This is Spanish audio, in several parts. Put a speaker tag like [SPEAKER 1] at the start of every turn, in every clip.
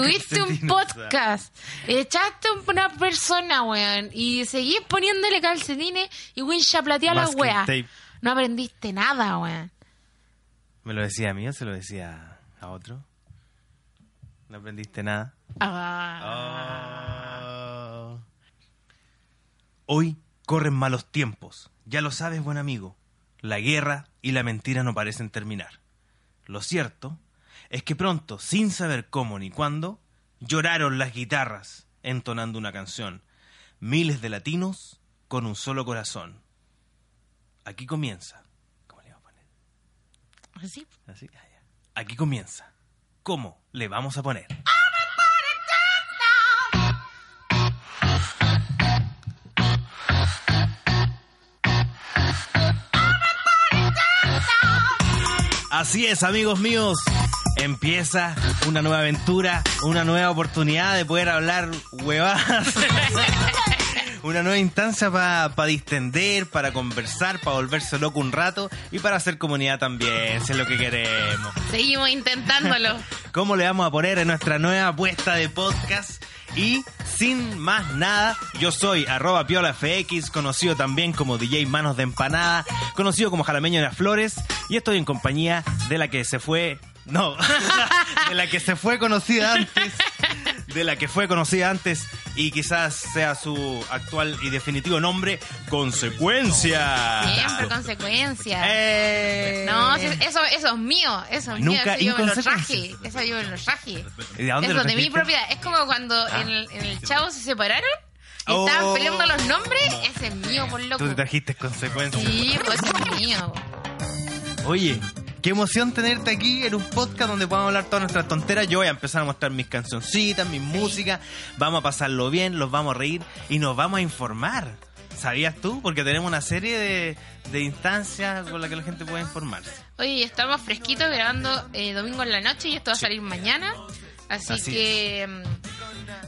[SPEAKER 1] Tuviste un podcast, echaste a una persona, weón, y seguís poniéndole calcetines y wincha platea la
[SPEAKER 2] Masking
[SPEAKER 1] wea.
[SPEAKER 2] tape.
[SPEAKER 1] No aprendiste nada, weón.
[SPEAKER 2] ¿Me lo decía a mí o se lo decía a otro? No aprendiste nada.
[SPEAKER 1] Ah.
[SPEAKER 2] Oh. Hoy corren malos tiempos. Ya lo sabes, buen amigo. La guerra y la mentira no parecen terminar. Lo cierto es que pronto, sin saber cómo ni cuándo, lloraron las guitarras entonando una canción. Miles de latinos con un solo corazón. Aquí comienza. ¿Cómo le iba a poner?
[SPEAKER 1] Sí.
[SPEAKER 2] Así, ah, ya. Aquí comienza. ¿Cómo le vamos a poner? Así es, amigos míos. Empieza una nueva aventura, una nueva oportunidad de poder hablar huevadas. Una nueva instancia para distender, para conversar, para volverse loco un rato y para hacer comunidad también, si es lo que queremos.
[SPEAKER 1] Seguimos intentándolo.
[SPEAKER 2] ¿Cómo le vamos a poner en nuestra nueva apuesta de podcast? Y sin más nada, yo soy arroba piolafx, conocido también como DJ Manos de Empanada, conocido como Jalameño de las Flores, y estoy en compañía de la que se fue... No, de la que se fue conocida antes, de la que fue conocida antes y quizás sea su actual y definitivo nombre, Consecuencia.
[SPEAKER 1] Siempre consecuencias.
[SPEAKER 2] Ah, ¡Eh!
[SPEAKER 1] No, si es- eso, eso es mío, eso es
[SPEAKER 2] Nunca
[SPEAKER 1] mío, eso yo me lo traje,
[SPEAKER 2] inconsecuencias.
[SPEAKER 1] eso yo me lo traje.
[SPEAKER 2] ¿Y de dónde
[SPEAKER 1] Eso
[SPEAKER 2] lo
[SPEAKER 1] de mi
[SPEAKER 2] trajiste? Ah.
[SPEAKER 1] propiedad. Es como cuando en, el, en el Chavo se separaron y
[SPEAKER 2] Oh.
[SPEAKER 1] estaban peleando los nombres, ese es mío, por loco.
[SPEAKER 2] Tú te trajiste consecuencias.
[SPEAKER 1] Sí, pues ese es mío.
[SPEAKER 2] Oye, qué emoción tenerte aquí en un podcast donde podamos hablar todas nuestras tonteras. Yo voy a empezar a mostrar mis cancioncitas, mis músicas. Vamos a pasarlo bien, los vamos a reír y nos vamos a informar. ¿Sabías tú? Porque tenemos una serie de, de instancias con las que la gente puede informarse.
[SPEAKER 1] Oye, y estamos fresquitos grabando eh, domingo en la noche y esto va a salir mañana. Así,
[SPEAKER 2] Así
[SPEAKER 1] que. mm,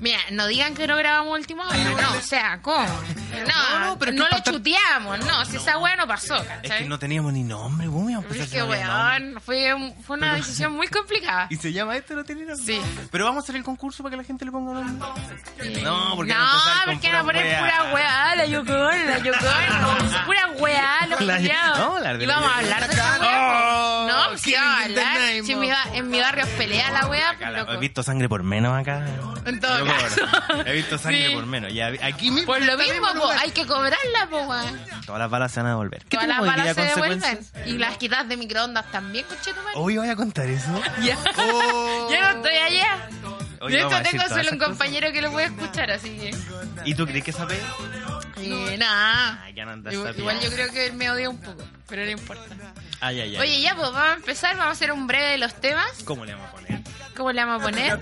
[SPEAKER 1] Mira, no digan que no grabamos última hora, no, o sea, ¿cómo? No,
[SPEAKER 2] No,
[SPEAKER 1] no,
[SPEAKER 2] no, pero es que
[SPEAKER 1] lo
[SPEAKER 2] falta-
[SPEAKER 1] chuteamos, no, si esa weá no pasó, ¿cachai?
[SPEAKER 2] Es que no teníamos ni nombre, güey, vamos a empezar
[SPEAKER 1] Es que,
[SPEAKER 2] a tener nombre.
[SPEAKER 1] weón, fue, un- fue una decisión muy complicada.
[SPEAKER 2] Y se llama esto, no tiene nombre.
[SPEAKER 1] Sí.
[SPEAKER 2] Pero vamos a hacer el concurso para que la gente le ponga nombre. No, porque
[SPEAKER 1] no,
[SPEAKER 2] empezar con
[SPEAKER 1] porque
[SPEAKER 2] pura
[SPEAKER 1] no poner
[SPEAKER 2] weá.
[SPEAKER 1] pura weá, la yocón, la yocón, pura weá, los
[SPEAKER 2] La-
[SPEAKER 1] culiados.
[SPEAKER 2] vamos a hablar de
[SPEAKER 1] Y
[SPEAKER 2] la
[SPEAKER 1] vamos a
[SPEAKER 2] Yocón.
[SPEAKER 1] hablar de esa weá.
[SPEAKER 2] Oh,
[SPEAKER 1] no, si vamos a
[SPEAKER 2] killing the
[SPEAKER 1] hablar,
[SPEAKER 2] name
[SPEAKER 1] si en
[SPEAKER 2] of-
[SPEAKER 1] mi, ba- en mi barrio es pelea la weá,
[SPEAKER 2] Acá la-
[SPEAKER 1] loco.
[SPEAKER 2] he visto sangre por menos acá.
[SPEAKER 1] En todo
[SPEAKER 2] Yo cobro.
[SPEAKER 1] caso.
[SPEAKER 2] He visto sangre
[SPEAKER 1] Sí.
[SPEAKER 2] por menos. Ya, aquí mismo.
[SPEAKER 1] Por lo mismo, po,
[SPEAKER 2] lugar.
[SPEAKER 1] hay que cobrarla, po, weón.
[SPEAKER 2] Todas las balas se van a devolver. ¿Qué
[SPEAKER 1] Todas las
[SPEAKER 2] tenemos hoy día,
[SPEAKER 1] balas se devuelven.
[SPEAKER 2] consecuencias?
[SPEAKER 1] Y las quitas de microondas también, conchetumare.
[SPEAKER 2] Hoy voy a contar eso.
[SPEAKER 1] Ya.
[SPEAKER 2] Oh.
[SPEAKER 1] Yo no estoy allá.
[SPEAKER 2] Hoy
[SPEAKER 1] De
[SPEAKER 2] vamos a
[SPEAKER 1] hecho,
[SPEAKER 2] decir
[SPEAKER 1] tengo
[SPEAKER 2] todas
[SPEAKER 1] solo
[SPEAKER 2] esas
[SPEAKER 1] un
[SPEAKER 2] cosas.
[SPEAKER 1] compañero que lo puede escuchar, así que.
[SPEAKER 2] ¿Y tú crees que sabe?
[SPEAKER 1] Eh, nada.
[SPEAKER 2] Ah, ya no andas
[SPEAKER 1] Igual,
[SPEAKER 2] sabiendo.
[SPEAKER 1] igual yo creo que él me odia un poco, pero no importa.
[SPEAKER 2] Ay, ay, ay.
[SPEAKER 1] Oye, ya, pues vamos a empezar, vamos a hacer un breve de los temas.
[SPEAKER 2] ¿Cómo le vamos a poner?
[SPEAKER 1] ¿Cómo le vamos a poner?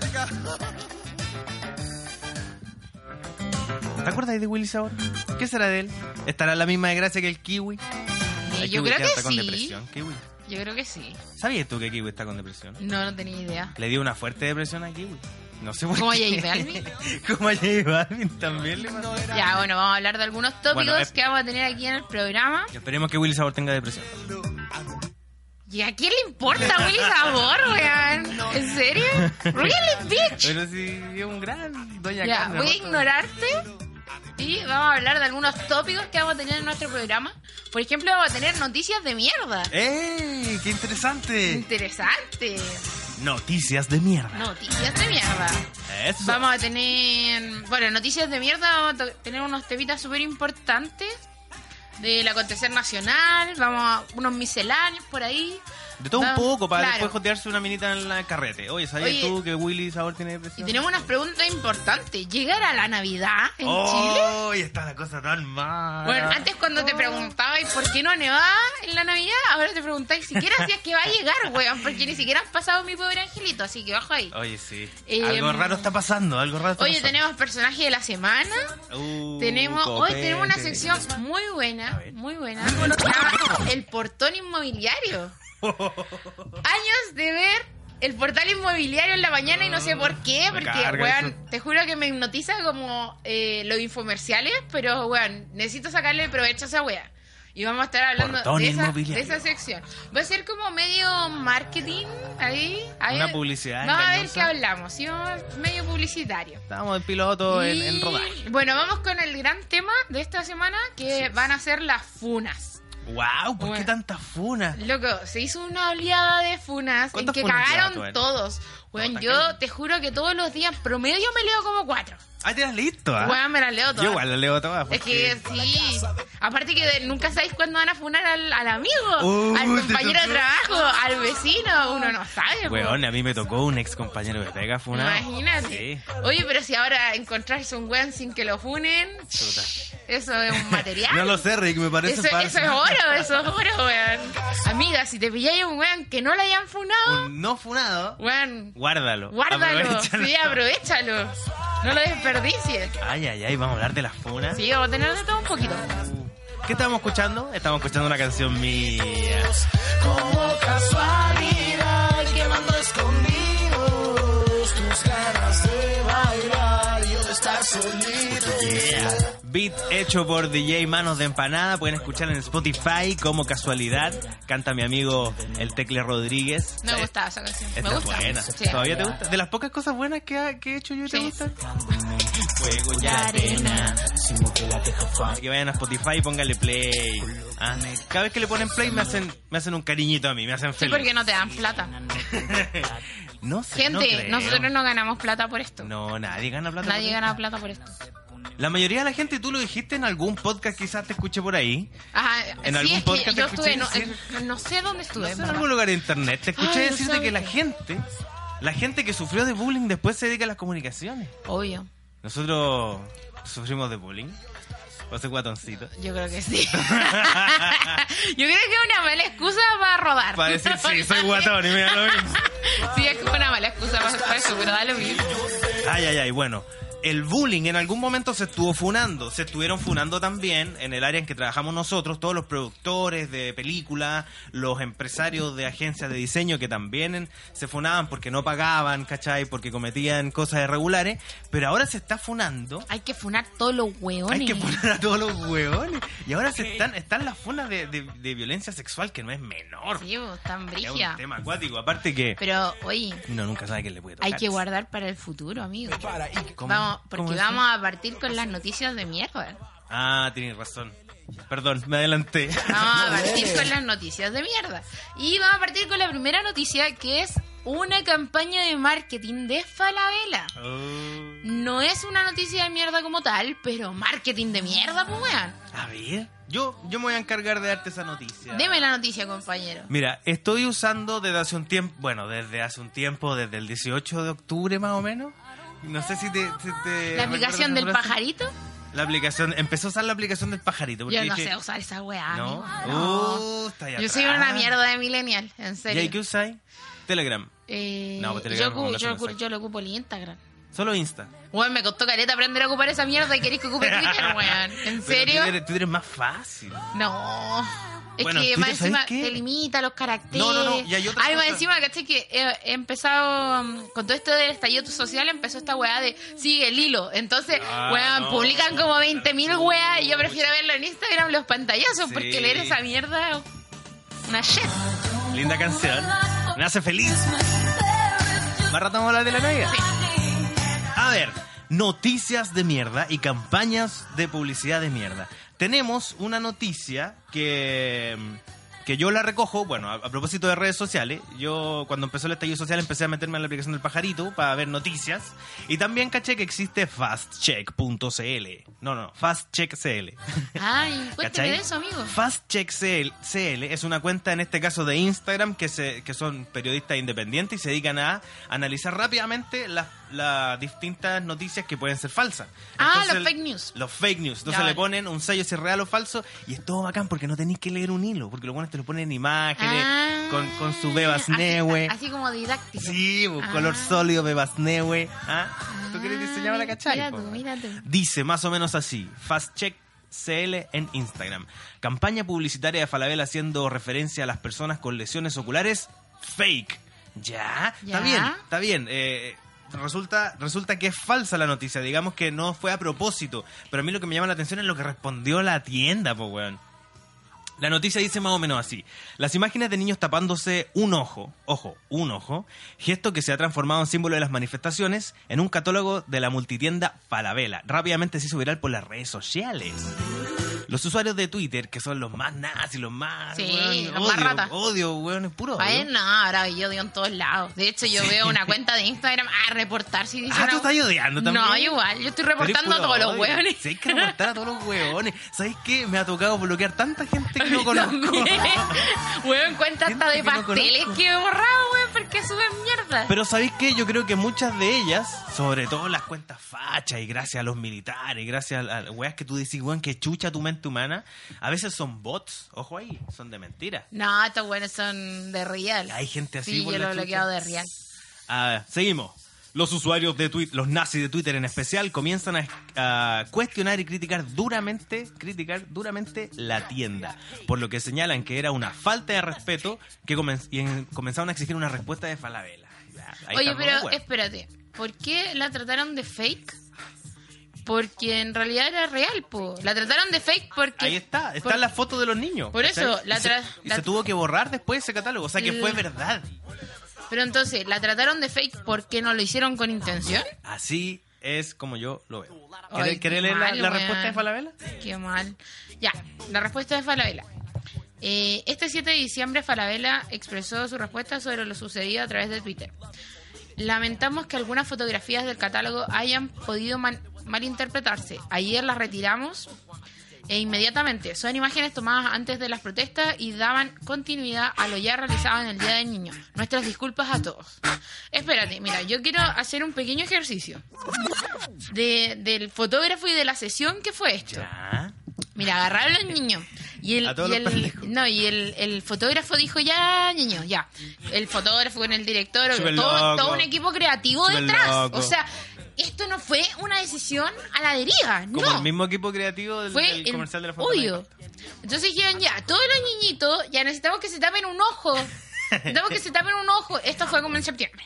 [SPEAKER 2] ¿Te acuerdas de Willy Sabor? ¿Qué será de él? ¿Estará la misma desgracia que el kiwi?
[SPEAKER 1] Eh,
[SPEAKER 2] El
[SPEAKER 1] yo
[SPEAKER 2] kiwi
[SPEAKER 1] creo que
[SPEAKER 2] está con
[SPEAKER 1] sí.
[SPEAKER 2] depresión. Kiwi.
[SPEAKER 1] Yo creo que sí.
[SPEAKER 2] ¿Sabías tú que Kiwi está con depresión?
[SPEAKER 1] No, no tenía idea.
[SPEAKER 2] Le dio una fuerte depresión a Kiwi. No sé por
[SPEAKER 1] ¿Como a
[SPEAKER 2] qué.
[SPEAKER 1] J Balvin?
[SPEAKER 2] Como a J Balvin también le pasó.
[SPEAKER 1] Ya, bueno, vamos a hablar de algunos tópicos
[SPEAKER 2] Bueno, es-
[SPEAKER 1] que vamos a tener aquí en el programa.
[SPEAKER 2] Esperemos que Willy Sabor tenga depresión.
[SPEAKER 1] ¿Y a quién le importa Willy Sabor, weón? ¿En serio? ¿Really, bitch?
[SPEAKER 2] Pero si es un gran doña
[SPEAKER 1] Ya,
[SPEAKER 2] Carmen,
[SPEAKER 1] voy a
[SPEAKER 2] ¿no?
[SPEAKER 1] ignorarte y vamos a hablar de algunos tópicos que vamos a tener en nuestro programa. Por ejemplo, vamos a tener noticias de mierda.
[SPEAKER 2] ¡Ey! ¡Qué interesante!
[SPEAKER 1] Interesante.
[SPEAKER 2] Noticias de mierda.
[SPEAKER 1] Noticias de mierda.
[SPEAKER 2] Eso.
[SPEAKER 1] Vamos a tener, bueno, noticias de mierda, vamos a to- tener unos temitas súper importantes del acontecer nacional, vamos a unos misceláneos por ahí,
[SPEAKER 2] De todo un
[SPEAKER 1] Da-
[SPEAKER 2] poco para
[SPEAKER 1] claro.
[SPEAKER 2] después jotearse una minita en la carrete. Oye, ¿sabías
[SPEAKER 1] Oye.
[SPEAKER 2] tú que Willy Sabor tiene depresión?
[SPEAKER 1] Y tenemos unas preguntas importantes. ¿Llegar a la Navidad en Chile?
[SPEAKER 2] ¡Oh! Ah. Y está la cosa tan mala.
[SPEAKER 1] Bueno, antes cuando te preguntabais por qué no nevaba en la Navidad, ahora te preguntáis siquiera si es que va a llegar, weón, porque ni siquiera has pasado mi pobre angelito, así que bajo ahí.
[SPEAKER 2] Oye, sí.
[SPEAKER 1] Eh,
[SPEAKER 2] algo raro está pasando, algo raro está
[SPEAKER 1] Oye,
[SPEAKER 2] pasando.
[SPEAKER 1] tenemos personaje de la semana.
[SPEAKER 2] Uh,
[SPEAKER 1] Tenemos, hoy
[SPEAKER 2] copete.
[SPEAKER 1] tenemos una sección muy
[SPEAKER 2] A
[SPEAKER 1] buena,
[SPEAKER 2] ver.
[SPEAKER 1] muy buena. que se llama El portón inmobiliario. Años de ver el portal inmobiliario en la mañana y no sé por qué,
[SPEAKER 2] Ah, Me
[SPEAKER 1] porque,
[SPEAKER 2] carga
[SPEAKER 1] weón,
[SPEAKER 2] eso.
[SPEAKER 1] te juro que me hipnotiza como eh, los infomerciales, pero, weón, necesito sacarle provecho a esa wea. Y vamos a estar hablando
[SPEAKER 2] Portón
[SPEAKER 1] de esa,
[SPEAKER 2] inmobiliario.
[SPEAKER 1] de esa sección. Va a ser como medio marketing ahí. ahí-
[SPEAKER 2] Una publicidad
[SPEAKER 1] Vamos a ver
[SPEAKER 2] engañosa.
[SPEAKER 1] qué hablamos, ¿sí? Vamos- medio publicitario.
[SPEAKER 2] Estamos en piloto en, en
[SPEAKER 1] Y,
[SPEAKER 2] rodaje.
[SPEAKER 1] Bueno, vamos con el gran tema de esta semana que van a ser las funas.
[SPEAKER 2] ¡Wow! ¿Por qué
[SPEAKER 1] Bueno.
[SPEAKER 2] tanta funa?
[SPEAKER 1] Loco, se hizo una oleada de funas en
[SPEAKER 2] ¿Cuántas
[SPEAKER 1] que
[SPEAKER 2] funas lleva tú,
[SPEAKER 1] cagaron
[SPEAKER 2] Ana?
[SPEAKER 1] todos. Weón,
[SPEAKER 2] está
[SPEAKER 1] yo
[SPEAKER 2] cagando.
[SPEAKER 1] te juro que todos los días promedio me leo como cuatro.
[SPEAKER 2] Ah, te las listo, ah.
[SPEAKER 1] Weón, me las leo todas.
[SPEAKER 2] Yo igual las leo todas.
[SPEAKER 1] Es
[SPEAKER 2] porque-
[SPEAKER 1] que sí. Aparte que de- nunca sabéis cuándo van a funar al, al amigo,
[SPEAKER 2] Uy,
[SPEAKER 1] al
[SPEAKER 2] te
[SPEAKER 1] compañero de
[SPEAKER 2] tocó.
[SPEAKER 1] trabajo, al vecino. Uno no sabe. po.
[SPEAKER 2] Weón, a mí me tocó un ex compañero de pega funado.
[SPEAKER 1] Imagínate.
[SPEAKER 2] Sí.
[SPEAKER 1] Oye, pero si ahora encontrarse un weón sin que lo funen,
[SPEAKER 2] Chuta.
[SPEAKER 1] eso es un material.
[SPEAKER 2] No lo sé, Rick, me parece
[SPEAKER 1] Eso,
[SPEAKER 2] falso.
[SPEAKER 1] eso es oro, eso es oro, weón. Amiga, si te pilláis un weón que no lo hayan funado,
[SPEAKER 2] Un no funado.
[SPEAKER 1] weón,
[SPEAKER 2] Guárdalo.
[SPEAKER 1] guárdalo.
[SPEAKER 2] Aprovechalo.
[SPEAKER 1] Sí, aprovechalo. No lo desperdicies.
[SPEAKER 2] Ay, ay, ay, vamos a hablar de las funas.
[SPEAKER 1] Sí, vamos a tener de todo un poquito.
[SPEAKER 2] ¿Qué estamos escuchando? Estamos escuchando una canción mía.
[SPEAKER 3] Como casualidad, quemando escondidos tus ganas de bailar y yo de estar solito.
[SPEAKER 2] Yeah. Beat hecho por DJ Manos de Empanada. Pueden escuchar en Spotify como casualidad. Canta mi amigo el Tecle Rodríguez.
[SPEAKER 1] Me gustaba esa canción.
[SPEAKER 2] Esta
[SPEAKER 1] me
[SPEAKER 2] es
[SPEAKER 1] gusta.
[SPEAKER 2] buena.
[SPEAKER 1] Sí.
[SPEAKER 2] ¿Todavía te gusta? De las pocas cosas buenas que, ha- que he hecho yo, ¿te
[SPEAKER 1] Sí.
[SPEAKER 2] gustan? Fuego y arena. Que vayan a Spotify y póngale play. Ah, Cada vez que le ponen play me hacen, me hacen un cariñito a mí, me hacen
[SPEAKER 1] Sí,
[SPEAKER 2] feliz.
[SPEAKER 1] porque no te dan plata.
[SPEAKER 2] No sé, no
[SPEAKER 1] Gente,
[SPEAKER 2] creo.
[SPEAKER 1] nosotros no ganamos plata por esto.
[SPEAKER 2] No, nadie gana plata.
[SPEAKER 1] Nadie
[SPEAKER 2] por
[SPEAKER 1] gana plata por esto.
[SPEAKER 2] esto. La mayoría de la gente, tú lo dijiste en algún podcast, quizás te escuché por ahí.
[SPEAKER 1] Ajá,
[SPEAKER 2] En
[SPEAKER 1] sí,
[SPEAKER 2] algún
[SPEAKER 1] es que
[SPEAKER 2] podcast te
[SPEAKER 1] yo estuve, no,
[SPEAKER 2] escuché
[SPEAKER 1] eh, no sé dónde
[SPEAKER 2] No
[SPEAKER 1] estuve.
[SPEAKER 2] sé, en
[SPEAKER 1] ¿verdad?
[SPEAKER 2] algún lugar de internet. Te escuché
[SPEAKER 1] Ay, no
[SPEAKER 2] decirte que la
[SPEAKER 1] sabía.
[SPEAKER 2] gente, la gente que sufrió de bullying después se dedica a las comunicaciones.
[SPEAKER 1] Obvio,
[SPEAKER 2] Nosotros sufrimos de bullying. José Guatoncito.
[SPEAKER 1] yo creo que sí. yo creo que es una mala excusa para robar.
[SPEAKER 2] Para decir, sí, soy guatón y me da lo mismo.
[SPEAKER 1] Sí, es como una mala excusa para para eso, pero da lo mismo.
[SPEAKER 2] Ay, ay, ay, bueno. El bullying en algún momento se estuvo funando. Se estuvieron funando también en el área en que trabajamos nosotros, todos los productores de películas, los empresarios de agencias de diseño que también en- se funaban porque no pagaban, ¿cachai? Porque cometían cosas irregulares. Pero ahora se está funando.
[SPEAKER 1] Hay que funar todos los hueones.
[SPEAKER 2] Hay que funar a todos los hueones. Y ahora se están, están las funas de, de- de violencia sexual que no es menor.
[SPEAKER 1] Sí, bo, tan
[SPEAKER 2] es
[SPEAKER 1] brigia.
[SPEAKER 2] un tema acuático. Aparte que
[SPEAKER 1] Pero, oye,
[SPEAKER 2] uno nunca sabe quién le puede tocar.
[SPEAKER 1] hay que guardar para el futuro, amigo. Vamos,
[SPEAKER 2] ¿Cómo? ¿Cómo
[SPEAKER 1] porque
[SPEAKER 2] es
[SPEAKER 1] vamos a partir con las noticias de mierda.
[SPEAKER 2] eso? Ah, tienes razón. Perdón, me adelanté.
[SPEAKER 1] Vamos a partir con las noticias de mierda. Y vamos a partir con la primera noticia que es una campaña de marketing de Falabella.
[SPEAKER 2] Oh.
[SPEAKER 1] No es una noticia de mierda como tal, pero marketing de mierda, pues weón.
[SPEAKER 2] A ver, yo, yo me voy a encargar de darte esa noticia.
[SPEAKER 1] Deme la noticia, compañero.
[SPEAKER 2] Mira, estoy usando desde hace un tiempo, bueno, desde hace un tiempo, desde el 18 de octubre más o menos. No sé si te... si te
[SPEAKER 1] ¿La aplicación
[SPEAKER 2] recuerdas
[SPEAKER 1] del
[SPEAKER 2] esa frase.
[SPEAKER 1] pajarito?
[SPEAKER 2] La aplicación, empezó a usar la aplicación del pajarito. Porque
[SPEAKER 1] Yo no
[SPEAKER 2] dije,
[SPEAKER 1] sé usar esa weá.
[SPEAKER 2] No.
[SPEAKER 1] amigo.
[SPEAKER 2] Uh, está ahí
[SPEAKER 1] Yo
[SPEAKER 2] atrás.
[SPEAKER 1] soy una mierda de millennial, en
[SPEAKER 2] ¿Y ahí qué
[SPEAKER 1] serio.
[SPEAKER 2] usáis? Telegram.
[SPEAKER 1] Eh,
[SPEAKER 2] No, pues
[SPEAKER 1] yo,
[SPEAKER 2] Telegram
[SPEAKER 1] ocu-
[SPEAKER 2] no
[SPEAKER 1] yo,
[SPEAKER 2] lo
[SPEAKER 1] ocu-
[SPEAKER 2] sé.
[SPEAKER 1] yo lo ocupo el Instagram.
[SPEAKER 2] Solo Insta.
[SPEAKER 1] Weón, me costó careta aprender a ocupar esa mierda y queréis que ocupe Twitter, weón. ¿En
[SPEAKER 2] Pero
[SPEAKER 1] serio?
[SPEAKER 2] Twitter, Twitter es más fácil.
[SPEAKER 1] No. Es
[SPEAKER 2] Bueno,
[SPEAKER 1] que
[SPEAKER 2] Twitter,
[SPEAKER 1] más
[SPEAKER 2] ¿sabes
[SPEAKER 1] encima
[SPEAKER 2] qué?
[SPEAKER 1] te limita los caracteres.
[SPEAKER 2] No, no, no, y hay otra
[SPEAKER 1] Ay, más
[SPEAKER 2] cosa.
[SPEAKER 1] encima, ¿cachai? Que he, he empezado mm, con todo esto del estallido social, empezó esta weá de sigue el hilo. Entonces,
[SPEAKER 2] Ah,
[SPEAKER 1] weón,
[SPEAKER 2] no.
[SPEAKER 1] publican como 20.000 weá y yo prefiero verlo en Instagram los pantallazos
[SPEAKER 2] Sí.
[SPEAKER 1] porque leer esa mierda es una shit.
[SPEAKER 2] Linda canción. Me hace feliz. Más rato vamos a hablar de la Navidad. A ver, noticias de mierda y campañas de publicidad de mierda. Tenemos una noticia que mm, que yo la recojo, bueno, a, a propósito de redes sociales, yo cuando empezó el estallido social empecé a meterme en la aplicación del pajarito para ver noticias y también caché que existe fastcheck.cl. No, no, fastcheck.cl.
[SPEAKER 1] Ay, cuéntame
[SPEAKER 2] ¿Cachai?
[SPEAKER 1] de eso, amigo.
[SPEAKER 2] FastCheckCL CL es una cuenta, en este caso de Instagram, que, se, que son periodistas independientes y se dedican a analizar rápidamente las, las distintas noticias que pueden ser falsas.
[SPEAKER 1] Ah, los fake news.
[SPEAKER 2] Los fake news. Entonces
[SPEAKER 1] Ya,
[SPEAKER 2] le
[SPEAKER 1] vale.
[SPEAKER 2] ponen un sello si es real o falso y es todo bacán porque no tenéis que leer un hilo, porque lo bueno te lo ponen en imágenes,
[SPEAKER 1] Ah,
[SPEAKER 2] con, con su
[SPEAKER 1] así-
[SPEAKER 2] bebasnewe.
[SPEAKER 1] Así, como didáctico.
[SPEAKER 2] Sí, bu,
[SPEAKER 1] Ah.
[SPEAKER 2] color sólido, bebasnewe. ¿Ah? ¿Tú quieres
[SPEAKER 1] Ah,
[SPEAKER 2] diseñar la cachai?
[SPEAKER 1] Mira
[SPEAKER 2] po,
[SPEAKER 1] tú,
[SPEAKER 2] man?
[SPEAKER 1] mira tú.
[SPEAKER 2] Dice más o menos así, FastCheckCL en Instagram. Campaña publicitaria de Falabella haciendo referencia a las personas con lesiones oculares fake. Ya,
[SPEAKER 1] Ya.
[SPEAKER 2] está bien, está bien. eh, resulta, resulta que es falsa la noticia, digamos que no fue a propósito. Pero a mí lo que me llama la atención es lo que respondió la tienda, po weón. La noticia dice más o menos así. Las imágenes de niños tapándose un ojo, ojo, un ojo, gesto que se ha transformado en símbolo de las manifestaciones en un catálogo de la multitienda Falabella. Rápidamente se hizo viral por las redes sociales. Los usuarios de Twitter, que son los más nazis, los más...
[SPEAKER 1] Sí, los
[SPEAKER 2] weón,
[SPEAKER 1] más
[SPEAKER 2] odio,
[SPEAKER 1] ratas.
[SPEAKER 2] Odio, weón, es puro odio.
[SPEAKER 1] Ay, no, ahora yo digo en todos lados. De hecho, yo veo una cuenta de Instagram a reportar si dice
[SPEAKER 2] Ah,
[SPEAKER 1] una-
[SPEAKER 2] tú estás odiando también.
[SPEAKER 1] No, igual, yo estoy
[SPEAKER 2] Pero es
[SPEAKER 1] reportando a
[SPEAKER 2] puro
[SPEAKER 1] todos los
[SPEAKER 2] odio.
[SPEAKER 1] hueones.
[SPEAKER 2] Sí, hay que reportar a todos los hueones. ¿Sabes qué? Me ha tocado bloquear tanta gente que no conozco.
[SPEAKER 1] Hueón, cuenta hasta
[SPEAKER 2] Gente
[SPEAKER 1] de
[SPEAKER 2] que no
[SPEAKER 1] pasteles
[SPEAKER 2] conozco.
[SPEAKER 1] que he borrado, hueón, porque suben mierda.
[SPEAKER 2] Pero ¿sabéis qué? Yo creo que muchas de ellas, sobre todo las cuentas fachas y gracias a los militares, gracias a las weas que tú decís, weón, que chucha tu mente humana, a veces son bots, ojo ahí, son de mentira.
[SPEAKER 1] No, estos hueones son de real.
[SPEAKER 2] Hay gente así
[SPEAKER 1] Sí,
[SPEAKER 2] por
[SPEAKER 1] yo
[SPEAKER 2] la
[SPEAKER 1] lo he
[SPEAKER 2] chucha.
[SPEAKER 1] bloqueado de real.
[SPEAKER 2] A ver, seguimos. Los usuarios de Twitter, los nazis de Twitter en especial, comienzan a, a cuestionar y criticar duramente, criticar duramente la tienda, por lo que señalan que era una falta de respeto que comen- y en- comenzaron a exigir una respuesta de Falabella. Ya, ahí pues,
[SPEAKER 1] Oye,
[SPEAKER 2] estamos de
[SPEAKER 1] pero
[SPEAKER 2] acuerdo.
[SPEAKER 1] espérate, ¿por qué la trataron de fake? Porque en realidad era real, po. La trataron de fake porque...
[SPEAKER 2] Ahí está,
[SPEAKER 1] por-
[SPEAKER 2] están las fotos de los niños.
[SPEAKER 1] Por
[SPEAKER 2] ¿cachai?
[SPEAKER 1] eso, la
[SPEAKER 2] y se,
[SPEAKER 1] tra-
[SPEAKER 2] y
[SPEAKER 1] la-
[SPEAKER 2] se tuvo que borrar después ese catálogo, o sea que fue
[SPEAKER 1] Mm.
[SPEAKER 2] verdad.
[SPEAKER 1] Pero entonces, ¿la trataron de fake porque no lo hicieron con intención?
[SPEAKER 2] Así es como yo lo veo.
[SPEAKER 1] Ay,
[SPEAKER 2] ¿Querés,
[SPEAKER 1] qué
[SPEAKER 2] querés leer la,
[SPEAKER 1] mal,
[SPEAKER 2] la
[SPEAKER 1] weón.
[SPEAKER 2] respuesta de Falabella?
[SPEAKER 1] Qué mal. Ya, la respuesta de Falabella. Eh, este 7 de diciembre Falabella expresó su respuesta sobre lo sucedido a través de Twitter. Lamentamos que algunas fotografías del catálogo hayan podido man- malinterpretarse. Ayer las retiramos e inmediatamente. Son imágenes tomadas antes de las protestas y daban continuidad a lo ya realizado en el Día del Niño. Nuestras disculpas a todos. Espérate, mira, yo quiero hacer un pequeño ejercicio de- del fotógrafo y de la sesión que fue esto.
[SPEAKER 2] Ya.
[SPEAKER 1] Mira, agarraron a los niños. Y el,
[SPEAKER 2] A todos
[SPEAKER 1] y
[SPEAKER 2] los
[SPEAKER 1] el-
[SPEAKER 2] pendejos.
[SPEAKER 1] no, y el, el fotógrafo dijo, ya, niños, ya. El fotógrafo con el director,
[SPEAKER 2] Súper
[SPEAKER 1] todo,
[SPEAKER 2] loco.
[SPEAKER 1] todo un equipo creativo
[SPEAKER 2] Súper
[SPEAKER 1] detrás.
[SPEAKER 2] loco.
[SPEAKER 1] O sea, esto no fue una decisión a la deriva,
[SPEAKER 2] Como
[SPEAKER 1] no.
[SPEAKER 2] el mismo equipo creativo del,
[SPEAKER 1] fue
[SPEAKER 2] del
[SPEAKER 1] el-
[SPEAKER 2] comercial de la Fontana de
[SPEAKER 1] obvio.
[SPEAKER 2] Parto.
[SPEAKER 1] Entonces dijeron, ya, todos los niñitos, ya necesitamos que se tapen un ojo. Necesitamos que se tapen un ojo. Esto fue como en septiembre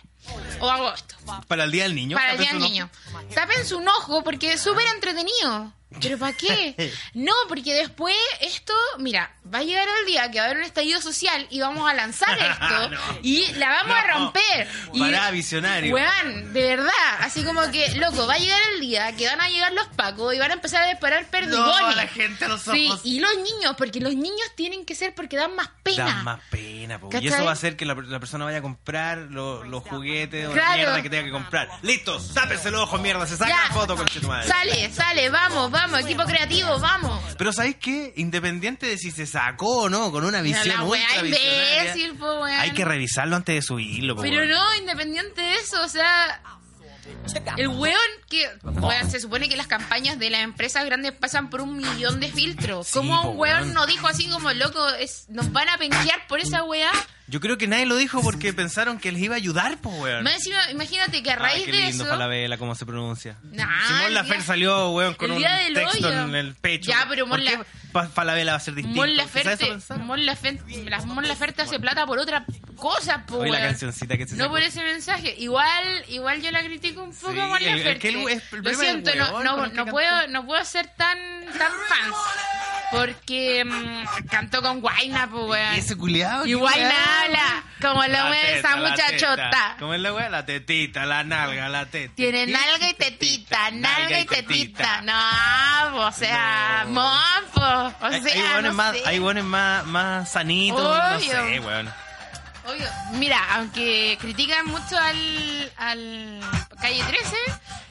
[SPEAKER 1] o agosto.
[SPEAKER 2] Para el Día del Niño.
[SPEAKER 1] Para el día
[SPEAKER 2] ¿Acaso
[SPEAKER 1] del
[SPEAKER 2] no?
[SPEAKER 1] niño. Tapen su ojo porque es súper entretenido. ¿Pero para qué? No, porque después esto, mira, va a llegar el día que va a haber un estallido social y vamos a lanzar esto
[SPEAKER 2] No.
[SPEAKER 1] y la vamos a
[SPEAKER 2] No.
[SPEAKER 1] romper. Y,
[SPEAKER 2] Pará, visionario.
[SPEAKER 1] Weón, de verdad. Así como que, loco, va a llegar el día que van a llegar los pacos y van a empezar a disparar perdigones.
[SPEAKER 2] No, a la gente a los
[SPEAKER 1] Sí,
[SPEAKER 2] ojos.
[SPEAKER 1] y los niños, porque los niños tienen que ser porque dan más pena.
[SPEAKER 2] Da más pena, po. Y
[SPEAKER 1] ¿Cachai?
[SPEAKER 2] eso va a hacer que la, la persona vaya a comprar lo- los juguetes o la
[SPEAKER 1] Claro.
[SPEAKER 2] mierda que tenga que comprar. Listos, tápense el ojo, mierda, se saca
[SPEAKER 1] Ya.
[SPEAKER 2] la foto con tu madre.
[SPEAKER 1] Sale, sale, vamos, vamos, equipo creativo, vamos.
[SPEAKER 2] Pero ¿sabéis qué? Independiente de si se sacó o no, con una
[SPEAKER 1] Mira,
[SPEAKER 2] visión
[SPEAKER 1] la
[SPEAKER 2] ultra
[SPEAKER 1] weá
[SPEAKER 2] visionaria,
[SPEAKER 1] imbécil, po, weón.
[SPEAKER 2] Hay que revisarlo antes de subirlo, po,
[SPEAKER 1] Pero
[SPEAKER 2] weón.
[SPEAKER 1] no, independiente de eso, o sea. El weón que. weón, se supone que las campañas de las empresas grandes pasan por un millón de filtros.
[SPEAKER 2] Sí,
[SPEAKER 1] ¿Cómo
[SPEAKER 2] po,
[SPEAKER 1] un weón
[SPEAKER 2] weón.
[SPEAKER 1] no dijo así como loco? Es, nos van a penquear por esa weá.
[SPEAKER 2] Yo creo que nadie lo dijo porque pensaron que les iba a ayudar, po, weón.
[SPEAKER 1] Más encima, imagínate que a raíz
[SPEAKER 2] Ay, qué
[SPEAKER 1] de
[SPEAKER 2] lindo
[SPEAKER 1] eso.
[SPEAKER 2] Falabella, cómo se pronuncia.
[SPEAKER 1] Nah,
[SPEAKER 2] si
[SPEAKER 1] el
[SPEAKER 2] Mon Lafer
[SPEAKER 1] día-
[SPEAKER 2] salió, weón, con
[SPEAKER 1] el
[SPEAKER 2] un
[SPEAKER 1] día del
[SPEAKER 2] texto
[SPEAKER 1] hoyo.
[SPEAKER 2] en el pecho.
[SPEAKER 1] Ya, pero
[SPEAKER 2] ¿Por
[SPEAKER 1] Mon La-
[SPEAKER 2] qué Pa- Falabella va a ser distinto.
[SPEAKER 1] Mon
[SPEAKER 2] Quizá eso
[SPEAKER 1] Laferte,
[SPEAKER 2] pensaron.
[SPEAKER 1] Mon Laferte, la- Mon Laferte hace plata por otra cosa, po,
[SPEAKER 2] Oye, la
[SPEAKER 1] weón.
[SPEAKER 2] cancioncita que se
[SPEAKER 1] No
[SPEAKER 2] sacó.
[SPEAKER 1] por ese mensaje. Igual, igual yo la critico un poco
[SPEAKER 2] Sí,
[SPEAKER 1] a Mon
[SPEAKER 2] el- el
[SPEAKER 1] Laferte.
[SPEAKER 2] que él es el
[SPEAKER 1] Lo
[SPEAKER 2] problema
[SPEAKER 1] siento,
[SPEAKER 2] del
[SPEAKER 1] no,
[SPEAKER 2] huevón
[SPEAKER 1] no,
[SPEAKER 2] con el que
[SPEAKER 1] no
[SPEAKER 2] cantó.
[SPEAKER 1] puedo, no puedo ser tan, tan fans. Porque mm, cantó con Guayna, pues, weón.
[SPEAKER 2] ¿Y ese culiado?
[SPEAKER 1] Y Guayna habla, como lo
[SPEAKER 2] La
[SPEAKER 1] mueve
[SPEAKER 2] teta,
[SPEAKER 1] esa
[SPEAKER 2] la
[SPEAKER 1] muchachota.
[SPEAKER 2] teta. ¿Cómo es la weá? La tetita, la nalga, la teta.
[SPEAKER 1] Tiene
[SPEAKER 2] Sí,
[SPEAKER 1] nalga y tetita, nalga y tetita. No, po, o sea,
[SPEAKER 2] No.
[SPEAKER 1] mon, po, O
[SPEAKER 2] Hay-
[SPEAKER 1] sea,
[SPEAKER 2] hay hueones
[SPEAKER 1] no
[SPEAKER 2] más,
[SPEAKER 1] sé.
[SPEAKER 2] hay hueones más, más sanitos, no
[SPEAKER 1] Obvio.
[SPEAKER 2] sé, weón.
[SPEAKER 1] Obvio. Mira, aunque critican mucho al, al Calle 13,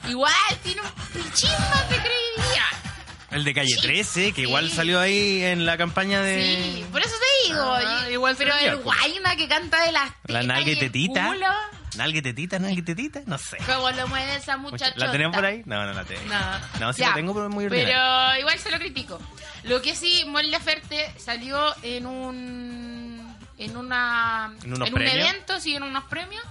[SPEAKER 1] igual tiene un pichín más de credibilidad.
[SPEAKER 2] El de calle
[SPEAKER 1] Sí.
[SPEAKER 2] 13, que igual
[SPEAKER 1] Sí.
[SPEAKER 2] salió ahí en la campaña de.
[SPEAKER 1] Sí, por eso te digo.
[SPEAKER 2] Eh. Ah,
[SPEAKER 1] y-
[SPEAKER 2] igual
[SPEAKER 1] pero
[SPEAKER 2] sería,
[SPEAKER 1] el
[SPEAKER 2] pues.
[SPEAKER 1] guayna que canta de las
[SPEAKER 2] La
[SPEAKER 1] tetas
[SPEAKER 2] nalga y
[SPEAKER 1] el
[SPEAKER 2] tetita.
[SPEAKER 1] culo,
[SPEAKER 2] Nalga y tetita, nalga y tetita, no sé.
[SPEAKER 1] como lo mueve esa muchacha.
[SPEAKER 2] ¿La tenemos por ahí? No, no la tengo.
[SPEAKER 1] No,
[SPEAKER 2] No, sí
[SPEAKER 1] Ya.
[SPEAKER 2] la tengo, pero es muy ordinaria.
[SPEAKER 1] Pero igual se lo critico. Lo que sí, Mon Laferte salió en un. en una.
[SPEAKER 2] En unos
[SPEAKER 1] un
[SPEAKER 2] premios.
[SPEAKER 1] evento, sí, en unos premios.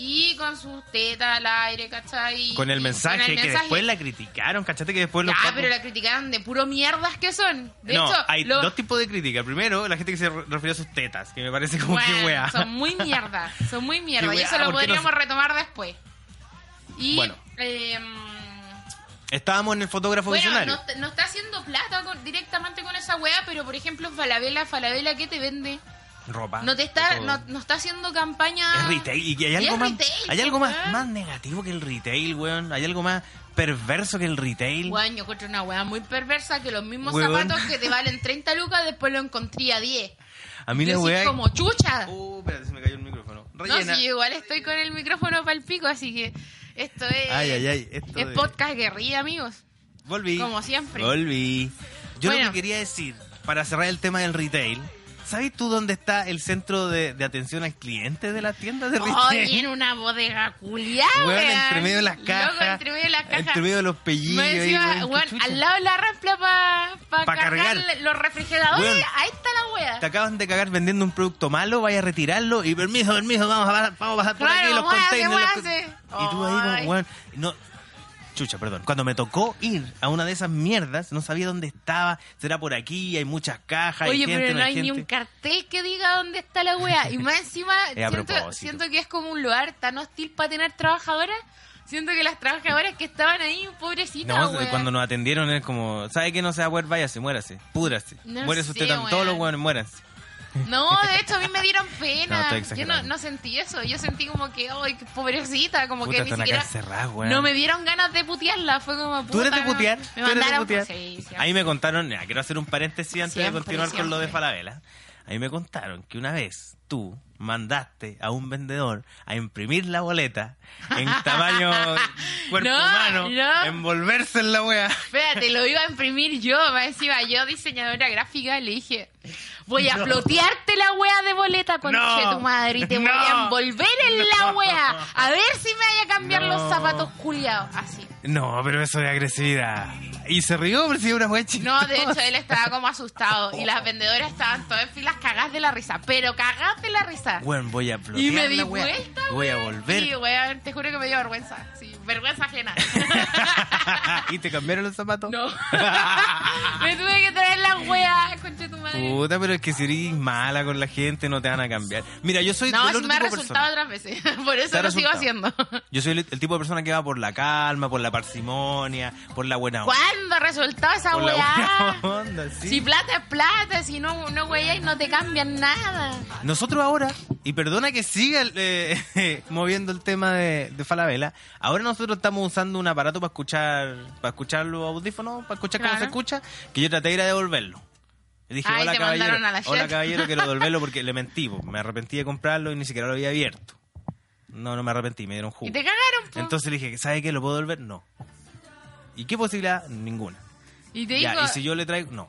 [SPEAKER 1] Y con sus tetas al aire, ¿cachai?
[SPEAKER 2] Con el mensaje,
[SPEAKER 1] Con el
[SPEAKER 2] que después la criticaron, cachate que después los
[SPEAKER 1] Ah,
[SPEAKER 2] papos-
[SPEAKER 1] pero la criticaron de puro mierdas que son. De
[SPEAKER 2] no,
[SPEAKER 1] hecho,
[SPEAKER 2] hay
[SPEAKER 1] los-
[SPEAKER 2] dos tipos de crítica. Primero, la gente que se re- refirió a sus tetas, que me parece como
[SPEAKER 1] Bueno,
[SPEAKER 2] que wea.
[SPEAKER 1] Son muy mierda, son muy mierda.
[SPEAKER 2] Qué
[SPEAKER 1] y
[SPEAKER 2] weá,
[SPEAKER 1] eso lo
[SPEAKER 2] ¿por qué no
[SPEAKER 1] podríamos retomar después. Y
[SPEAKER 2] Bueno.
[SPEAKER 1] eh,
[SPEAKER 2] Estábamos en el fotógrafo
[SPEAKER 1] bueno,
[SPEAKER 2] visionario.
[SPEAKER 1] no, no está haciendo plata con- directamente con esa weá, pero por ejemplo, Falabella, Falabella, ¿qué te vende?
[SPEAKER 2] Ropa.
[SPEAKER 1] No te está,
[SPEAKER 2] todo.
[SPEAKER 1] no, no está haciendo campaña.
[SPEAKER 2] Ah, Es retail. Y hay
[SPEAKER 1] Y
[SPEAKER 2] algo,
[SPEAKER 1] es
[SPEAKER 2] más,
[SPEAKER 1] retail,
[SPEAKER 2] hay algo más,
[SPEAKER 1] weón.
[SPEAKER 2] más negativo que el retail, weón. Hay algo más perverso que el retail.
[SPEAKER 1] Weón, yo encuentro una weá muy perversa que los mismos
[SPEAKER 2] Weón.
[SPEAKER 1] zapatos que te valen 30 lucas después lo encontré a 10.
[SPEAKER 2] A mí
[SPEAKER 1] Yo
[SPEAKER 2] la
[SPEAKER 1] sí,
[SPEAKER 2] weá.
[SPEAKER 1] como chucha.
[SPEAKER 2] Uh, espérate, se me cayó el micrófono.
[SPEAKER 1] No,
[SPEAKER 2] Rellena.
[SPEAKER 1] sí, yo igual estoy con el micrófono para el pico, así que esto es,
[SPEAKER 2] Ay, ay, ay. Esto
[SPEAKER 1] es
[SPEAKER 2] de-
[SPEAKER 1] podcast guerrilla, amigos.
[SPEAKER 2] Volví.
[SPEAKER 1] Como siempre.
[SPEAKER 2] Volví. Yo lo
[SPEAKER 1] Bueno.
[SPEAKER 2] que quería decir, para cerrar el tema del retail, ¿sabes tú dónde está el centro de, de atención al cliente de las tiendas de retail?
[SPEAKER 1] Oye, en una bodega culiada.
[SPEAKER 2] Weón, entre medio de las cajas.
[SPEAKER 1] Loco, entre medio de las cajas.
[SPEAKER 2] Entre medio de los pellillos.
[SPEAKER 1] Más
[SPEAKER 2] ahí,
[SPEAKER 1] encima,
[SPEAKER 2] weón, qué
[SPEAKER 1] weón,
[SPEAKER 2] chucha.
[SPEAKER 1] al lado de la rampla para pa
[SPEAKER 2] Pa
[SPEAKER 1] cargar,
[SPEAKER 2] cargar.
[SPEAKER 1] los refrigeradores.
[SPEAKER 2] Weón.
[SPEAKER 1] Ahí está la wea.
[SPEAKER 2] Te acaban de cagar vendiendo un producto malo, vaya a retirarlo y permiso, permiso, vamos a, pasar- vamos a pasar por
[SPEAKER 1] Claro,
[SPEAKER 2] aquí los
[SPEAKER 1] weón, ¿qué
[SPEAKER 2] containers. los
[SPEAKER 1] weón
[SPEAKER 2] con-
[SPEAKER 1] hace?
[SPEAKER 2] Y tú ahí
[SPEAKER 1] Ay.
[SPEAKER 2] como, weón, no, chucha, perdón. Cuando me tocó ir a una de esas mierdas, no sabía dónde estaba, será por aquí, hay muchas cajas, hay
[SPEAKER 1] Oye,
[SPEAKER 2] gente,
[SPEAKER 1] pero no
[SPEAKER 2] hay
[SPEAKER 1] hay ni
[SPEAKER 2] gente.
[SPEAKER 1] un cartel que diga dónde está la wea. Y más encima,
[SPEAKER 2] Es a
[SPEAKER 1] siento,
[SPEAKER 2] propósito.
[SPEAKER 1] siento que es como un lugar tan hostil para tener trabajadoras. Siento que las trabajadoras que estaban ahí, pobrecitas,
[SPEAKER 2] No,
[SPEAKER 1] weón.
[SPEAKER 2] cuando nos atendieron es como, ¿sabe que no se va a poder? Váyase, muérase, púdrase.
[SPEAKER 1] No
[SPEAKER 2] muérase
[SPEAKER 1] sé,
[SPEAKER 2] usted también, todos los
[SPEAKER 1] weón.
[SPEAKER 2] weones muéranse.
[SPEAKER 1] No, de hecho a mí me dieron
[SPEAKER 2] No,
[SPEAKER 1] pena.
[SPEAKER 2] estoy
[SPEAKER 1] yo no,
[SPEAKER 2] exagerando.
[SPEAKER 1] no sentí eso. Yo sentí como que, ay, qué pobrecita, como
[SPEAKER 2] Puta,
[SPEAKER 1] que ni
[SPEAKER 2] están
[SPEAKER 1] siquiera.
[SPEAKER 2] acá encerradas, weón.
[SPEAKER 1] No me dieron ganas de putearla. Fue como.
[SPEAKER 2] ¿Tú eres de
[SPEAKER 1] puta, no.
[SPEAKER 2] putear?
[SPEAKER 1] Me
[SPEAKER 2] ¿Tú eres de
[SPEAKER 1] mandaron
[SPEAKER 2] putear?
[SPEAKER 1] sí, sí.
[SPEAKER 2] Ahí me contaron, ya, quiero hacer un paréntesis antes
[SPEAKER 1] Siempre,
[SPEAKER 2] de continuar con lo de
[SPEAKER 1] siempre.
[SPEAKER 2] Falabella. Ahí me contaron que una vez tú mandaste a un vendedor a imprimir la boleta en tamaño cuerpo
[SPEAKER 1] No,
[SPEAKER 2] humano,
[SPEAKER 1] no.
[SPEAKER 2] envolverse en la wea.
[SPEAKER 1] Espérate, lo iba a imprimir yo. Me decía yo, diseñadora gráfica, le dije: Voy a flotearte la wea de boleta con
[SPEAKER 2] No.
[SPEAKER 1] tu madre y te voy
[SPEAKER 2] No.
[SPEAKER 1] a envolver en la
[SPEAKER 2] No.
[SPEAKER 1] wea. A ver si me vaya a cambiar los
[SPEAKER 2] No.
[SPEAKER 1] zapatos culiados. Así.
[SPEAKER 2] No, pero eso de agresividad. Y se rió, pero si era una wea
[SPEAKER 1] No,
[SPEAKER 2] chistosa.
[SPEAKER 1] de hecho él estaba como asustado y las vendedoras estaban todas en filas cagadas de la risa, pero cagadas de la risa.
[SPEAKER 2] Weón, voy a
[SPEAKER 1] Y me
[SPEAKER 2] flotear
[SPEAKER 1] di
[SPEAKER 2] la wea.
[SPEAKER 1] vuelta,
[SPEAKER 2] Voy a
[SPEAKER 1] weón.
[SPEAKER 2] volver.
[SPEAKER 1] Sí, weón, te juro que me dio vergüenza. Sí, vergüenza ajena.
[SPEAKER 2] ¿Y te cambiaron los zapatos?
[SPEAKER 1] no. me tuve que traer la wea, conche tu madre.
[SPEAKER 2] Puta, pero es que si eres mala con la gente no te van a cambiar. Mira, yo soy
[SPEAKER 1] No,
[SPEAKER 2] del
[SPEAKER 1] si
[SPEAKER 2] otro
[SPEAKER 1] me ha
[SPEAKER 2] tipo de
[SPEAKER 1] resultado
[SPEAKER 2] persona.
[SPEAKER 1] otras veces. Por
[SPEAKER 2] Te
[SPEAKER 1] eso
[SPEAKER 2] ha
[SPEAKER 1] lo sigo
[SPEAKER 2] resultado. Ah,
[SPEAKER 1] haciendo.
[SPEAKER 2] Yo soy el, el tipo de persona que va por la calma, por la parsimonia, por la buena onda.
[SPEAKER 1] ¿Cuándo resultó esa
[SPEAKER 2] Por la
[SPEAKER 1] weá?
[SPEAKER 2] buena onda, sí.
[SPEAKER 1] Si plata es plata, si no, no y no te cambian nada.
[SPEAKER 2] Nosotros ahora, y perdona que siga eh, moviendo el tema de, de Falabella, ahora nosotros estamos usando un aparato para escuchar para escuchar los audífonos, para escuchar cómo
[SPEAKER 1] Claro.
[SPEAKER 2] se escucha, que yo traté de ir a devolverlo. Le dije,
[SPEAKER 1] Ay,
[SPEAKER 2] hola
[SPEAKER 1] te
[SPEAKER 2] caballero,
[SPEAKER 1] mandaron a la
[SPEAKER 2] hola
[SPEAKER 1] shit".
[SPEAKER 2] caballero, quiero devolverlo porque le mentí, po. me arrepentí de comprarlo y ni siquiera lo había abierto. No, no me arrepentí, me dieron jugo.
[SPEAKER 1] Y te cagaron, po.
[SPEAKER 2] Entonces le dije, ¿sabe qué? ¿Lo puedo devolver? No. ¿Y qué posibilidad? Ninguna.
[SPEAKER 1] y te
[SPEAKER 2] Ya,
[SPEAKER 1] digo,
[SPEAKER 2] y si yo le traigo, no.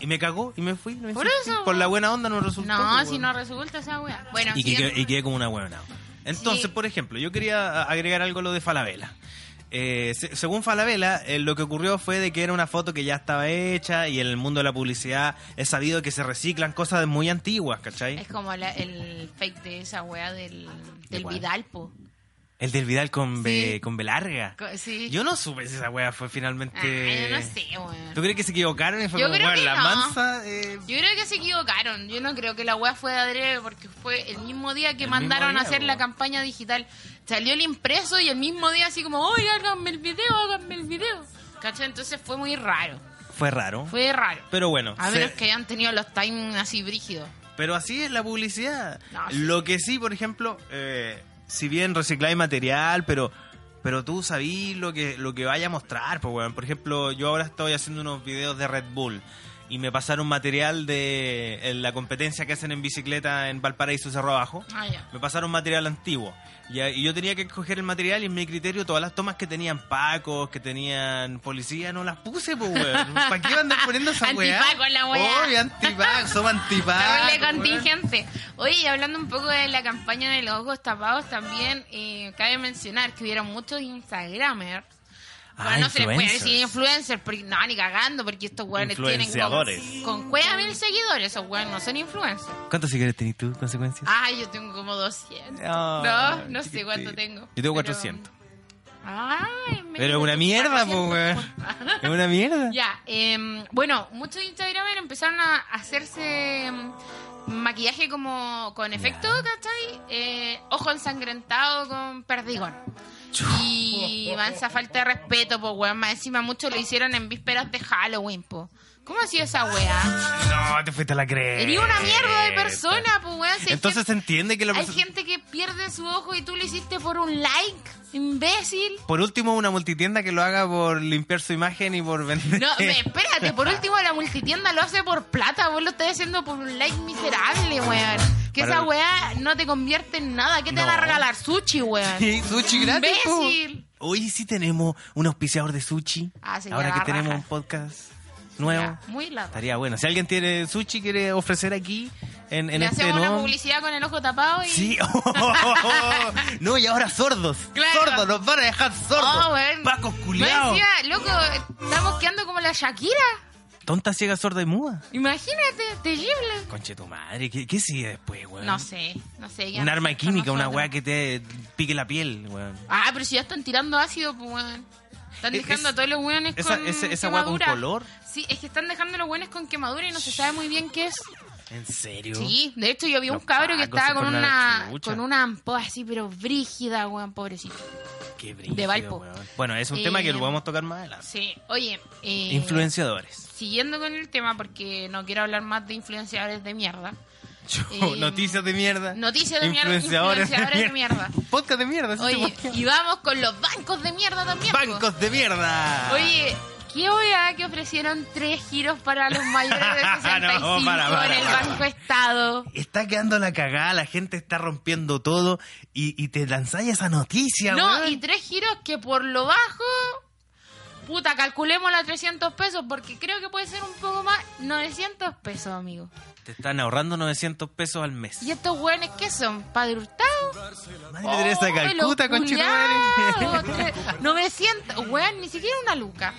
[SPEAKER 2] Y me cagó y me fui. no me
[SPEAKER 1] Por
[SPEAKER 2] insistí.
[SPEAKER 1] eso,
[SPEAKER 2] Por la
[SPEAKER 1] weón.
[SPEAKER 2] buena onda no resultó.
[SPEAKER 1] no,
[SPEAKER 2] pues,
[SPEAKER 1] si
[SPEAKER 2] weón.
[SPEAKER 1] no resulta esa weá. Bueno,
[SPEAKER 2] Y, que-
[SPEAKER 1] siguiente.
[SPEAKER 2] y quedé como una buena. Entonces,
[SPEAKER 1] Sí.
[SPEAKER 2] por ejemplo, yo quería a- agregar algo a lo de Falabella. Eh, se- según Falabella, eh, lo que ocurrió fue de que era una foto que ya estaba hecha y en el mundo de la publicidad es sabido que se reciclan cosas muy antiguas, ¿cachai?
[SPEAKER 1] Es como la- el fake de esa wea del, del
[SPEAKER 2] cuál?
[SPEAKER 1] Vidalpo.
[SPEAKER 2] El del Vidal con, B
[SPEAKER 1] Sí.
[SPEAKER 2] con B larga.
[SPEAKER 1] Sí.
[SPEAKER 2] Yo no supe si esa wea fue finalmente...
[SPEAKER 1] Ah, yo no sé, weón.
[SPEAKER 2] ¿Tú crees que se equivocaron y fue
[SPEAKER 1] Yo
[SPEAKER 2] como,
[SPEAKER 1] creo
[SPEAKER 2] bueno,
[SPEAKER 1] que
[SPEAKER 2] la
[SPEAKER 1] no.
[SPEAKER 2] mansa? eh,
[SPEAKER 1] Yo creo que se equivocaron. Yo no creo que la wea fue de adrede porque fue el mismo día que
[SPEAKER 2] El
[SPEAKER 1] mandaron
[SPEAKER 2] mismo
[SPEAKER 1] a
[SPEAKER 2] día,
[SPEAKER 1] hacer
[SPEAKER 2] po.
[SPEAKER 1] la campaña digital. Salió el impreso y el mismo día así como, oye, háganme el video, háganme el video. ¿Cachai? Entonces fue muy raro.
[SPEAKER 2] Fue raro.
[SPEAKER 1] Fue raro.
[SPEAKER 2] Pero bueno,
[SPEAKER 1] A
[SPEAKER 2] se-
[SPEAKER 1] menos que hayan tenido los times así brígidos.
[SPEAKER 2] pero así es la publicidad.
[SPEAKER 1] No, sí.
[SPEAKER 2] Lo que sí, por ejemplo, eh, si bien recicláis material, pero pero tú sabís lo que lo que vaya a mostrar, pues weón. Por ejemplo, yo ahora estoy haciendo unos videos de Red Bull y me pasaron material de eh, la competencia que hacen en bicicleta en Valparaíso Cerro Abajo.
[SPEAKER 1] Ah, ya.
[SPEAKER 2] Me pasaron material antiguo. Y, a- y yo tenía que escoger el material y en mi criterio todas las tomas que tenían pacos, que tenían policía, no las puse, pues, weón. ¿Para qué andan poniendo esa weá?
[SPEAKER 1] Antipaco la weá.
[SPEAKER 2] Obvio, antipaco, somos
[SPEAKER 1] La
[SPEAKER 2] antipacos.
[SPEAKER 1] doble
[SPEAKER 2] pues, weón.
[SPEAKER 1] contingente. Oye, y hablando un poco de la campaña de los ojos tapados, también eh, cabe mencionar que hubieron muchos Instagramers. Bueno,
[SPEAKER 2] Ah,
[SPEAKER 1] no se les puede
[SPEAKER 2] influencers.
[SPEAKER 1] decir influencers, porque no, ni cagando, porque estos weones tienen como,
[SPEAKER 2] Influenciadores.
[SPEAKER 1] con cueva mil seguidores, esos weones no son influencers.
[SPEAKER 2] ¿Cuántos seguidores tenés tú, consecuencias?
[SPEAKER 1] Ay, yo tengo como 200.
[SPEAKER 2] Ah,
[SPEAKER 1] Ah, no, no sé cuánto
[SPEAKER 2] chiquitito.
[SPEAKER 1] tengo.
[SPEAKER 2] Yo
[SPEAKER 1] pero-
[SPEAKER 2] tengo 400.
[SPEAKER 1] Ay, me
[SPEAKER 2] Pero es una mierda, pues,
[SPEAKER 1] 400.
[SPEAKER 2] weón. Es una mierda.
[SPEAKER 1] Ya, em, bueno, muchos Instagramers empezaron a hacerse em, maquillaje como con efecto, ¿cachai? Eh, ojo ensangrentado con perdigón. Y mansa falta de respeto, pues, weón. Más encima muchos lo hicieron en vísperas de Halloween, po. ¿Cómo ha sido esa weá?
[SPEAKER 2] No, te fuiste a la cresta.
[SPEAKER 1] Eres una mierda de persona, pues, weón. Si hay
[SPEAKER 2] Entonces
[SPEAKER 1] gente-
[SPEAKER 2] se entiende que la
[SPEAKER 1] hay
[SPEAKER 2] persona...
[SPEAKER 1] gente que pierde su ojo y tú lo hiciste por un like, imbécil.
[SPEAKER 2] Por último, una multitienda que lo haga por limpiar su imagen y por vender.
[SPEAKER 1] No, me- espérate, por último la multitienda lo hace por plata, vos lo estás haciendo por un like miserable, weón. Que
[SPEAKER 2] Para-
[SPEAKER 1] esa weá no te convierte en nada, ¿qué te
[SPEAKER 2] No.
[SPEAKER 1] van a regalar? Sushi, weón.
[SPEAKER 2] Sí, sushi gratis. po.
[SPEAKER 1] Imbécil.
[SPEAKER 2] Hoy sí tenemos un auspiciador de sushi.
[SPEAKER 1] Ah, sería
[SPEAKER 2] Ahora
[SPEAKER 1] la
[SPEAKER 2] que tenemos
[SPEAKER 1] raja.
[SPEAKER 2] un podcast nuevo.
[SPEAKER 1] Ya, muy lata.
[SPEAKER 2] Estaría bueno. Si alguien tiene sushi quiere ofrecer aquí en, en
[SPEAKER 1] Le
[SPEAKER 2] este
[SPEAKER 1] hacemos una
[SPEAKER 2] nuevo.
[SPEAKER 1] publicidad con el ojo tapado y...
[SPEAKER 2] Sí. no, y ahora sordos.
[SPEAKER 1] Claro.
[SPEAKER 2] Sordos, los van a dejar sordos.
[SPEAKER 1] Oh, weón.
[SPEAKER 2] Pacos
[SPEAKER 1] Más
[SPEAKER 2] culiados.
[SPEAKER 1] encima, loco, estamos quedando como la Shakira.
[SPEAKER 2] Tonta, ciega, sorda y muda.
[SPEAKER 1] Imagínate, terrible.
[SPEAKER 2] Conche tu madre, ¿qué, qué sigue después, weón?
[SPEAKER 1] No sé, no sé. ya
[SPEAKER 2] Un
[SPEAKER 1] no
[SPEAKER 2] arma
[SPEAKER 1] sé,
[SPEAKER 2] química, una
[SPEAKER 1] nosotros.
[SPEAKER 2] weá que te pique la piel, weón.
[SPEAKER 1] Ah, pero si ya están tirando ácido, pues, weón. Están
[SPEAKER 2] Es-
[SPEAKER 1] dejando
[SPEAKER 2] E-, es-
[SPEAKER 1] a todos los weones
[SPEAKER 2] esa-
[SPEAKER 1] con
[SPEAKER 2] ese- esa weá con
[SPEAKER 1] quemadura.
[SPEAKER 2] color.
[SPEAKER 1] Sí, es que están dejando a los weones con quemadura y no se sabe muy bien qué es.
[SPEAKER 2] ¿En serio?
[SPEAKER 1] Sí, de hecho yo vi un
[SPEAKER 2] Los
[SPEAKER 1] cabro que
[SPEAKER 2] pacos
[SPEAKER 1] estaba
[SPEAKER 2] se
[SPEAKER 1] con
[SPEAKER 2] fueron a la
[SPEAKER 1] una
[SPEAKER 2] chucha.
[SPEAKER 1] con una ampolla así, pero brígida, weón, pobrecito.
[SPEAKER 2] Qué brillo,
[SPEAKER 1] De Valpo.
[SPEAKER 2] Bueno, es un tema que lo
[SPEAKER 1] Eh,
[SPEAKER 2] vamos a tocar más adelante.
[SPEAKER 1] Sí, oye, eh,
[SPEAKER 2] Influenciadores.
[SPEAKER 1] siguiendo con el tema, porque no quiero hablar más de influenciadores de mierda. eh,
[SPEAKER 2] Noticias de mierda.
[SPEAKER 1] noticias de mierda, influenciadores de mierda.
[SPEAKER 2] Podcast de mierda. ese
[SPEAKER 1] Oye,
[SPEAKER 2] tipo.
[SPEAKER 1] y vamos con los bancos de mierda también. po.
[SPEAKER 2] Bancos de mierda.
[SPEAKER 1] Oye, qué obvia que ofrecieron tres giros para los mayores de 65
[SPEAKER 2] No, para, para,
[SPEAKER 1] en el
[SPEAKER 2] para.
[SPEAKER 1] Banco Estado.
[SPEAKER 2] Está quedando la cagada, la gente está rompiendo todo y, y te lanzáis esa noticia,
[SPEAKER 1] No,
[SPEAKER 2] weón.
[SPEAKER 1] y tres giros que por lo bajo, puta, calculemos a 300 pesos porque creo que puede ser un poco más, 900 pesos, amigo.
[SPEAKER 2] Te están ahorrando 900 pesos al mes.
[SPEAKER 1] ¿Y estos hueones qué son? ¿Padre Hurtado?
[SPEAKER 2] Madre Teresa de
[SPEAKER 1] ¡Oh,
[SPEAKER 2] Calcuta,
[SPEAKER 1] los
[SPEAKER 2] conchetumare.
[SPEAKER 1] culiaos! Tres- 900, hueón, ni siquiera una luca.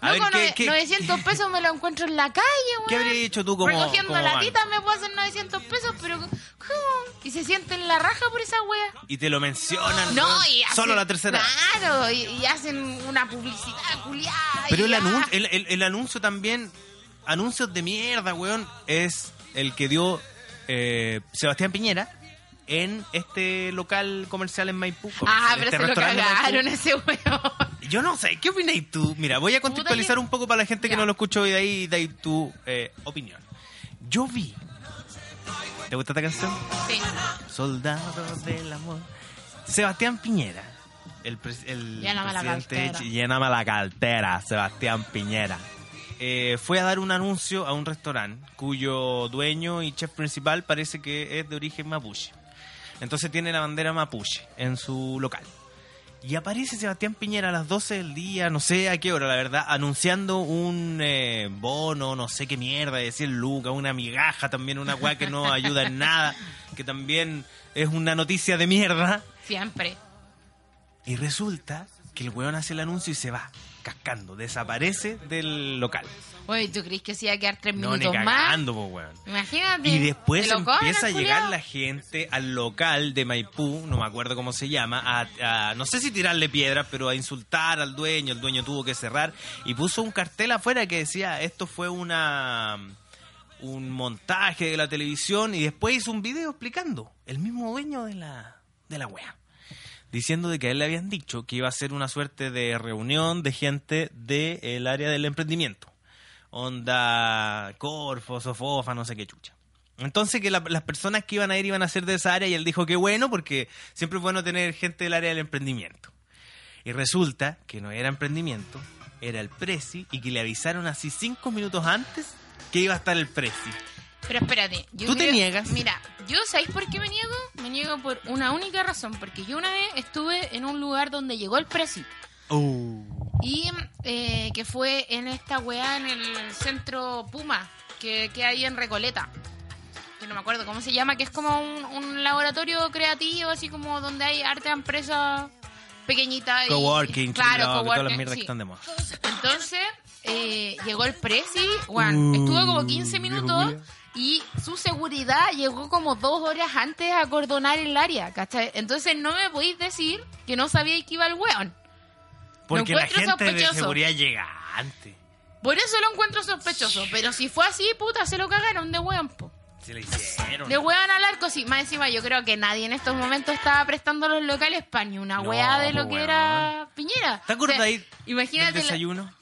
[SPEAKER 2] A ver,
[SPEAKER 1] Loco,
[SPEAKER 2] ¿qué-
[SPEAKER 1] nove-
[SPEAKER 2] qué-
[SPEAKER 1] 900 pesos me lo encuentro en la calle,
[SPEAKER 2] ¿Qué
[SPEAKER 1] hueón.
[SPEAKER 2] habrías hecho tú como
[SPEAKER 1] Recogiendo
[SPEAKER 2] como
[SPEAKER 1] la
[SPEAKER 2] banco?
[SPEAKER 1] tita me puedo hacer 900 pesos, pero... ¿cómo? Y se sienten la raja por esa wea.
[SPEAKER 2] Y te lo mencionan.
[SPEAKER 1] No,
[SPEAKER 2] weón.
[SPEAKER 1] y hacen-
[SPEAKER 2] Solo la tercera.
[SPEAKER 1] Claro, y, y hacen una publicidad culiada.
[SPEAKER 2] Pero
[SPEAKER 1] y ya.
[SPEAKER 2] el, anun- el, el- el anuncio también, anuncios de mierda, weón, es el que dio eh, Sebastián Piñera en este local comercial en Maipú.
[SPEAKER 1] Ah,
[SPEAKER 2] comercial,
[SPEAKER 1] pero
[SPEAKER 2] este
[SPEAKER 1] se lo
[SPEAKER 2] restaurante en Maipú.
[SPEAKER 1] cagaron ese huevo.
[SPEAKER 2] Yo no sé, ¿qué opináis tú? Mira, voy a contextualizar
[SPEAKER 1] que-
[SPEAKER 2] un poco para la gente que
[SPEAKER 1] Ya.
[SPEAKER 2] no lo escuchó y de ahí dais tu eh, opinión. Yo vi... ¿Te gusta esta canción?
[SPEAKER 1] Sí.
[SPEAKER 2] Soldado del amor. Sebastián Piñera. El, pres- el
[SPEAKER 1] Lléname la
[SPEAKER 2] presidente
[SPEAKER 1] cartera.
[SPEAKER 2] Ch- Lléname la cartera, Sebastián Piñera. Eh, fue a dar un anuncio a un restaurante cuyo dueño y chef principal parece que es de origen mapuche. Entonces tiene la bandera mapuche en su local. Y aparece Sebastián Piñera a las 12 del día, no sé a qué hora, la verdad, anunciando un eh, bono, no sé qué mierda, de 100 lucas, una migaja también, una weá que no ayuda en nada, que también es una noticia de mierda.
[SPEAKER 1] Siempre.
[SPEAKER 2] Y resulta que el weón hace el anuncio y se va, cascando, desaparece del local.
[SPEAKER 1] Oye, ¿tú crees que se iba a quedar tres
[SPEAKER 2] No, ni
[SPEAKER 1] minutos más?
[SPEAKER 2] cagando, po, weón.
[SPEAKER 1] Imagínate.
[SPEAKER 2] Y después
[SPEAKER 1] te lo cobran,
[SPEAKER 2] empieza a llegar
[SPEAKER 1] culiao.
[SPEAKER 2] la gente al local de Maipú, no me acuerdo cómo se llama, a, a- no sé si tirarle piedras, pero a insultar al dueño, el dueño tuvo que cerrar y puso un cartel afuera que decía, esto fue una un montaje de la televisión y después hizo un video explicando, el mismo dueño de la de la wea. diciendo de que a él le habían dicho que iba a ser una suerte de reunión de gente del área del emprendimiento. Onda Corfo, Sofofa, no sé qué chucha. Entonces que la- las personas que iban a ir iban a ser de esa área y él dijo que bueno porque siempre es bueno tener gente del área del emprendimiento. Y resulta que no era emprendimiento, era el Prezi y que le avisaron así cinco minutos antes que iba a estar el Prezi.
[SPEAKER 1] Pero espérate, yo
[SPEAKER 2] Tú te
[SPEAKER 1] creo-
[SPEAKER 2] niegas.
[SPEAKER 1] Mira, yo ¿sabéis por qué me niego? Me niego por una única razón, porque yo una vez estuve en un lugar donde llegó el presi
[SPEAKER 2] Uh,
[SPEAKER 1] y eh, que fue en esta weá en el centro Puma, que, que hay en Recoleta. Que no me acuerdo cómo se llama, que es como un, un laboratorio creativo, así como donde hay arte a empresas pequeñitas. y-
[SPEAKER 2] Coworking,
[SPEAKER 1] claro,
[SPEAKER 2] no, que todas las
[SPEAKER 1] coworking,
[SPEAKER 2] mierdas
[SPEAKER 1] sí.
[SPEAKER 2] que están de moda.
[SPEAKER 1] Entonces, eh, llegó el presi, Juan,
[SPEAKER 2] Uh,
[SPEAKER 1] estuvo como 15 minutos y su seguridad llegó como dos horas antes a acordonar el área, ¿cachai? Entonces no me podéis decir que no sabíais que iba el weón.
[SPEAKER 2] Porque la
[SPEAKER 1] encuentro
[SPEAKER 2] gente de
[SPEAKER 1] sospechoso.
[SPEAKER 2] seguridad llega antes.
[SPEAKER 1] Por eso lo encuentro sospechoso, pero si fue así, puta, se lo cagaron de weón, po.
[SPEAKER 2] Se le hicieron.
[SPEAKER 1] De weón al arco, sí. Más encima, yo creo que nadie en estos momentos estaba prestando a los locales pa' ni una
[SPEAKER 2] No,
[SPEAKER 1] weá de lo
[SPEAKER 2] po,
[SPEAKER 1] que
[SPEAKER 2] weón.
[SPEAKER 1] era Piñera.
[SPEAKER 2] ¿Te acuerdas
[SPEAKER 1] O sea,
[SPEAKER 2] ahí
[SPEAKER 1] Imagínate.
[SPEAKER 2] del
[SPEAKER 1] la-
[SPEAKER 2] desayuno?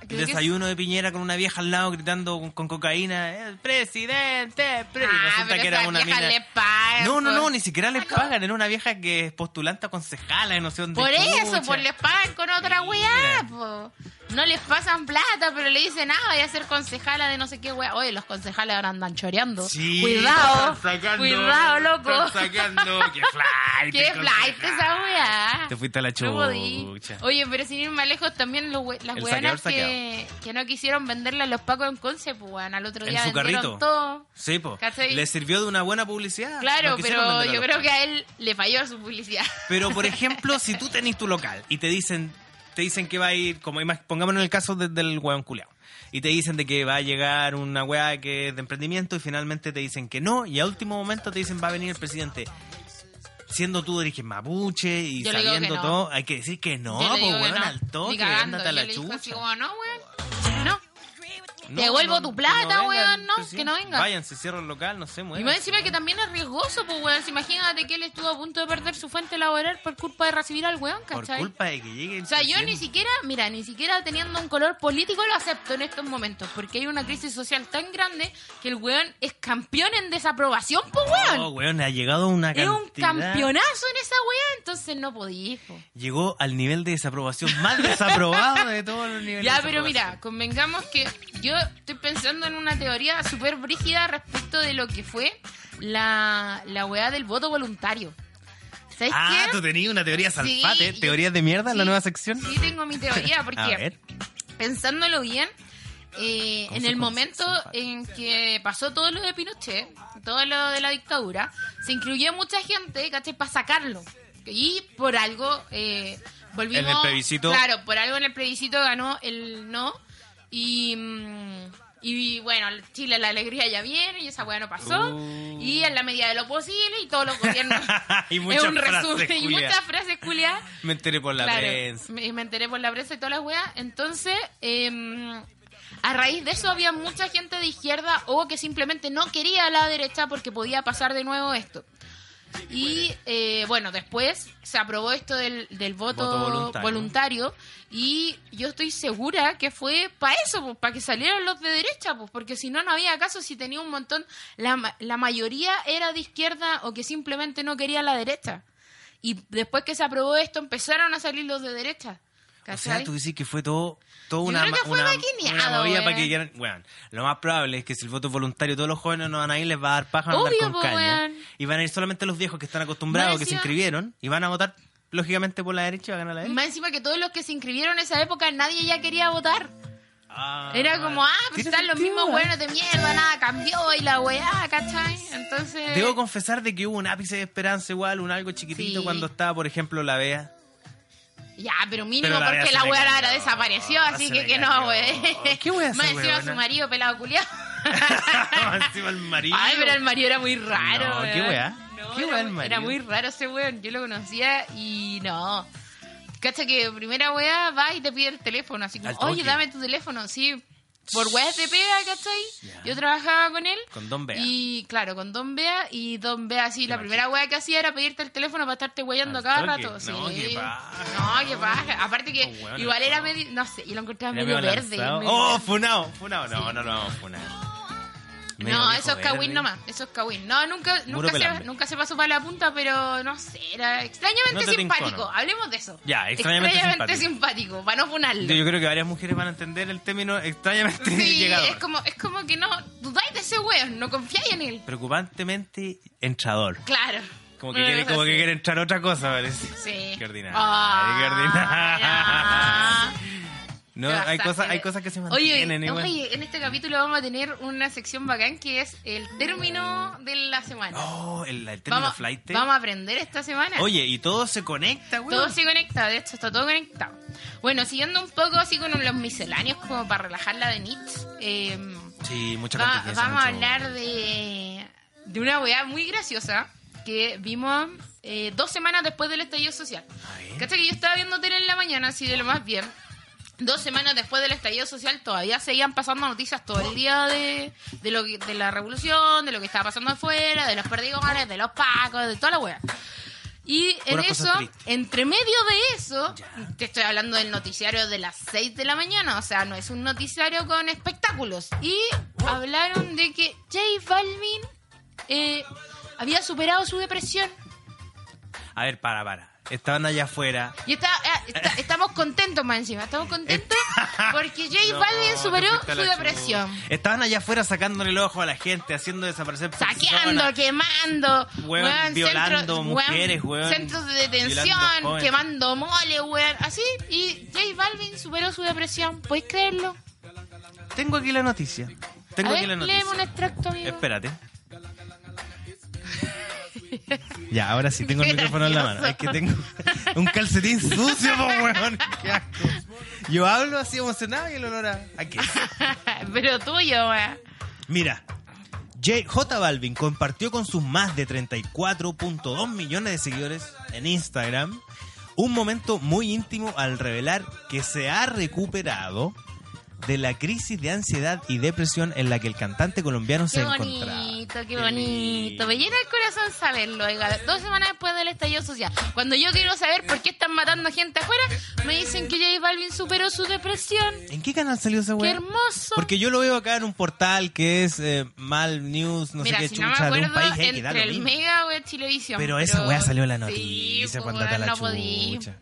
[SPEAKER 2] El
[SPEAKER 1] creo que-
[SPEAKER 2] desayuno de Piñera con una vieja al lado gritando con, con cocaína, el presidente, pre-". Y
[SPEAKER 1] Ah,
[SPEAKER 2] resulta
[SPEAKER 1] pero
[SPEAKER 2] que era
[SPEAKER 1] esa
[SPEAKER 2] una
[SPEAKER 1] vieja
[SPEAKER 2] mina-
[SPEAKER 1] le pagan.
[SPEAKER 2] No, no,
[SPEAKER 1] po.
[SPEAKER 2] no, ni siquiera les pagan, era una vieja que es postulante a concejala y no sé dónde.
[SPEAKER 1] Por eso,
[SPEAKER 2] chucha.
[SPEAKER 1] pues les pagan con otra weá,
[SPEAKER 2] Mira.
[SPEAKER 1] po. No les pasan plata, pero le dicen, ah, vaya a ser concejala de no sé qué weá. Oye, los concejales ahora andan choreando.
[SPEAKER 2] Sí,
[SPEAKER 1] cuidado,
[SPEAKER 2] están sacando-
[SPEAKER 1] cuidado,
[SPEAKER 2] están
[SPEAKER 1] loco.
[SPEAKER 2] sacando, qué flight.
[SPEAKER 1] Qué flight esa weá.
[SPEAKER 2] Te fuiste a la
[SPEAKER 1] No podí.
[SPEAKER 2] chucha.
[SPEAKER 1] Oye, pero sin ir más lejos, también los we- las
[SPEAKER 2] El
[SPEAKER 1] weonas
[SPEAKER 2] saqueador
[SPEAKER 1] que, que no quisieron venderle a los pacos en Conce, pues, weón. Al otro
[SPEAKER 2] En
[SPEAKER 1] día
[SPEAKER 2] su
[SPEAKER 1] vendieron
[SPEAKER 2] carrito.
[SPEAKER 1] todo.
[SPEAKER 2] Sí, po.
[SPEAKER 1] ¿Cachai?
[SPEAKER 2] Le sirvió de una buena publicidad.
[SPEAKER 1] Claro,
[SPEAKER 2] No quisieron
[SPEAKER 1] pero
[SPEAKER 2] vender a
[SPEAKER 1] yo
[SPEAKER 2] los
[SPEAKER 1] creo que
[SPEAKER 2] pacos.
[SPEAKER 1] a él le falló su publicidad.
[SPEAKER 2] Pero por ejemplo, si tú tenés tu local y te dicen, te dicen que va a ir, como imag- pongámonos en el caso de- del hueón culeado, y te dicen de que va a llegar una hueá que es de emprendimiento y finalmente te dicen que no, y a último momento te dicen va a venir el presidente. Siendo tú de origen mapuche y
[SPEAKER 1] Yo le digo
[SPEAKER 2] sabiendo
[SPEAKER 1] que no.
[SPEAKER 2] todo, hay que decir que no,
[SPEAKER 1] Yo le digo que
[SPEAKER 2] pues hueón,
[SPEAKER 1] no.
[SPEAKER 2] al
[SPEAKER 1] Ni
[SPEAKER 2] toque,
[SPEAKER 1] cagando.
[SPEAKER 2] ándate a
[SPEAKER 1] Yo
[SPEAKER 2] la
[SPEAKER 1] le dije así
[SPEAKER 2] chucha.
[SPEAKER 1] como, no, weón. No.
[SPEAKER 2] No,
[SPEAKER 1] devuelvo
[SPEAKER 2] no,
[SPEAKER 1] tu
[SPEAKER 2] que
[SPEAKER 1] plata,
[SPEAKER 2] venga el
[SPEAKER 1] hueón, no, que
[SPEAKER 2] presidente.
[SPEAKER 1] no venga.
[SPEAKER 2] Vayan, se cierra el local, no se
[SPEAKER 1] Y
[SPEAKER 2] muevan. pues.
[SPEAKER 1] más encima que también es riesgoso, pues, weón. Si Imagínate que él estuvo a punto de perder su fuente laboral por culpa de recibir al weón,
[SPEAKER 2] por
[SPEAKER 1] ¿cachai?
[SPEAKER 2] culpa de que llegue el
[SPEAKER 1] O sea, yo ni
[SPEAKER 2] presidente.
[SPEAKER 1] siquiera, mira, ni siquiera teniendo un color político lo acepto en estos momentos, porque hay una crisis social tan grande que el weón es campeón en desaprobación, pues
[SPEAKER 2] No,
[SPEAKER 1] weón.
[SPEAKER 2] Oh, hueón, ha llegado una
[SPEAKER 1] es un
[SPEAKER 2] cantidad-
[SPEAKER 1] campeonazo en esa weá, entonces no podís, po.
[SPEAKER 2] llegó al nivel de desaprobación más desaprobado de todos los niveles.
[SPEAKER 1] Ya,
[SPEAKER 2] de
[SPEAKER 1] pero
[SPEAKER 2] desaprobación.
[SPEAKER 1] mira, convengamos que yo estoy pensando en una teoría súper brígida respecto de lo que fue la, la weá del voto voluntario. ¿Sabes
[SPEAKER 2] Ah,
[SPEAKER 1] qué?
[SPEAKER 2] tú tenías una teoría salpate.
[SPEAKER 1] yo-
[SPEAKER 2] ¿Teorías de mierda en la
[SPEAKER 1] sí,
[SPEAKER 2] nueva sección?
[SPEAKER 1] Sí, tengo mi teoría, porque...
[SPEAKER 2] A ver.
[SPEAKER 1] pensándolo bien, eh,
[SPEAKER 2] ¿Cómo
[SPEAKER 1] en
[SPEAKER 2] se
[SPEAKER 1] el
[SPEAKER 2] con-
[SPEAKER 1] momento
[SPEAKER 2] se-
[SPEAKER 1] en que pasó todo lo de Pinochet, todo lo de la dictadura, se incluyó mucha gente, ¿cachai? Para sacarlo. Y por algo eh, volvimos...
[SPEAKER 2] En el plebiscito.
[SPEAKER 1] Claro, por algo en el plebiscito ganó el no. Y, mm, y bueno, Chile la alegría ya viene y esa weá no pasó.
[SPEAKER 2] Uh.
[SPEAKER 1] Y en la medida de lo posible y todos los gobiernos...
[SPEAKER 2] Y
[SPEAKER 1] Es
[SPEAKER 2] muchas
[SPEAKER 1] un
[SPEAKER 2] frases
[SPEAKER 1] resumen, y
[SPEAKER 2] culiadas.
[SPEAKER 1] muchas frases culiadas.
[SPEAKER 2] Me enteré por la
[SPEAKER 1] Claro,
[SPEAKER 2] prensa.
[SPEAKER 1] Me, me enteré por la prensa y todas las weas. Entonces, eh, a raíz de eso había mucha gente de izquierda o que simplemente no quería a la derecha porque podía pasar de nuevo esto. Y eh, bueno, después se aprobó esto del, del voto,
[SPEAKER 2] Voto voluntario.
[SPEAKER 1] voluntario. y yo estoy segura que fue para eso, pues, para que salieran los de derecha, pues, porque si no, no había caso, si tenía un montón, la, ma- la mayoría era de izquierda o que simplemente no quería la derecha. Y después que se aprobó esto, empezaron a salir los de derecha.
[SPEAKER 2] O sea,
[SPEAKER 1] ¿cachai?
[SPEAKER 2] tú decís que fue todo, todo
[SPEAKER 1] Yo
[SPEAKER 2] una,
[SPEAKER 1] creo que fue
[SPEAKER 2] una,
[SPEAKER 1] maquineado,
[SPEAKER 2] una movida para
[SPEAKER 1] weón.
[SPEAKER 2] que quieran. Bueno, lo más probable es que si el voto es voluntario, todos los jóvenes no van a ir, les va a dar paja van a
[SPEAKER 1] Obvio,
[SPEAKER 2] andar con
[SPEAKER 1] po,
[SPEAKER 2] caña.
[SPEAKER 1] weón.
[SPEAKER 2] Y van a ir solamente los viejos que están acostumbrados,
[SPEAKER 1] Más
[SPEAKER 2] que se
[SPEAKER 1] encima-
[SPEAKER 2] inscribieron y van a votar, lógicamente, por la derecha y va a ganar la derecha.
[SPEAKER 1] Más encima que todos los que se inscribieron en esa época, nadie ya quería votar.
[SPEAKER 2] Ah,
[SPEAKER 1] Era como, ah, pues
[SPEAKER 2] tiene
[SPEAKER 1] están los
[SPEAKER 2] sentido,
[SPEAKER 1] mismos
[SPEAKER 2] ¿eh?
[SPEAKER 1] buenos de mierda, nada cambió y la weá, ¿cachai? Entonces.
[SPEAKER 2] Debo confesar de que hubo un ápice de esperanza igual, un algo chiquitito
[SPEAKER 1] Sí.
[SPEAKER 2] cuando estaba, por ejemplo, la Bea.
[SPEAKER 1] Ya, pero mínimo
[SPEAKER 2] Pero la wea
[SPEAKER 1] porque
[SPEAKER 2] se
[SPEAKER 1] la
[SPEAKER 2] le
[SPEAKER 1] weá
[SPEAKER 2] cayó,
[SPEAKER 1] ahora desapareció, así
[SPEAKER 2] se
[SPEAKER 1] que,
[SPEAKER 2] le
[SPEAKER 1] que
[SPEAKER 2] cayó.
[SPEAKER 1] no, wey.
[SPEAKER 2] ¿Qué wea esa
[SPEAKER 1] Más encima
[SPEAKER 2] weona?
[SPEAKER 1] su marido pelado culiado.
[SPEAKER 2] Encima el marido.
[SPEAKER 1] Ay, pero el marido era muy raro,
[SPEAKER 2] No,
[SPEAKER 1] weón.
[SPEAKER 2] qué weá.
[SPEAKER 1] No,
[SPEAKER 2] Qué
[SPEAKER 1] era,
[SPEAKER 2] weá el
[SPEAKER 1] muy-
[SPEAKER 2] marido.
[SPEAKER 1] era muy raro ese weón, yo lo conocía y no. Cacha que primera weá va y te pide el teléfono, así como,
[SPEAKER 2] Al toque.
[SPEAKER 1] oye, dame tu teléfono, sí. por weas de pega, ¿cachai?
[SPEAKER 2] Ya.
[SPEAKER 1] Yo trabajaba con él.
[SPEAKER 2] Con Don Bea.
[SPEAKER 1] Y claro, con Don Bea. Y Don Bea, sí, la
[SPEAKER 2] Imagínate.
[SPEAKER 1] primera wea que hacía era pedirte el teléfono para estarte weyando
[SPEAKER 2] Al
[SPEAKER 1] cada
[SPEAKER 2] toque.
[SPEAKER 1] rato. Sí.
[SPEAKER 2] No, qué paja.
[SPEAKER 1] No, qué paja. Aparte que
[SPEAKER 2] Oh, weón,
[SPEAKER 1] igual era
[SPEAKER 2] no.
[SPEAKER 1] medio. No sé, y lo encontraba
[SPEAKER 2] Era
[SPEAKER 1] medio
[SPEAKER 2] medio
[SPEAKER 1] verde.
[SPEAKER 2] lanzado.
[SPEAKER 1] medio
[SPEAKER 2] Oh,
[SPEAKER 1] verde.
[SPEAKER 2] funao, funao. No,
[SPEAKER 1] Sí.
[SPEAKER 2] no lo vamos a funar.
[SPEAKER 1] No, eso es Kawin nomás, eso es Kawin. No, nunca,
[SPEAKER 2] Muro
[SPEAKER 1] nunca, se,
[SPEAKER 2] pelambre.
[SPEAKER 1] nunca se pasó para la punta, pero no sé, era extrañamente
[SPEAKER 2] No te tincó,
[SPEAKER 1] simpático.
[SPEAKER 2] ¿no?
[SPEAKER 1] Hablemos de eso.
[SPEAKER 2] Ya, extrañamente
[SPEAKER 1] simpático. para no funarlo.
[SPEAKER 2] Yo, yo creo que varias mujeres van a entender el término extrañamente
[SPEAKER 1] sí,
[SPEAKER 2] llegador.
[SPEAKER 1] es como, es como que no dudáis de ese weón, no confiáis en él.
[SPEAKER 2] Preocupantemente entrador.
[SPEAKER 1] Claro.
[SPEAKER 2] Como que,
[SPEAKER 1] Una
[SPEAKER 2] quiere,
[SPEAKER 1] cosa
[SPEAKER 2] como que
[SPEAKER 1] así.
[SPEAKER 2] quiere entrar otra cosa, parece.
[SPEAKER 1] Sí.
[SPEAKER 2] Qué ordinario.
[SPEAKER 1] Ay,
[SPEAKER 2] qué ordinario.
[SPEAKER 1] ya.
[SPEAKER 2] No,
[SPEAKER 1] Te
[SPEAKER 2] hay
[SPEAKER 1] pasaste
[SPEAKER 2] cosas, hay
[SPEAKER 1] de-
[SPEAKER 2] cosas que se
[SPEAKER 1] Oye,
[SPEAKER 2] mantienen igual.
[SPEAKER 1] oye, en este capítulo vamos a tener una sección bacán que es el término de la semana.
[SPEAKER 2] Oh, el, el término
[SPEAKER 1] vamos,
[SPEAKER 2] flight.
[SPEAKER 1] vamos a aprender esta semana.
[SPEAKER 2] Oye, y todo se conecta, güey.
[SPEAKER 1] Todo se conecta, de hecho, está todo conectado. Bueno, siguiendo un poco así con los misceláneos, como para relajarla de Nietzsche, eh,
[SPEAKER 2] Sí, mucha
[SPEAKER 1] va-
[SPEAKER 2] contingencia,
[SPEAKER 1] vamos a
[SPEAKER 2] mucho-
[SPEAKER 1] hablar de, de una weá muy graciosa que vimos eh, dos semanas después del estallido social.
[SPEAKER 2] A ver.
[SPEAKER 1] ¿Cachai? Que yo estaba viendo tele en la mañana, así de lo más bien. Dos semanas después del estallido social todavía seguían pasando noticias todo el día de, de lo que- de la revolución, de lo que estaba pasando afuera, de los perdigones, de los pacos, de toda la wea. Y en
[SPEAKER 2] Puras cosas
[SPEAKER 1] eso,
[SPEAKER 2] tristes.
[SPEAKER 1] entre medio de eso,
[SPEAKER 2] Ya.
[SPEAKER 1] te estoy hablando del noticiario de las 6 de la mañana, o sea, no es un noticiario con espectáculos. Y hablaron de que J Balvin eh, había superado su depresión
[SPEAKER 2] A ver, para, para. Estaban allá afuera.
[SPEAKER 1] Y está, ah, está- estamos contentos más encima, estamos contentos porque J
[SPEAKER 2] No,
[SPEAKER 1] Balvin
[SPEAKER 2] te
[SPEAKER 1] superó
[SPEAKER 2] fuiste a
[SPEAKER 1] su
[SPEAKER 2] la
[SPEAKER 1] depresión.
[SPEAKER 2] chucha. Estaban allá afuera sacándole el ojo a la gente, haciendo desaparecer
[SPEAKER 1] Saqueando,
[SPEAKER 2] personas.
[SPEAKER 1] quemando,
[SPEAKER 2] Weón, violando mujeres, weón,
[SPEAKER 1] centros de
[SPEAKER 2] violando
[SPEAKER 1] detención,
[SPEAKER 2] jóvenes.
[SPEAKER 1] quemando mole, weón, así. Y J Balvin superó su depresión, ¿podéis creerlo?
[SPEAKER 2] Tengo aquí la noticia.
[SPEAKER 1] A
[SPEAKER 2] Tengo aquí
[SPEAKER 1] ver,
[SPEAKER 2] la noticia.
[SPEAKER 1] léeme un extracto, amigo.
[SPEAKER 2] Espérate. Ya, ahora sí tengo el
[SPEAKER 1] Qué
[SPEAKER 2] micrófono en la mano. Es
[SPEAKER 1] gracioso.
[SPEAKER 2] que tengo un calcetín sucio, po, weón. Qué asco. Yo hablo así emocionado y el olor a. ¿A qué?
[SPEAKER 1] Pero tuyo, weón.
[SPEAKER 2] Mira, J, J Balvin compartió con sus más de 34.2 millones de seguidores en Instagram un momento muy íntimo al revelar que se ha recuperado de la crisis de ansiedad y depresión en la que el cantante colombiano se
[SPEAKER 1] Qué
[SPEAKER 2] encontraba.
[SPEAKER 1] bonito, qué bonito. Me llena el corazón saberlo. Oiga, dos semanas después del estallido social, cuando yo quiero saber por qué están matando gente afuera, me dicen que J Balvin superó su depresión.
[SPEAKER 2] ¿En qué canal salió ese
[SPEAKER 1] Qué
[SPEAKER 2] weón?
[SPEAKER 1] hermoso.
[SPEAKER 2] Porque yo lo veo acá en un portal que es eh, Mal News, no
[SPEAKER 1] Mira,
[SPEAKER 2] sé qué
[SPEAKER 1] si no me
[SPEAKER 2] chucha, de un
[SPEAKER 1] acuerdo,
[SPEAKER 2] país eh, que da
[SPEAKER 1] entre
[SPEAKER 2] lo
[SPEAKER 1] el
[SPEAKER 2] mismo.
[SPEAKER 1] Mega o el Televisión.
[SPEAKER 2] Pero esa weá salió en la
[SPEAKER 1] Sí,
[SPEAKER 2] noticia
[SPEAKER 1] pues,
[SPEAKER 2] cuando
[SPEAKER 1] weón,
[SPEAKER 2] está la
[SPEAKER 1] no podí.
[SPEAKER 2] chucha.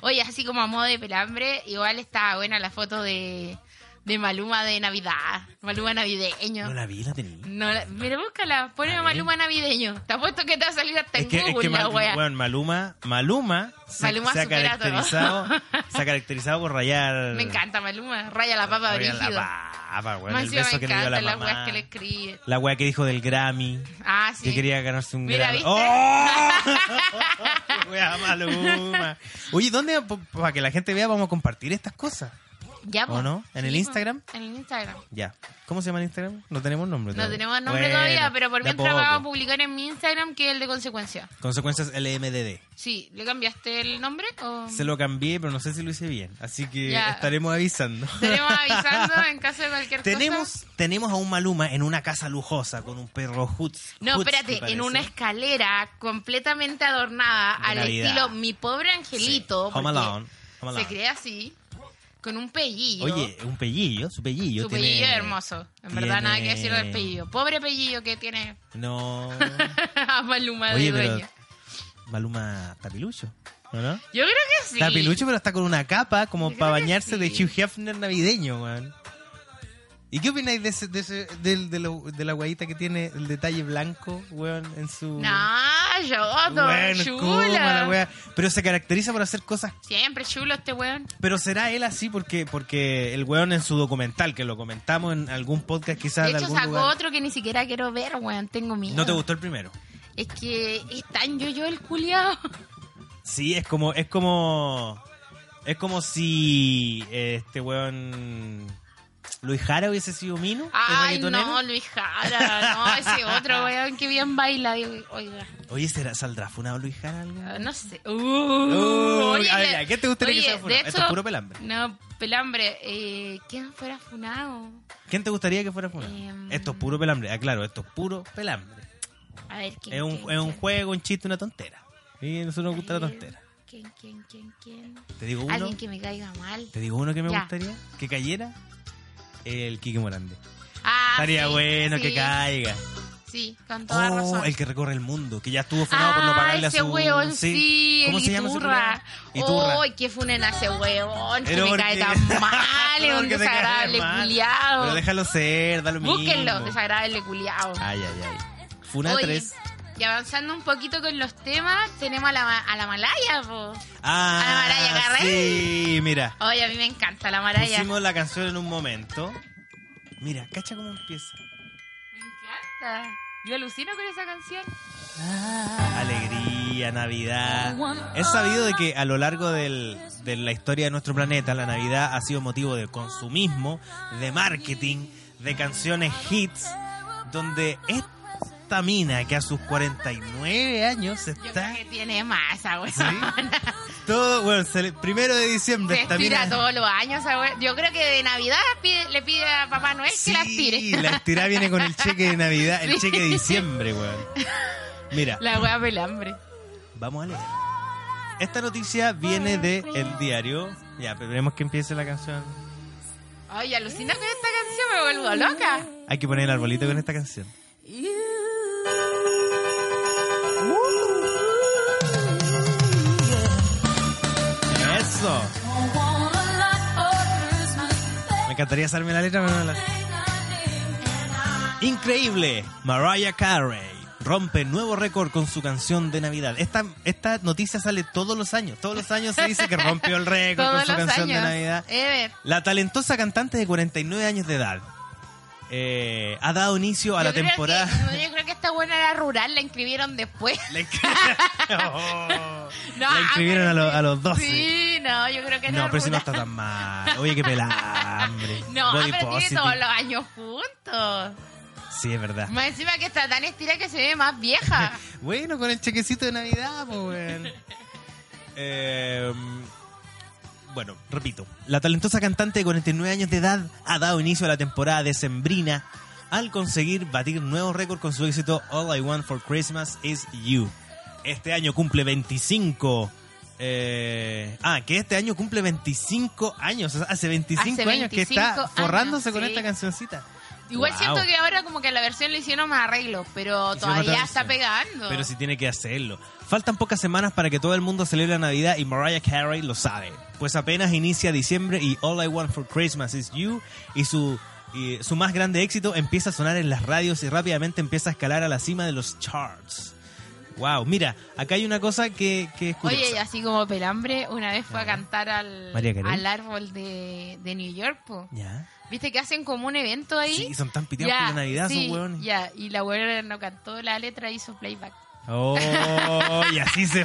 [SPEAKER 1] Oye, así como a modo de pelambre, igual estaba buena la foto de, de Maluma de Navidad. Maluma navideño.
[SPEAKER 2] No la vi, la tenía.
[SPEAKER 1] No la- mira, búscala, ponme
[SPEAKER 2] A ver.
[SPEAKER 1] Maluma navideño. Te apuesto que te va a salir hasta
[SPEAKER 2] Es
[SPEAKER 1] en
[SPEAKER 2] que, es
[SPEAKER 1] Google
[SPEAKER 2] que
[SPEAKER 1] la
[SPEAKER 2] Mal-
[SPEAKER 1] wea.
[SPEAKER 2] weón, Maluma, Maluma se,
[SPEAKER 1] Maluma
[SPEAKER 2] se ha
[SPEAKER 1] supera todo.
[SPEAKER 2] caracterizado, se ha caracterizado por rayar.
[SPEAKER 1] Me encanta Maluma, raya la papa
[SPEAKER 2] rayar
[SPEAKER 1] brígido.
[SPEAKER 2] La papa, weón,
[SPEAKER 1] Más
[SPEAKER 2] el
[SPEAKER 1] encima
[SPEAKER 2] beso
[SPEAKER 1] me
[SPEAKER 2] que le dio a
[SPEAKER 1] encantan
[SPEAKER 2] la
[SPEAKER 1] las weas
[SPEAKER 2] mamá.
[SPEAKER 1] que le escribe.
[SPEAKER 2] La weá que dijo del Grammy.
[SPEAKER 1] Ah, sí.
[SPEAKER 2] Que quería ganarse un
[SPEAKER 1] Mira,
[SPEAKER 2] Grammy.
[SPEAKER 1] ¿viste?
[SPEAKER 2] ¡Oh! ¡Qué wea, Maluma! Oye, ¿dónde? Para que la gente vea, vamos a compartir estas cosas.
[SPEAKER 1] Ya,
[SPEAKER 2] ¿O
[SPEAKER 1] po.
[SPEAKER 2] no? ¿En el
[SPEAKER 1] po.
[SPEAKER 2] Instagram?
[SPEAKER 1] En el Instagram.
[SPEAKER 2] Ya. ¿Cómo se llama el Instagram? No tenemos nombre
[SPEAKER 1] No
[SPEAKER 2] todavía.
[SPEAKER 1] tenemos nombre
[SPEAKER 2] Bueno,
[SPEAKER 1] todavía, pero por
[SPEAKER 2] de a
[SPEAKER 1] mientras vamos a
[SPEAKER 2] poco.
[SPEAKER 1] publicar en mi Instagram que es el de consecuencia.
[SPEAKER 2] Consecuencias LMDD.
[SPEAKER 1] Sí, ¿le cambiaste el nombre? O...
[SPEAKER 2] Se lo cambié, pero no sé si lo hice bien. Así que
[SPEAKER 1] Ya.
[SPEAKER 2] estaremos avisando.
[SPEAKER 1] Estaremos avisando en caso de cualquier cosa.
[SPEAKER 2] Tenemos, tenemos a un Maluma en una casa lujosa con un perro Hoots.
[SPEAKER 1] No,
[SPEAKER 2] Hoots, me
[SPEAKER 1] espérate,
[SPEAKER 2] parece.
[SPEAKER 1] en una escalera completamente adornada
[SPEAKER 2] De
[SPEAKER 1] al
[SPEAKER 2] Navidad.
[SPEAKER 1] estilo Mi Pobre
[SPEAKER 2] Sí.
[SPEAKER 1] Angelito.
[SPEAKER 2] Home
[SPEAKER 1] porque
[SPEAKER 2] Alone. Home
[SPEAKER 1] Se
[SPEAKER 2] Alone.
[SPEAKER 1] cree así, con un pellillo.
[SPEAKER 2] Oye, un pellillo, su pellillo.
[SPEAKER 1] Su
[SPEAKER 2] tiene-
[SPEAKER 1] pellillo es hermoso. En verdad, nada que
[SPEAKER 2] tiene-
[SPEAKER 1] decir del pellillo. Pobre pellillo que tiene
[SPEAKER 2] No.
[SPEAKER 1] a Maluma de
[SPEAKER 2] Oye,
[SPEAKER 1] dueño.
[SPEAKER 2] pero. Maluma tapilucho, ¿o ¿no?
[SPEAKER 1] Yo creo que sí.
[SPEAKER 2] Tapilucho, pero está con una capa como
[SPEAKER 1] Yo creo
[SPEAKER 2] para
[SPEAKER 1] que
[SPEAKER 2] bañarse de
[SPEAKER 1] sí.
[SPEAKER 2] Hugh Hefner navideño, weón. ¿Y qué opináis de, ese, de, ese- del- de, lo- de la guayita que tiene el detalle blanco, weón, en su.
[SPEAKER 1] No, yo, todo
[SPEAKER 2] Bueno, es como la
[SPEAKER 1] chula.
[SPEAKER 2] wea. Pero se caracteriza por hacer cosas.
[SPEAKER 1] Siempre chulo este weón.
[SPEAKER 2] Pero será él así porque porque el weón en su documental, que lo comentamos en algún podcast quizás
[SPEAKER 1] De
[SPEAKER 2] de,
[SPEAKER 1] hecho,
[SPEAKER 2] algún
[SPEAKER 1] sacó
[SPEAKER 2] lugar.
[SPEAKER 1] otro que ni siquiera quiero ver, weón. Tengo miedo.
[SPEAKER 2] ¿No te gustó el primero?
[SPEAKER 1] Es que es tan yo-yo el culiao.
[SPEAKER 2] Sí, es como es como es como si eh, este weón Luis Jara hubiese sido Mino. el
[SPEAKER 1] Ay,
[SPEAKER 2] reggaetonero.
[SPEAKER 1] no, Luis Jara, no, ese otro weón que bien baila. digo, oiga,
[SPEAKER 2] Oye, ¿será, ¿saldrá funado Luis Jara? Uh, algún día?
[SPEAKER 1] no sé. Uh,
[SPEAKER 2] Uy, a ver,
[SPEAKER 1] le-
[SPEAKER 2] ya, ¿qué te gustaría que
[SPEAKER 1] oye,
[SPEAKER 2] sea funado?
[SPEAKER 1] de
[SPEAKER 2] Esto
[SPEAKER 1] hecho,
[SPEAKER 2] es puro pelambre.
[SPEAKER 1] No, pelambre. Eh, ¿Quién fuera funado?
[SPEAKER 2] ¿Quién te gustaría que fuera funado?
[SPEAKER 1] Em.
[SPEAKER 2] Esto es puro pelambre. Aclaro, esto es puro pelambre.
[SPEAKER 1] A ver, ¿quién?
[SPEAKER 2] Es un,
[SPEAKER 1] quién,
[SPEAKER 2] es un
[SPEAKER 1] quién?
[SPEAKER 2] juego, un chiste, una tontera. Y a nosotros nos gusta la
[SPEAKER 1] A ver,
[SPEAKER 2] tontera.
[SPEAKER 1] ¿Quién, quién, quién, quién?
[SPEAKER 2] Te digo uno.
[SPEAKER 1] Alguien que me caiga mal.
[SPEAKER 2] Te digo uno que me
[SPEAKER 1] Ya.
[SPEAKER 2] gustaría que cayera. El Kike Morande.
[SPEAKER 1] Ah,
[SPEAKER 2] Estaría
[SPEAKER 1] sí,
[SPEAKER 2] bueno
[SPEAKER 1] sí,
[SPEAKER 2] que caiga.
[SPEAKER 1] Sí, con toda
[SPEAKER 2] Oh,
[SPEAKER 1] razón.
[SPEAKER 2] el que recorre el mundo, que ya estuvo funado por no
[SPEAKER 1] Ah,
[SPEAKER 2] pagarle a su...
[SPEAKER 1] ese huevón, sí,
[SPEAKER 2] ¿Cómo
[SPEAKER 1] el
[SPEAKER 2] se llama ese
[SPEAKER 1] Iturra.
[SPEAKER 2] programa? Iturra.
[SPEAKER 1] ¡Ay, que funen a ese huevón! Que
[SPEAKER 2] Pero
[SPEAKER 1] me cae
[SPEAKER 2] porque-
[SPEAKER 1] tan mal, es un
[SPEAKER 2] Porque te cae
[SPEAKER 1] desagradable
[SPEAKER 2] mal. Pero
[SPEAKER 1] culiado.
[SPEAKER 2] déjalo ser, da lo mismo. Ah,
[SPEAKER 1] Búsquenlo, desagradable culiado.
[SPEAKER 2] Ay, ay, ay. Funa
[SPEAKER 1] Oye,
[SPEAKER 2] 3.
[SPEAKER 1] Y avanzando un poquito con los temas, tenemos a la, ma- a la Malaya, po. Ana
[SPEAKER 2] Ah,
[SPEAKER 1] María Carré.
[SPEAKER 2] sí, mira.
[SPEAKER 1] Oye, a mí me encanta la Malaya.
[SPEAKER 2] Pusimos la canción en un momento. Mira, cacha cómo empieza.
[SPEAKER 1] Me encanta. Yo alucino con esa canción.
[SPEAKER 2] Alegría, Navidad. Es sabido de que a lo largo del- de la historia de nuestro planeta, la Navidad ha sido motivo de consumismo, de marketing, de canciones hits, donde esta mina que a sus 49 años
[SPEAKER 1] Yo
[SPEAKER 2] está...
[SPEAKER 1] creo que tiene masa, güey.
[SPEAKER 2] ¿Sí? Todo, bueno, se le- primero de diciembre
[SPEAKER 1] Se
[SPEAKER 2] esta
[SPEAKER 1] estira
[SPEAKER 2] mina-
[SPEAKER 1] todos los años, esa wea. Yo creo que de Navidad pide- le pide a Papá Noel
[SPEAKER 2] Sí,
[SPEAKER 1] que las tire.
[SPEAKER 2] la estirada viene con el cheque de Navidad, el
[SPEAKER 1] Sí.
[SPEAKER 2] cheque de diciembre, weón. Mira,
[SPEAKER 1] La wea pelambre.
[SPEAKER 2] vamos a leer. Esta noticia viene de El Diario. Ya, pero veremos que empiece la canción.
[SPEAKER 1] Ay, alucino con esta canción, me vuelvo loca.
[SPEAKER 2] Hay que poner el arbolito con esta canción. Eso. Me encantaría hacerme la letra, pero no la... Increíble. Mariah Carey rompe nuevo récord con su canción de Navidad. Esta, esta noticia sale todos los años. Todos los años se dice que rompió el récord con
[SPEAKER 1] Todos
[SPEAKER 2] su
[SPEAKER 1] los
[SPEAKER 2] canción
[SPEAKER 1] años. Eh,
[SPEAKER 2] de Navidad.
[SPEAKER 1] Ever.
[SPEAKER 2] La talentosa cantante de 49 años de edad eh, ha dado inicio a
[SPEAKER 1] Yo
[SPEAKER 2] la
[SPEAKER 1] creo
[SPEAKER 2] temporada.
[SPEAKER 1] que- yo creo que esta buena era rural, la inscribieron después.
[SPEAKER 2] La inscri-
[SPEAKER 1] No, ah,
[SPEAKER 2] La inscribieron a, lo- a los 12.
[SPEAKER 1] Sí, no, yo creo que era
[SPEAKER 2] No, pero si
[SPEAKER 1] rural.
[SPEAKER 2] no está tan mal. Oye, qué pelambre.
[SPEAKER 1] No, ah,
[SPEAKER 2] Body
[SPEAKER 1] pero
[SPEAKER 2] positive.
[SPEAKER 1] tiene todos los años juntos.
[SPEAKER 2] Sí, es verdad.
[SPEAKER 1] Más encima que está tan estira que se ve más vieja.
[SPEAKER 2] Bueno, con el chequecito de Navidad, pues, weón. Eh, bueno, repito. La talentosa cantante de 49 años de edad ha dado inicio a la temporada decembrina al conseguir batir nuevos récords con su éxito All I Want for Christmas is You. Este año cumple 25. eh, ah, que este año cumple 25 años. O sea, hace 25
[SPEAKER 1] Hace
[SPEAKER 2] años que
[SPEAKER 1] 25
[SPEAKER 2] está
[SPEAKER 1] años,
[SPEAKER 2] forrándose con
[SPEAKER 1] sí.
[SPEAKER 2] esta cancioncita.
[SPEAKER 1] Igual
[SPEAKER 2] Wow.
[SPEAKER 1] siento que ahora como que a la versión le hicieron más arreglos, pero
[SPEAKER 2] Hicieron
[SPEAKER 1] todavía
[SPEAKER 2] otra
[SPEAKER 1] está
[SPEAKER 2] versión.
[SPEAKER 1] pegando.
[SPEAKER 2] Pero si tiene que hacerlo. Faltan pocas semanas para que todo el mundo celebre la Navidad y Mariah Carey lo sabe. Pues apenas inicia diciembre y All I Want for Christmas is You y su, y su más grande éxito empieza a sonar en las radios y rápidamente empieza a escalar a la cima de los charts. Wow, mira, acá hay una cosa que, que es curiosa.
[SPEAKER 1] Oye, y así como Pelambre una vez fue a cantar al,
[SPEAKER 2] María Carey.
[SPEAKER 1] al árbol de, de New York, po.
[SPEAKER 2] Ya.
[SPEAKER 1] ¿Viste que hacen como un evento ahí?
[SPEAKER 2] Sí, son tan piteados por la Navidad,
[SPEAKER 1] sí,
[SPEAKER 2] son hueones.
[SPEAKER 1] Ya, y la hueona no cantó la letra, hizo playback.
[SPEAKER 2] Oh, y así se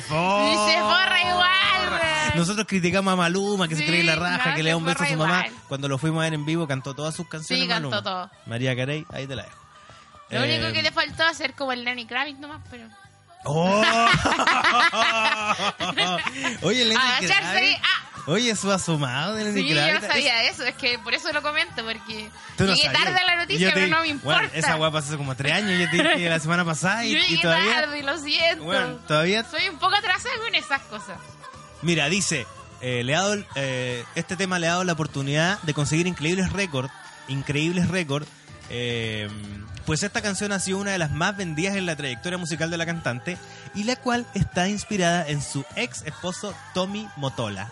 [SPEAKER 2] forra.
[SPEAKER 1] Y se forra igual, weón.
[SPEAKER 2] Nosotros criticamos a Maluma, que se
[SPEAKER 1] Sí,
[SPEAKER 2] cree la raja,
[SPEAKER 1] no,
[SPEAKER 2] que le
[SPEAKER 1] se
[SPEAKER 2] da un beso a su
[SPEAKER 1] forra
[SPEAKER 2] mamá.
[SPEAKER 1] igual.
[SPEAKER 2] Cuando lo fuimos a ver en vivo, cantó todas sus canciones.
[SPEAKER 1] Sí, cantó
[SPEAKER 2] Maluma.
[SPEAKER 1] todo.
[SPEAKER 2] María Carey, ahí te la dejo.
[SPEAKER 1] Lo
[SPEAKER 2] Eh,
[SPEAKER 1] único que le faltó hacer como el Lenny Kravitz nomás, pero...
[SPEAKER 2] ¡Oh! Oye, Lenny
[SPEAKER 1] Agacharse,
[SPEAKER 2] Kravitz.
[SPEAKER 1] ah.
[SPEAKER 2] Oye, su asomado de Lenny
[SPEAKER 1] Sí, yo
[SPEAKER 2] Kravitz.
[SPEAKER 1] no sabía eso, es que por eso lo comento, porque
[SPEAKER 2] Tú no
[SPEAKER 1] llegué
[SPEAKER 2] sabías.
[SPEAKER 1] tarde a la
[SPEAKER 2] Yo
[SPEAKER 1] noticia,
[SPEAKER 2] te
[SPEAKER 1] pero
[SPEAKER 2] di-
[SPEAKER 1] no me importa.
[SPEAKER 2] Bueno, esa guapa pasó hace como tres años, yo te dije la semana pasada y,
[SPEAKER 1] Yo
[SPEAKER 2] y
[SPEAKER 1] llegué
[SPEAKER 2] todavía...
[SPEAKER 1] tarde, lo siento.
[SPEAKER 2] Bueno, todavía
[SPEAKER 1] Soy un poco atrasada con esas cosas.
[SPEAKER 2] Mira, dice, eh, le ha dado, eh, este tema le ha dado la oportunidad de conseguir increíbles récords, increíbles récords. eh, pues esta canción ha sido una de las más vendidas en la trayectoria musical de la cantante y la cual está inspirada en su ex esposo Tommy Motola.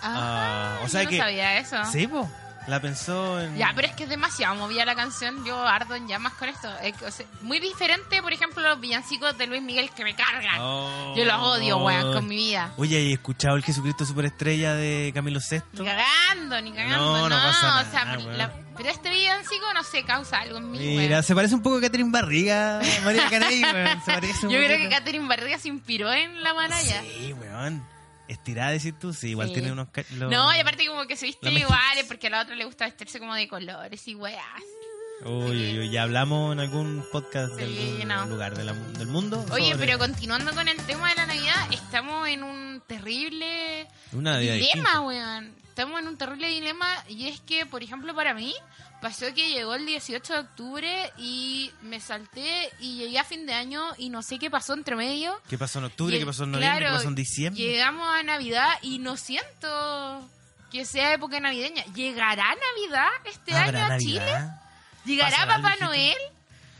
[SPEAKER 2] Ah,
[SPEAKER 1] Ah,
[SPEAKER 2] o sea
[SPEAKER 1] yo
[SPEAKER 2] que-
[SPEAKER 1] no sabía eso.
[SPEAKER 2] Sí, po, la pensó en...
[SPEAKER 1] Ya, pero es que es demasiado movida la canción. Yo ardo en llamas con esto. Es que, o sea, muy diferente, por ejemplo, los villancicos de Luis Miguel que me cargan.
[SPEAKER 2] Oh.
[SPEAKER 1] Yo los odio, weón, con mi vida.
[SPEAKER 2] Oye, ¿y escuchado el Jesucristo Superestrella de Camilo
[SPEAKER 1] Ni
[SPEAKER 2] VI?
[SPEAKER 1] cagando, ni cagando.
[SPEAKER 2] No, no pasa
[SPEAKER 1] o sea,
[SPEAKER 2] nada,
[SPEAKER 1] mi-
[SPEAKER 2] weón.
[SPEAKER 1] la- pero este villancico, no sé, causa algo en mí,
[SPEAKER 2] Mira,
[SPEAKER 1] weón.
[SPEAKER 2] se parece un poco a Catherine Barriga, María Carey, weón, se parece un
[SPEAKER 1] Yo creo que
[SPEAKER 2] poquito.
[SPEAKER 1] Catherine Barriga se inspiró en la manaya.
[SPEAKER 2] Sí, weón. Estirada, decís tú, sí, igual
[SPEAKER 1] Sí.
[SPEAKER 2] tiene unos... ca- los-
[SPEAKER 1] No, y aparte como que se visten
[SPEAKER 2] la mezqui-
[SPEAKER 1] iguales porque a la otra le gusta vestirse como de colores y weas.
[SPEAKER 2] Uy, uy, uy, ya hablamos en algún podcast de
[SPEAKER 1] Sí,
[SPEAKER 2] algún
[SPEAKER 1] no.
[SPEAKER 2] lugar de la- del mundo.
[SPEAKER 1] Oye,
[SPEAKER 2] sobre
[SPEAKER 1] pero continuando con el tema de la Navidad, estamos en un terrible
[SPEAKER 2] Una Navidad
[SPEAKER 1] dilema,
[SPEAKER 2] distinta.
[SPEAKER 1] weón. Estamos en un terrible dilema y es que, por ejemplo, para mí pasó que llegó el 18 de octubre y me salté y llegué a fin de año y no sé qué pasó entre medio.
[SPEAKER 2] ¿Qué pasó en octubre?
[SPEAKER 1] Lle-
[SPEAKER 2] ¿Qué pasó en noviembre?
[SPEAKER 1] claro,
[SPEAKER 2] ¿Qué pasó en diciembre?
[SPEAKER 1] Llegamos a Navidad y no siento que sea época navideña. ¿Llegará Navidad este año
[SPEAKER 2] ¿Habrá
[SPEAKER 1] a
[SPEAKER 2] Navidad?
[SPEAKER 1] Chile? ¿Llegará
[SPEAKER 2] ¿Pasará el
[SPEAKER 1] Papá
[SPEAKER 2] viejito?
[SPEAKER 1] Noel?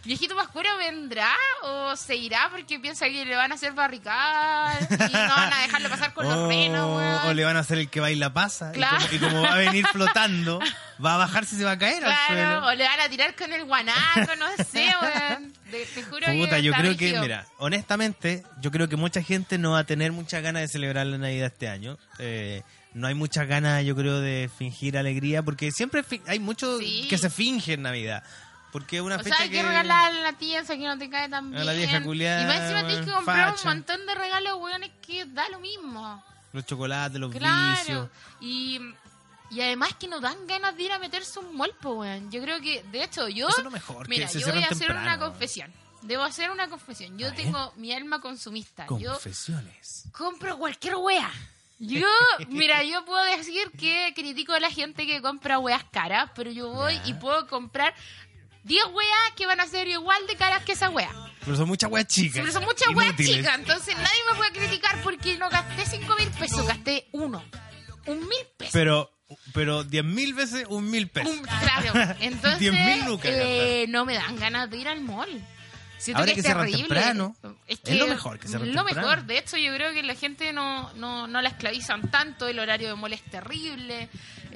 [SPEAKER 1] ¿Viejito Pascuero vendrá o se irá porque piensa que le van a hacer barricadas y no van a dejarlo pasar con
[SPEAKER 2] Oh,
[SPEAKER 1] los renos, weón?
[SPEAKER 2] O le van a hacer el que baila pasa. y
[SPEAKER 1] Claro.
[SPEAKER 2] como- Y, como, va a venir flotando, va a bajarse y se va a caer
[SPEAKER 1] Claro,
[SPEAKER 2] al
[SPEAKER 1] o le van a tirar con el guanaco, no sé, weón. De- te juro
[SPEAKER 2] suelo. Puta,
[SPEAKER 1] que
[SPEAKER 2] yo
[SPEAKER 1] está
[SPEAKER 2] creo que,
[SPEAKER 1] brígido.
[SPEAKER 2] mira, honestamente, yo creo que mucha gente no va a tener muchas ganas de celebrar la Navidad este año. Eh, no hay muchas ganas, yo creo, de fingir alegría, porque siempre fi- hay muchos
[SPEAKER 1] Sí.
[SPEAKER 2] que se fingen Navidad. Porque es una
[SPEAKER 1] O
[SPEAKER 2] fecha
[SPEAKER 1] sea, hay que, regalar a la tía esa que no te cae tan bien.
[SPEAKER 2] A la vieja culiada,
[SPEAKER 1] Y más encima tienes que
[SPEAKER 2] weón,
[SPEAKER 1] comprar
[SPEAKER 2] facha.
[SPEAKER 1] un montón de regalos, weón, es que da lo mismo.
[SPEAKER 2] los chocolates, los vicios.
[SPEAKER 1] Claro. Y, y además que no dan ganas de ir a meterse un molpo, weón. Yo creo que, de hecho, yo...
[SPEAKER 2] Eso es lo mejor, que
[SPEAKER 1] Mira,
[SPEAKER 2] se
[SPEAKER 1] yo voy
[SPEAKER 2] cierran
[SPEAKER 1] a hacer
[SPEAKER 2] temprano,
[SPEAKER 1] una
[SPEAKER 2] weón.
[SPEAKER 1] confesión. Debo hacer una confesión. Yo
[SPEAKER 2] A ver.
[SPEAKER 1] tengo mi alma consumista. Yo
[SPEAKER 2] Confesiones.
[SPEAKER 1] compro cualquier wea. Yo, mira, yo puedo decir que critico a la gente que compra weas caras, pero yo voy
[SPEAKER 2] Ya.
[SPEAKER 1] y puedo comprar 10 weas que van a ser igual de caras que esa wea.
[SPEAKER 2] Pero son muchas weas chicas.
[SPEAKER 1] Pero son muchas weas
[SPEAKER 2] Inútiles.
[SPEAKER 1] chicas, entonces nadie me puede criticar porque no gasté 5 mil pesos, gasté uno. Un mil pesos.
[SPEAKER 2] Pero, pero diez mil veces un mil pesos.
[SPEAKER 1] Un- claro, entonces
[SPEAKER 2] 10.000 lucas
[SPEAKER 1] eh, no me dan ganas de ir al mall. Siento
[SPEAKER 2] Ahora
[SPEAKER 1] que,
[SPEAKER 2] que
[SPEAKER 1] es
[SPEAKER 2] cierran
[SPEAKER 1] terrible.
[SPEAKER 2] temprano, es lo mejor que cierran
[SPEAKER 1] Lo
[SPEAKER 2] temprano.
[SPEAKER 1] mejor, de hecho, yo creo que la gente no, no, no la esclavizan tanto, el horario de mall es terrible.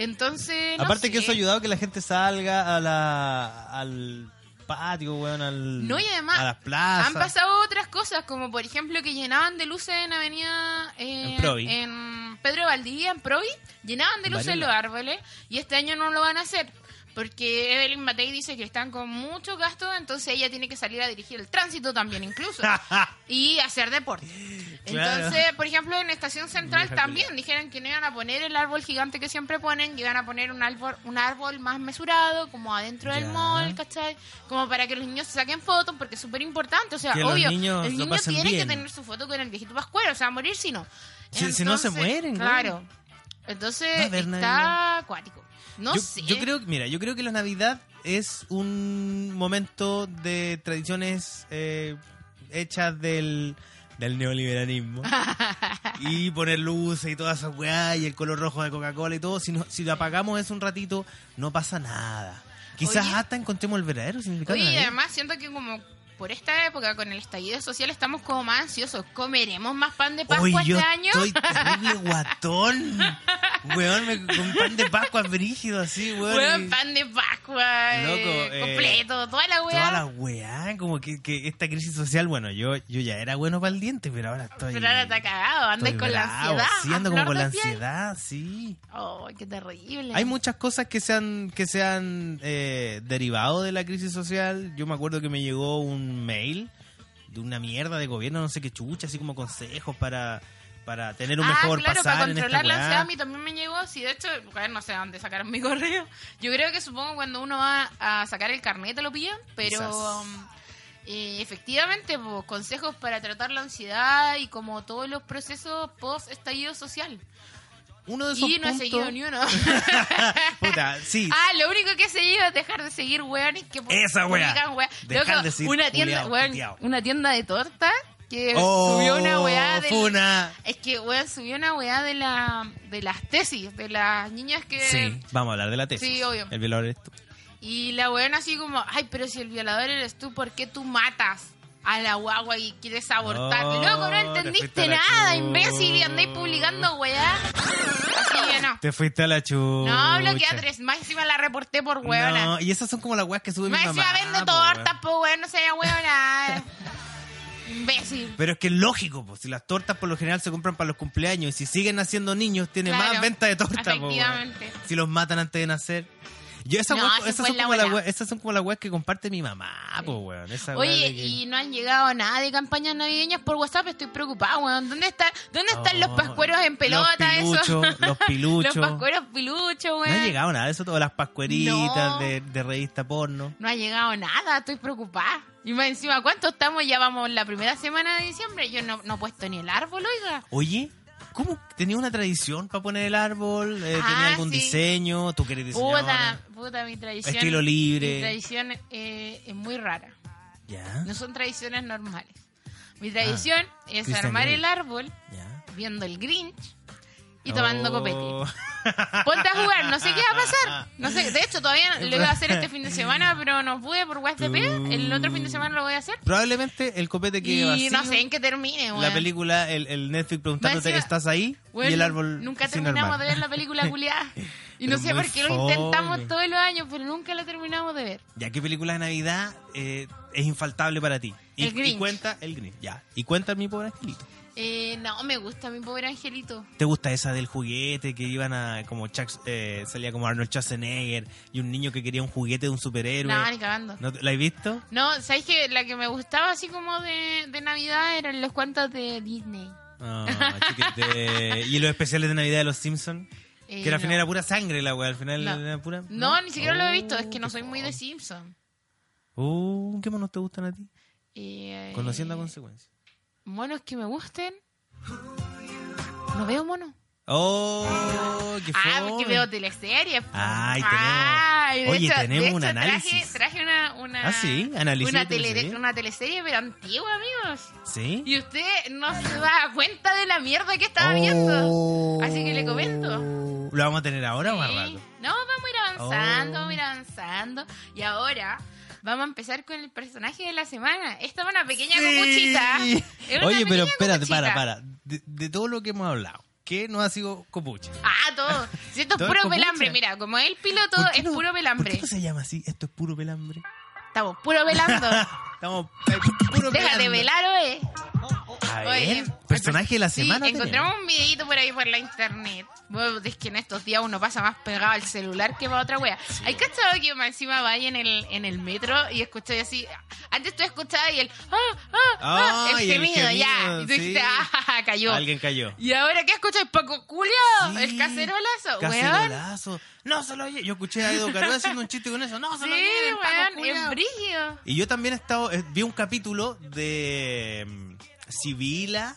[SPEAKER 1] Entonces, no
[SPEAKER 2] Aparte
[SPEAKER 1] sé.
[SPEAKER 2] que eso ha ayudado a que la gente salga a la, al patio, weón, al,
[SPEAKER 1] No, y además,
[SPEAKER 2] a las plazas.
[SPEAKER 1] Han pasado otras cosas, como por ejemplo que llenaban de luces en Avenida. eh,
[SPEAKER 2] En Provi.
[SPEAKER 1] en Pedro de Valdivia, en Provi. Llenaban de
[SPEAKER 2] En
[SPEAKER 1] luces
[SPEAKER 2] varios
[SPEAKER 1] los árboles y este año no lo van a hacer. Porque Evelyn Matei dice que están con mucho gasto, entonces ella tiene que salir a dirigir el tránsito también, incluso. y hacer deporte.
[SPEAKER 2] Claro.
[SPEAKER 1] Entonces, por ejemplo, en Estación Central
[SPEAKER 2] Vieja
[SPEAKER 1] también dijeron que no iban a poner el árbol gigante que siempre ponen, que iban a poner un árbol, un árbol más mesurado, como adentro del
[SPEAKER 2] Ya.
[SPEAKER 1] mall, ¿cachai? Como para que los niños se saquen fotos, porque es súper importante. O sea,
[SPEAKER 2] Que los
[SPEAKER 1] obvio,
[SPEAKER 2] niños
[SPEAKER 1] el
[SPEAKER 2] lo
[SPEAKER 1] niño
[SPEAKER 2] pasen
[SPEAKER 1] tiene que
[SPEAKER 2] bien.
[SPEAKER 1] tener su foto con el viejito pascuero, o sea, morir si no.
[SPEAKER 2] Si- si no se mueren, güey.
[SPEAKER 1] Claro.
[SPEAKER 2] Va a
[SPEAKER 1] Entonces,
[SPEAKER 2] haber
[SPEAKER 1] está
[SPEAKER 2] Navidad.
[SPEAKER 1] acuático. No
[SPEAKER 2] yo,
[SPEAKER 1] sé.
[SPEAKER 2] yo creo, mira, yo creo que la Navidad es un momento de tradiciones eh, hechas del, del neoliberalismo. y poner luces y toda esa weá y el color rojo de Coca-Cola y todo. Si, no- si lo apagamos es un ratito, no pasa nada. Quizás
[SPEAKER 1] Oye.
[SPEAKER 2] hasta encontremos el verdadero significado. de
[SPEAKER 1] Oye, y
[SPEAKER 2] la Navidad.
[SPEAKER 1] además siento que como por esta época con el estallido social estamos como más ansiosos. ¿Comeremos más pan de Pascua
[SPEAKER 2] Hoy
[SPEAKER 1] este
[SPEAKER 2] yo
[SPEAKER 1] año?
[SPEAKER 2] estoy terrible guatón. Weón, me, con pan de Pascua brígido así, weón.
[SPEAKER 1] Weón,
[SPEAKER 2] y
[SPEAKER 1] pan de Pascua, eh,
[SPEAKER 2] Loco, eh,
[SPEAKER 1] completo, toda la weá.
[SPEAKER 2] Toda la weá, como que, que esta crisis social, bueno, yo, yo ya era bueno para el diente, pero ahora estoy.
[SPEAKER 1] Pero ahora está cagado, andas
[SPEAKER 2] estoy
[SPEAKER 1] con la
[SPEAKER 2] bravo,
[SPEAKER 1] ansiedad.
[SPEAKER 2] Sí, ando
[SPEAKER 1] a
[SPEAKER 2] como
[SPEAKER 1] flor
[SPEAKER 2] con la
[SPEAKER 1] de piel.
[SPEAKER 2] ansiedad, sí.
[SPEAKER 1] Oh, qué terrible.
[SPEAKER 2] Hay muchas cosas que se han, que se han eh, derivado de la crisis social. Yo me acuerdo que me llegó un mail de una mierda de gobierno, no sé qué chucha, así como consejos para, para tener un
[SPEAKER 1] ah,
[SPEAKER 2] mejor
[SPEAKER 1] claro,
[SPEAKER 2] pasar
[SPEAKER 1] para
[SPEAKER 2] en esta
[SPEAKER 1] controlar la
[SPEAKER 2] weá.
[SPEAKER 1] ansiedad a mí también me llegó. Sí, de hecho, bueno, no sé dónde sacaron mi correo. Yo creo que supongo cuando uno va a sacar el carnet te lo pillan,
[SPEAKER 2] Quizás.
[SPEAKER 1] pero um, eh, efectivamente, pues, consejos para tratar la ansiedad y como todos los procesos post estallido social.
[SPEAKER 2] Uno de esos
[SPEAKER 1] Y no he
[SPEAKER 2] puntos-
[SPEAKER 1] seguido ni uno.
[SPEAKER 2] Puta, sí.
[SPEAKER 1] Ah, lo único que he seguido es dejar de seguir weones que pu-
[SPEAKER 2] Esa wea.
[SPEAKER 1] publican wea.
[SPEAKER 2] Dejar
[SPEAKER 1] Loco,
[SPEAKER 2] de seguir
[SPEAKER 1] una tienda,
[SPEAKER 2] culiao,
[SPEAKER 1] weón,
[SPEAKER 2] puteao.
[SPEAKER 1] una tienda de torta que
[SPEAKER 2] Oh,
[SPEAKER 1] subió una weá de
[SPEAKER 2] funa.
[SPEAKER 1] Es que weón subió una weá de la de las tesis, de las niñas que
[SPEAKER 2] Sí, vamos a hablar de la tesis.
[SPEAKER 1] Sí, obvio.
[SPEAKER 2] El violador eres tú.
[SPEAKER 1] y la weón así como, "Ay, pero si el violador eres tú, ¿por qué tú matas?" A la guagua y quieres abortar.
[SPEAKER 2] Oh,
[SPEAKER 1] Loco, no
[SPEAKER 2] te fuiste
[SPEAKER 1] entendiste
[SPEAKER 2] a la
[SPEAKER 1] nada,
[SPEAKER 2] chu-
[SPEAKER 1] imbécil, y andáis publicando weá. Así que no.
[SPEAKER 2] Te fuiste a la chucha.
[SPEAKER 1] No, bloquea tres. Más encima la reporté por weona.
[SPEAKER 2] No, y esas son como las weas que sube
[SPEAKER 1] Me
[SPEAKER 2] mi mamá.
[SPEAKER 1] decía, vende
[SPEAKER 2] po,
[SPEAKER 1] tortas,
[SPEAKER 2] weón.
[SPEAKER 1] po, weón, no sea weón. Imbécil.
[SPEAKER 2] Pero es que es lógico, pues si las tortas por lo general se compran para los cumpleaños y si siguen naciendo niños, tiene
[SPEAKER 1] Claro.
[SPEAKER 2] más venta de tortas. po, weón.
[SPEAKER 1] Efectivamente.
[SPEAKER 2] si los matan antes de nacer. Yo esa
[SPEAKER 1] No,
[SPEAKER 2] wea-
[SPEAKER 1] esa
[SPEAKER 2] esas,
[SPEAKER 1] fue
[SPEAKER 2] son
[SPEAKER 1] la
[SPEAKER 2] como la
[SPEAKER 1] buena.
[SPEAKER 2] wea- esas son como las weas que comparte mi mamá, po, weón. Esa wea
[SPEAKER 1] Oye,
[SPEAKER 2] de que-
[SPEAKER 1] y no han llegado nada de campañas navideñas por WhatsApp, estoy preocupada, weón. ¿Dónde, está, ¿dónde están
[SPEAKER 2] No,
[SPEAKER 1] los pascueros en pelota?
[SPEAKER 2] Oh, los
[SPEAKER 1] eso?
[SPEAKER 2] piluchos, los piluchos.
[SPEAKER 1] los pascueros piluchos,
[SPEAKER 2] No
[SPEAKER 1] weón.
[SPEAKER 2] ha llegado nada de eso, todas las pascueritas
[SPEAKER 1] No.
[SPEAKER 2] de, de revista porno.
[SPEAKER 1] No ha llegado nada, estoy preocupada. Y más encima, ¿cuánto estamos? Ya vamos en la primera semana de diciembre. Yo no, no he puesto ni el árbol, oiga.
[SPEAKER 2] Oye, ¿cómo tenía una tradición para poner el árbol? Eh, ¿Tenía
[SPEAKER 1] Ah,
[SPEAKER 2] algún
[SPEAKER 1] sí.
[SPEAKER 2] diseño? ¿Tú querés diseñar?
[SPEAKER 1] Puta, puta, mi tradición.
[SPEAKER 2] Estilo libre.
[SPEAKER 1] Mi tradición eh, es muy rara.
[SPEAKER 2] Ya,
[SPEAKER 1] No son tradiciones normales. Mi tradición es
[SPEAKER 2] Christian
[SPEAKER 1] armar
[SPEAKER 2] Ah, Grey.
[SPEAKER 1] el árbol
[SPEAKER 2] ya.
[SPEAKER 1] viendo el Grinch y tomando
[SPEAKER 2] Oh.
[SPEAKER 1] copete. Ponte a jugar, no sé qué va a pasar. No sé, de hecho todavía lo iba a hacer este fin de semana, pero no pude por WhatsApp. El otro fin de semana lo voy a hacer.
[SPEAKER 2] Probablemente el copete que
[SPEAKER 1] Y
[SPEAKER 2] vacío,
[SPEAKER 1] no sé en qué termine,
[SPEAKER 2] la
[SPEAKER 1] weón.
[SPEAKER 2] película, el, el Netflix preguntándote,
[SPEAKER 1] Encima-
[SPEAKER 2] ¿estás ahí?
[SPEAKER 1] Weón,
[SPEAKER 2] y el árbol
[SPEAKER 1] Nunca
[SPEAKER 2] sin
[SPEAKER 1] terminamos
[SPEAKER 2] armar.
[SPEAKER 1] de ver la película culiada. Y
[SPEAKER 2] Pero
[SPEAKER 1] no sé
[SPEAKER 2] muy
[SPEAKER 1] por qué lo
[SPEAKER 2] fome.
[SPEAKER 1] intentamos todos los años, pero nunca la terminamos de ver.
[SPEAKER 2] Ya, ¿qué película de Navidad eh, es infaltable para ti? Y,
[SPEAKER 1] El
[SPEAKER 2] y
[SPEAKER 1] Grinch.
[SPEAKER 2] cuenta el Grinch, ya. Y cuenta mi pobre angelito.
[SPEAKER 1] Eh, no, me gusta mi pobre angelito.
[SPEAKER 2] ¿Te gusta esa del juguete que iban a como Chuck- eh, salía como Arnold Schwarzenegger y un niño que quería un juguete de un superhéroe?
[SPEAKER 1] No, ni cagando.
[SPEAKER 2] ¿No te- ¿La has visto?
[SPEAKER 1] No, ¿sabes que La que me gustaba así como de, de Navidad eran los cuentos de Disney.
[SPEAKER 2] Ah, chiquete. y los especiales de Navidad de los Simpsons.
[SPEAKER 1] Eh,
[SPEAKER 2] que al
[SPEAKER 1] no.
[SPEAKER 2] final era pura sangre la weá, al final
[SPEAKER 1] No.
[SPEAKER 2] era pura.
[SPEAKER 1] No, ni siquiera lo he visto, es que no
[SPEAKER 2] Oh,
[SPEAKER 1] soy
[SPEAKER 2] qué
[SPEAKER 1] muy de
[SPEAKER 2] fome.
[SPEAKER 1] Simpson.
[SPEAKER 2] Uh, ¿qué monos te gustan a ti?
[SPEAKER 1] Eh,
[SPEAKER 2] Conociendo a consecuencia.
[SPEAKER 1] Monos que me gusten. No veo mono.
[SPEAKER 2] Oh, qué fome.
[SPEAKER 1] Ah, porque veo teleseries. po.
[SPEAKER 2] Ay, tenemos-
[SPEAKER 1] Ay, de
[SPEAKER 2] Oye,
[SPEAKER 1] hecho- de
[SPEAKER 2] tenemos
[SPEAKER 1] hecho,
[SPEAKER 2] un
[SPEAKER 1] Traje,
[SPEAKER 2] análisis.
[SPEAKER 1] traje una, una.
[SPEAKER 2] Ah, sí, análisis
[SPEAKER 1] Una,
[SPEAKER 2] de
[SPEAKER 1] tele-
[SPEAKER 2] teleserie.
[SPEAKER 1] una teleserie, pero antigua, amigos.
[SPEAKER 2] ¿Sí?
[SPEAKER 1] Y usted no se da cuenta de la mierda que
[SPEAKER 2] Oh,
[SPEAKER 1] estaba viendo. Así que le comento.
[SPEAKER 2] ¿Lo vamos a tener ahora o más
[SPEAKER 1] Sí.
[SPEAKER 2] rato?
[SPEAKER 1] No, vamos a ir avanzando,
[SPEAKER 2] Oh.
[SPEAKER 1] vamos a ir avanzando. Y ahora vamos a empezar con el personaje de la semana. Esta es una pequeña copuchita.
[SPEAKER 2] Sí.
[SPEAKER 1] Es una
[SPEAKER 2] Oye,
[SPEAKER 1] pequeña
[SPEAKER 2] pero espérate,
[SPEAKER 1] copuchita.
[SPEAKER 2] para, para. De, de todo lo que hemos hablado, ¿qué no ha sido copucha?
[SPEAKER 1] Ah, todo. Si esto
[SPEAKER 2] Todo
[SPEAKER 1] es
[SPEAKER 2] es
[SPEAKER 1] puro
[SPEAKER 2] copucha.
[SPEAKER 1] pelambre, mira, como es el piloto,
[SPEAKER 2] ¿Por qué
[SPEAKER 1] es
[SPEAKER 2] no-
[SPEAKER 1] puro
[SPEAKER 2] ¿Por
[SPEAKER 1] pelambre.
[SPEAKER 2] qué no se llama así? Esto es puro pelambre.
[SPEAKER 1] Estamos puro velando.
[SPEAKER 2] Estamos eh, puro
[SPEAKER 1] Deja de
[SPEAKER 2] pelando.
[SPEAKER 1] velar, oe.
[SPEAKER 2] A
[SPEAKER 1] Oye,
[SPEAKER 2] ver, personaje de la
[SPEAKER 1] Sí,
[SPEAKER 2] semana. tenemos.
[SPEAKER 1] encontramos un videito por ahí por la internet. Bueno, Es que en estos días uno pasa más pegado al celular que para otra wea. Hay cachado que más encima vaya en el, en el metro y escuché así. Antes tú escuchabas y el. ¡Ah, ah, ah",
[SPEAKER 2] Ay,
[SPEAKER 1] el,
[SPEAKER 2] el
[SPEAKER 1] gemido, ya.
[SPEAKER 2] gemido,
[SPEAKER 1] Y tú dijiste,
[SPEAKER 2] sí.
[SPEAKER 1] ¡ah, ja, ja, cayó!
[SPEAKER 2] Alguien cayó.
[SPEAKER 1] ¿Y ahora qué escuchas? ¿Paco Culio?
[SPEAKER 2] Sí,
[SPEAKER 1] ¿El cacerolazo? Weón.
[SPEAKER 2] Cacerolazo. No se lo oye. Yo escuché a Edo Caroe haciendo un chiste con eso. No se
[SPEAKER 1] Sí,
[SPEAKER 2] lo oye. el Paco
[SPEAKER 1] weón,
[SPEAKER 2] culiao.
[SPEAKER 1] es brillo.
[SPEAKER 2] Y yo también he estado, eh, vi un capítulo de mm, Sibila,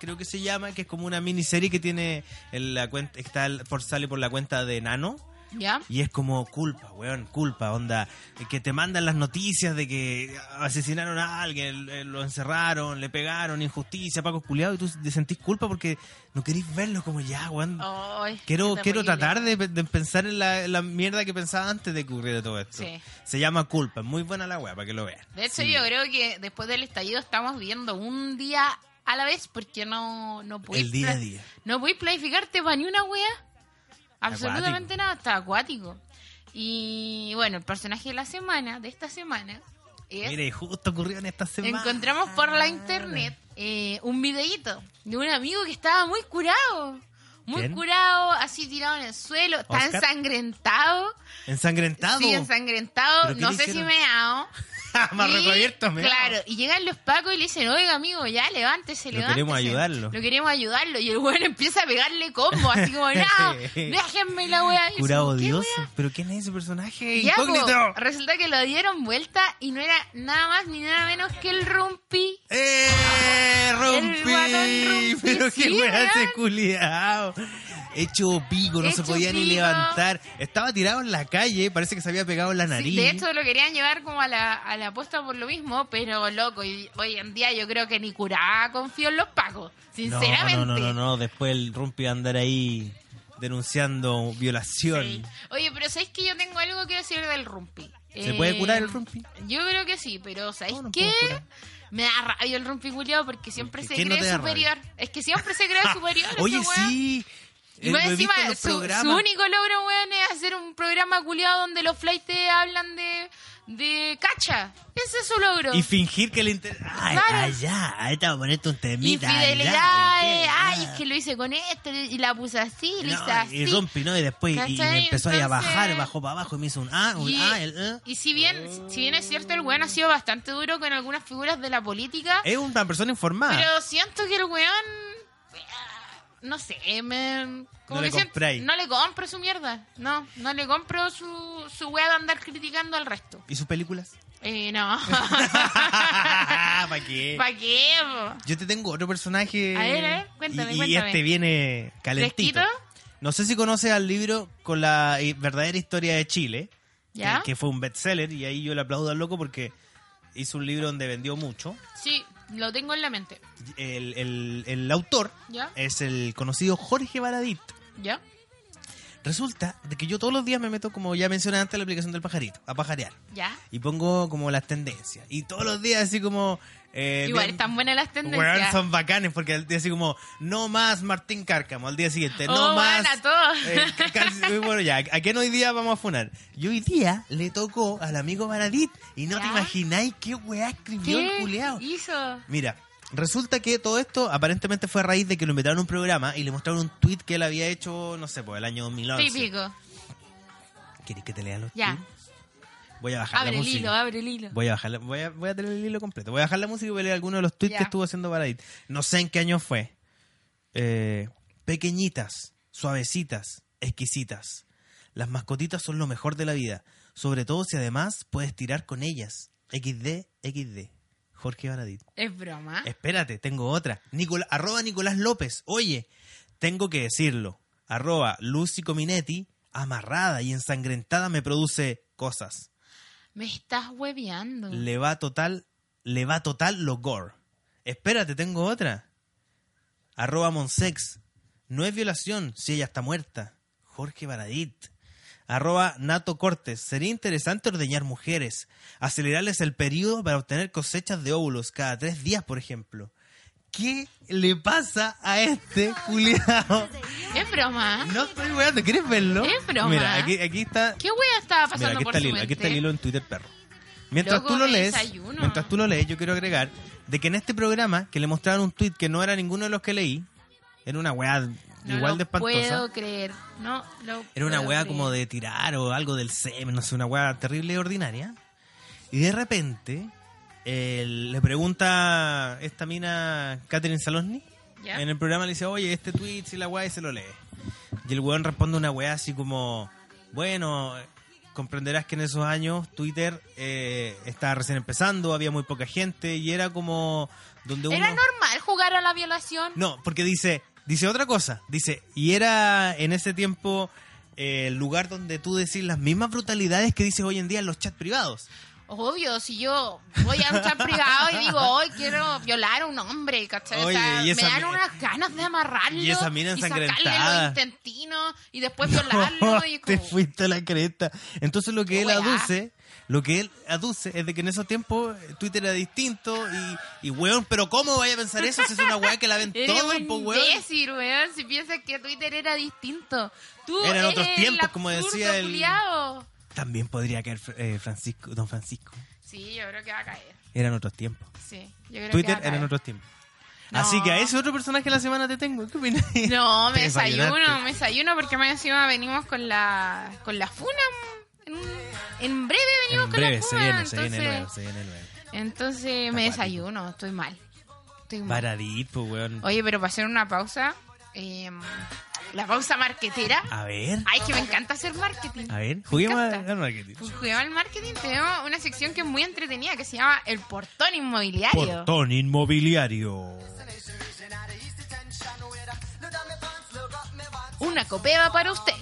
[SPEAKER 2] creo que se llama, que es como una miniserie que tiene en la cuenta, está al- por sale por la cuenta de Nano.
[SPEAKER 1] ¿Ya?
[SPEAKER 2] Y es como culpa, weón, culpa, onda. eh, Que te mandan las noticias de que asesinaron a alguien, eh, lo encerraron, le pegaron, injusticia, Paco culiado, y tú te sentís culpa porque no querés verlo como ya, weón.
[SPEAKER 1] Oh, Ay,
[SPEAKER 2] Quiero,
[SPEAKER 1] qué
[SPEAKER 2] quiero
[SPEAKER 1] terrible.
[SPEAKER 2] tratar de, de pensar en la, en la mierda que pensaba antes de que ocurriera todo esto.
[SPEAKER 1] Sí.
[SPEAKER 2] Se llama Culpa, es muy buena la weá para que lo vean.
[SPEAKER 1] De hecho,
[SPEAKER 2] Sí.
[SPEAKER 1] yo creo que después del estallido estamos viendo un día a la vez porque no, no podéis
[SPEAKER 2] El día a
[SPEAKER 1] pla-
[SPEAKER 2] día.
[SPEAKER 1] No podéis planificarte para ni una wea. Absolutamente
[SPEAKER 2] Acuático.
[SPEAKER 1] nada, está acuático. Y bueno, el personaje de la semana, de esta semana, es.
[SPEAKER 2] Mire, justo ocurrió en esta semana.
[SPEAKER 1] encontramos por la internet eh, un videíto de un amigo que estaba muy curado. Muy
[SPEAKER 2] ¿Quién?
[SPEAKER 1] curado, así tirado en el suelo, tan
[SPEAKER 2] ¿Oscar?
[SPEAKER 1] ensangrentado.
[SPEAKER 2] Ensangrentado.
[SPEAKER 1] Sí, ensangrentado,
[SPEAKER 2] ¿Pero qué
[SPEAKER 1] no
[SPEAKER 2] le
[SPEAKER 1] sé si
[SPEAKER 2] hicieron?
[SPEAKER 1] meado.
[SPEAKER 2] Más
[SPEAKER 1] Y,
[SPEAKER 2] recubierto, me
[SPEAKER 1] Claro, y llegan los pacos y le dicen, oiga amigo, ya levántese,
[SPEAKER 2] Lo
[SPEAKER 1] levántese.
[SPEAKER 2] queremos ayudarlo.
[SPEAKER 1] Lo queremos ayudarlo. Y el bueno empieza a pegarle combo, así como, no, déjenme la wea. Y yo,
[SPEAKER 2] Curado
[SPEAKER 1] ¿qué
[SPEAKER 2] odioso.
[SPEAKER 1] wea?
[SPEAKER 2] ¿Pero quién es ese personaje?
[SPEAKER 1] Ya, po,
[SPEAKER 2] Incógnito.
[SPEAKER 1] resulta que lo dieron vuelta y no era nada más ni nada menos que el rumpi.
[SPEAKER 2] ¡Eh!
[SPEAKER 1] El guatón
[SPEAKER 2] ¡Rompí!
[SPEAKER 1] rompí,
[SPEAKER 2] Pero
[SPEAKER 1] sí,
[SPEAKER 2] qué weá
[SPEAKER 1] weón.
[SPEAKER 2] ese culiao. Hecho pico, no se
[SPEAKER 1] Hecho
[SPEAKER 2] podía ni
[SPEAKER 1] pico.
[SPEAKER 2] levantar. Estaba tirado en la calle, parece que se había pegado en la nariz.
[SPEAKER 1] Sí, de hecho, lo querían llevar como a la, a la apuesta por lo mismo, pero loco, y hoy en día yo creo que ni curada confío en los pacos,
[SPEAKER 2] No,
[SPEAKER 1] sinceramente.
[SPEAKER 2] No, no, no, no, después el Rumpi va a andar ahí denunciando violación.
[SPEAKER 1] Sí. Oye, pero ¿sabéis que yo tengo algo que decir del rumpi? Eh,
[SPEAKER 2] ¿Se puede curar el rumpi?
[SPEAKER 1] Yo creo que sí, pero ¿sabéis
[SPEAKER 2] No, no
[SPEAKER 1] qué?
[SPEAKER 2] puedo curar.
[SPEAKER 1] Me da rabia el rumpi culiao porque siempre
[SPEAKER 2] ¿Por
[SPEAKER 1] se
[SPEAKER 2] qué no
[SPEAKER 1] cree
[SPEAKER 2] te da rabia?
[SPEAKER 1] superior. Es que siempre se cree superior. ese
[SPEAKER 2] Ah, Oye,
[SPEAKER 1] weón.
[SPEAKER 2] sí.
[SPEAKER 1] Y
[SPEAKER 2] eh,
[SPEAKER 1] más
[SPEAKER 2] lo he
[SPEAKER 1] encima,
[SPEAKER 2] visto en los
[SPEAKER 1] su, su
[SPEAKER 2] programas.
[SPEAKER 1] único logro, weón, es hacer un programa culiado donde los flightes hablan de, de cacha. Ese es su logro.
[SPEAKER 2] Y fingir que le interesa. Ay,
[SPEAKER 1] Claro.
[SPEAKER 2] allá, ahorita voy a ponerte un temita.
[SPEAKER 1] Infidelidades,
[SPEAKER 2] allá,
[SPEAKER 1] ay,
[SPEAKER 2] allá.
[SPEAKER 1] es que lo hice con este, y la puse así, le hice
[SPEAKER 2] No,
[SPEAKER 1] así.
[SPEAKER 2] y rompe, ¿no? Y después y- y
[SPEAKER 1] ¿Cachai?
[SPEAKER 2] empezó ahí a bajar,
[SPEAKER 1] Entonces-
[SPEAKER 2] bajó para abajo y me hizo un A, un
[SPEAKER 1] Y,
[SPEAKER 2] A, el E.
[SPEAKER 1] y si bien, si bien es cierto, el weón ha sido bastante duro con algunas figuras de la política,
[SPEAKER 2] Es una persona informada.
[SPEAKER 1] pero siento que el weón, eh, no sé, me, como
[SPEAKER 2] No le
[SPEAKER 1] que siento-
[SPEAKER 2] compráis.
[SPEAKER 1] no le compro su mierda, no, no le compro su, su weá de andar criticando al resto.
[SPEAKER 2] ¿Y sus películas?
[SPEAKER 1] Eh, no.
[SPEAKER 2] ¿Para qué?
[SPEAKER 1] ¿Para qué? po?
[SPEAKER 2] Yo te tengo otro personaje.
[SPEAKER 1] A ver, a ver, cuéntame,
[SPEAKER 2] y, y
[SPEAKER 1] cuéntame.
[SPEAKER 2] este viene calentito.
[SPEAKER 1] ¿Fresquito?
[SPEAKER 2] No sé si conoces al libro con la eh, verdadera historia de Chile, que-
[SPEAKER 1] ¿Ya?
[SPEAKER 2] que fue un bestseller, y ahí yo le aplaudo al loco porque hizo un libro donde vendió mucho.
[SPEAKER 1] Sí, lo tengo en la mente.
[SPEAKER 2] El, el- el autor
[SPEAKER 1] ¿Ya?
[SPEAKER 2] es el conocido Jorge Baradit.
[SPEAKER 1] ¿Ya?
[SPEAKER 2] Resulta de que yo todos los días me meto, como ya mencioné antes, en la aplicación del pajarito, a pajarear.
[SPEAKER 1] ¿Ya?
[SPEAKER 2] Y pongo como las tendencias. Y todos los días así como... eh,
[SPEAKER 1] Igual
[SPEAKER 2] bien-
[SPEAKER 1] están buenas las tendencias.
[SPEAKER 2] Weón, son bacanes porque al día así como, no más Martín Cárcamo, al día siguiente, no
[SPEAKER 1] Oh,
[SPEAKER 2] más...
[SPEAKER 1] bueno, a todos.
[SPEAKER 2] eh, ca- casi- eh, bueno, ya, ¿a quién hoy día vamos a funar? Y hoy día le tocó al amigo Baradit y no te
[SPEAKER 1] ¿Ya?
[SPEAKER 2] imagináis qué weá escribió el culeado.
[SPEAKER 1] ¿Qué hizo?
[SPEAKER 2] Mira, resulta que todo esto aparentemente fue a raíz de que lo invitaron a un programa y le mostraron un tweet que él había hecho, no sé, pues el año 2011.
[SPEAKER 1] Típico.
[SPEAKER 2] ¿Querés que te lea los
[SPEAKER 1] Ya.
[SPEAKER 2] tweets? Voy a bajar
[SPEAKER 1] Abre
[SPEAKER 2] la
[SPEAKER 1] el
[SPEAKER 2] música.
[SPEAKER 1] hilo, abre el hilo.
[SPEAKER 2] Voy a bajar, la- voy a, voy a tener el hilo completo. Voy a bajar la música y voy a leer algunos de los tweets
[SPEAKER 1] Ya.
[SPEAKER 2] que estuvo haciendo Baradit. No sé en qué año fue. Eh, pequeñitas, suavecitas, exquisitas. Las mascotitas son lo mejor de la vida. Sobre todo si además puedes tirar con ellas. XD, XD. Jorge Baradit.
[SPEAKER 1] Es broma.
[SPEAKER 2] Espérate, tengo otra. Nicola- arroba Nicolás López. Oye, tengo que decirlo. Arroba Lucy Cominetti, amarrada y ensangrentada, me produce cosas
[SPEAKER 1] Me estás hueveando.
[SPEAKER 2] le va total, le va total lo gore. Espérate, tengo otra. Arroba Monsex. No es violación si ella está muerta. Jorge Baradit. Arroba Nato Cortes. Sería interesante ordeñar mujeres. Acelerarles el periodo para obtener cosechas de óvulos cada tres días, por ejemplo. ¿Qué le pasa a este culiao?
[SPEAKER 1] Es broma.
[SPEAKER 2] No estoy weando, ¿quieres verlo?
[SPEAKER 1] Es broma.
[SPEAKER 2] Mira, aquí, aquí está
[SPEAKER 1] ¿Qué wea estaba
[SPEAKER 2] Mira,
[SPEAKER 1] pasando
[SPEAKER 2] aquí
[SPEAKER 1] por
[SPEAKER 2] está, el
[SPEAKER 1] su
[SPEAKER 2] hilo, aquí
[SPEAKER 1] mente?
[SPEAKER 2] está el hilo en Twitter, perro. Mientras
[SPEAKER 1] Loco,
[SPEAKER 2] tú lo
[SPEAKER 1] me
[SPEAKER 2] lees,
[SPEAKER 1] desayuno.
[SPEAKER 2] mientras tú lo lees, yo quiero agregar de que en este programa que le mostraron un tweet que no era ninguno de los que leí, era una weá
[SPEAKER 1] No
[SPEAKER 2] igual
[SPEAKER 1] lo
[SPEAKER 2] de espantosa.
[SPEAKER 1] puedo creer. No lo
[SPEAKER 2] Era una
[SPEAKER 1] puedo
[SPEAKER 2] weá
[SPEAKER 1] creer.
[SPEAKER 2] como de tirar o algo del semen, no sé, una weá terrible y ordinaria. Y de repente eh, le pregunta esta mina Catherine Salosny
[SPEAKER 1] ¿Ya?
[SPEAKER 2] en el programa, le dice, oye, este tweet, si la weá, y se lo lee. Y el weón responde una weá así como, bueno, comprenderás que en esos años Twitter eh, estaba recién empezando, había muy poca gente y era como donde uno...
[SPEAKER 1] ¿Era normal jugar a la violación?
[SPEAKER 2] No, porque dice, dice otra cosa. Dice, y era en ese tiempo eh, el lugar donde tú decís las mismas brutalidades que dices hoy en día en los chats privados.
[SPEAKER 1] Obvio, si yo voy a un chat privado y digo, hoy quiero violar a un hombre, ¿cachai? O
[SPEAKER 2] Oye,
[SPEAKER 1] sea,
[SPEAKER 2] y
[SPEAKER 1] me
[SPEAKER 2] esa
[SPEAKER 1] dan
[SPEAKER 2] mi-
[SPEAKER 1] unas ganas de amarrarlo
[SPEAKER 2] y esa mina
[SPEAKER 1] sacarle los
[SPEAKER 2] ensangrentada.
[SPEAKER 1] intestinos y después violarlo y
[SPEAKER 2] Te
[SPEAKER 1] como...
[SPEAKER 2] fuiste a la cresta. Entonces lo que él
[SPEAKER 1] Weá.
[SPEAKER 2] aduce, lo que él aduce es de que en esos tiempos eh, Twitter era distinto y, y weón, pero ¿cómo vaya a pensar eso si es una weá que la ven
[SPEAKER 1] Eres
[SPEAKER 2] todos,
[SPEAKER 1] un
[SPEAKER 2] po, weón?
[SPEAKER 1] imbécil, weón, si piensas que Twitter era distinto. Tú
[SPEAKER 2] Eran
[SPEAKER 1] eres
[SPEAKER 2] otros tiempos,
[SPEAKER 1] el
[SPEAKER 2] como
[SPEAKER 1] absurdo
[SPEAKER 2] decía el-
[SPEAKER 1] culiao.
[SPEAKER 2] También podría caer eh, Francisco, don Francisco.
[SPEAKER 1] Sí, yo creo que va a caer.
[SPEAKER 2] Eran otros tiempos.
[SPEAKER 1] Sí, yo creo que
[SPEAKER 2] Twitter
[SPEAKER 1] va a
[SPEAKER 2] eran
[SPEAKER 1] caer.
[SPEAKER 2] otros tiempos.
[SPEAKER 1] No.
[SPEAKER 2] Así que a ese otro personaje de la semana te tengo. ¿Qué opinas?
[SPEAKER 1] No, me
[SPEAKER 2] Te
[SPEAKER 1] desayuno,
[SPEAKER 2] desayunaste.
[SPEAKER 1] me desayuno porque más encima venimos con la con la funa. En, en breve venimos
[SPEAKER 2] En
[SPEAKER 1] con
[SPEAKER 2] breve,
[SPEAKER 1] la
[SPEAKER 2] se
[SPEAKER 1] funa.
[SPEAKER 2] viene, se viene
[SPEAKER 1] entonces-
[SPEAKER 2] luego, se viene luego.
[SPEAKER 1] Entonces me
[SPEAKER 2] Acuático.
[SPEAKER 1] desayuno, estoy mal. Estoy mal.
[SPEAKER 2] Baradito, weón.
[SPEAKER 1] Oye, pero para hacer una pausa, eh, la pausa marquetera.
[SPEAKER 2] A ver,
[SPEAKER 1] Ay, que me encanta hacer marketing.
[SPEAKER 2] a ver, juguemos a-
[SPEAKER 1] encanta.
[SPEAKER 2] al marketing.
[SPEAKER 1] Pues cuidado al marketing, tenemos una sección que es muy entretenida que se llama El Portón Inmobiliario.
[SPEAKER 2] Portón inmobiliario.
[SPEAKER 1] Una copeva para usted.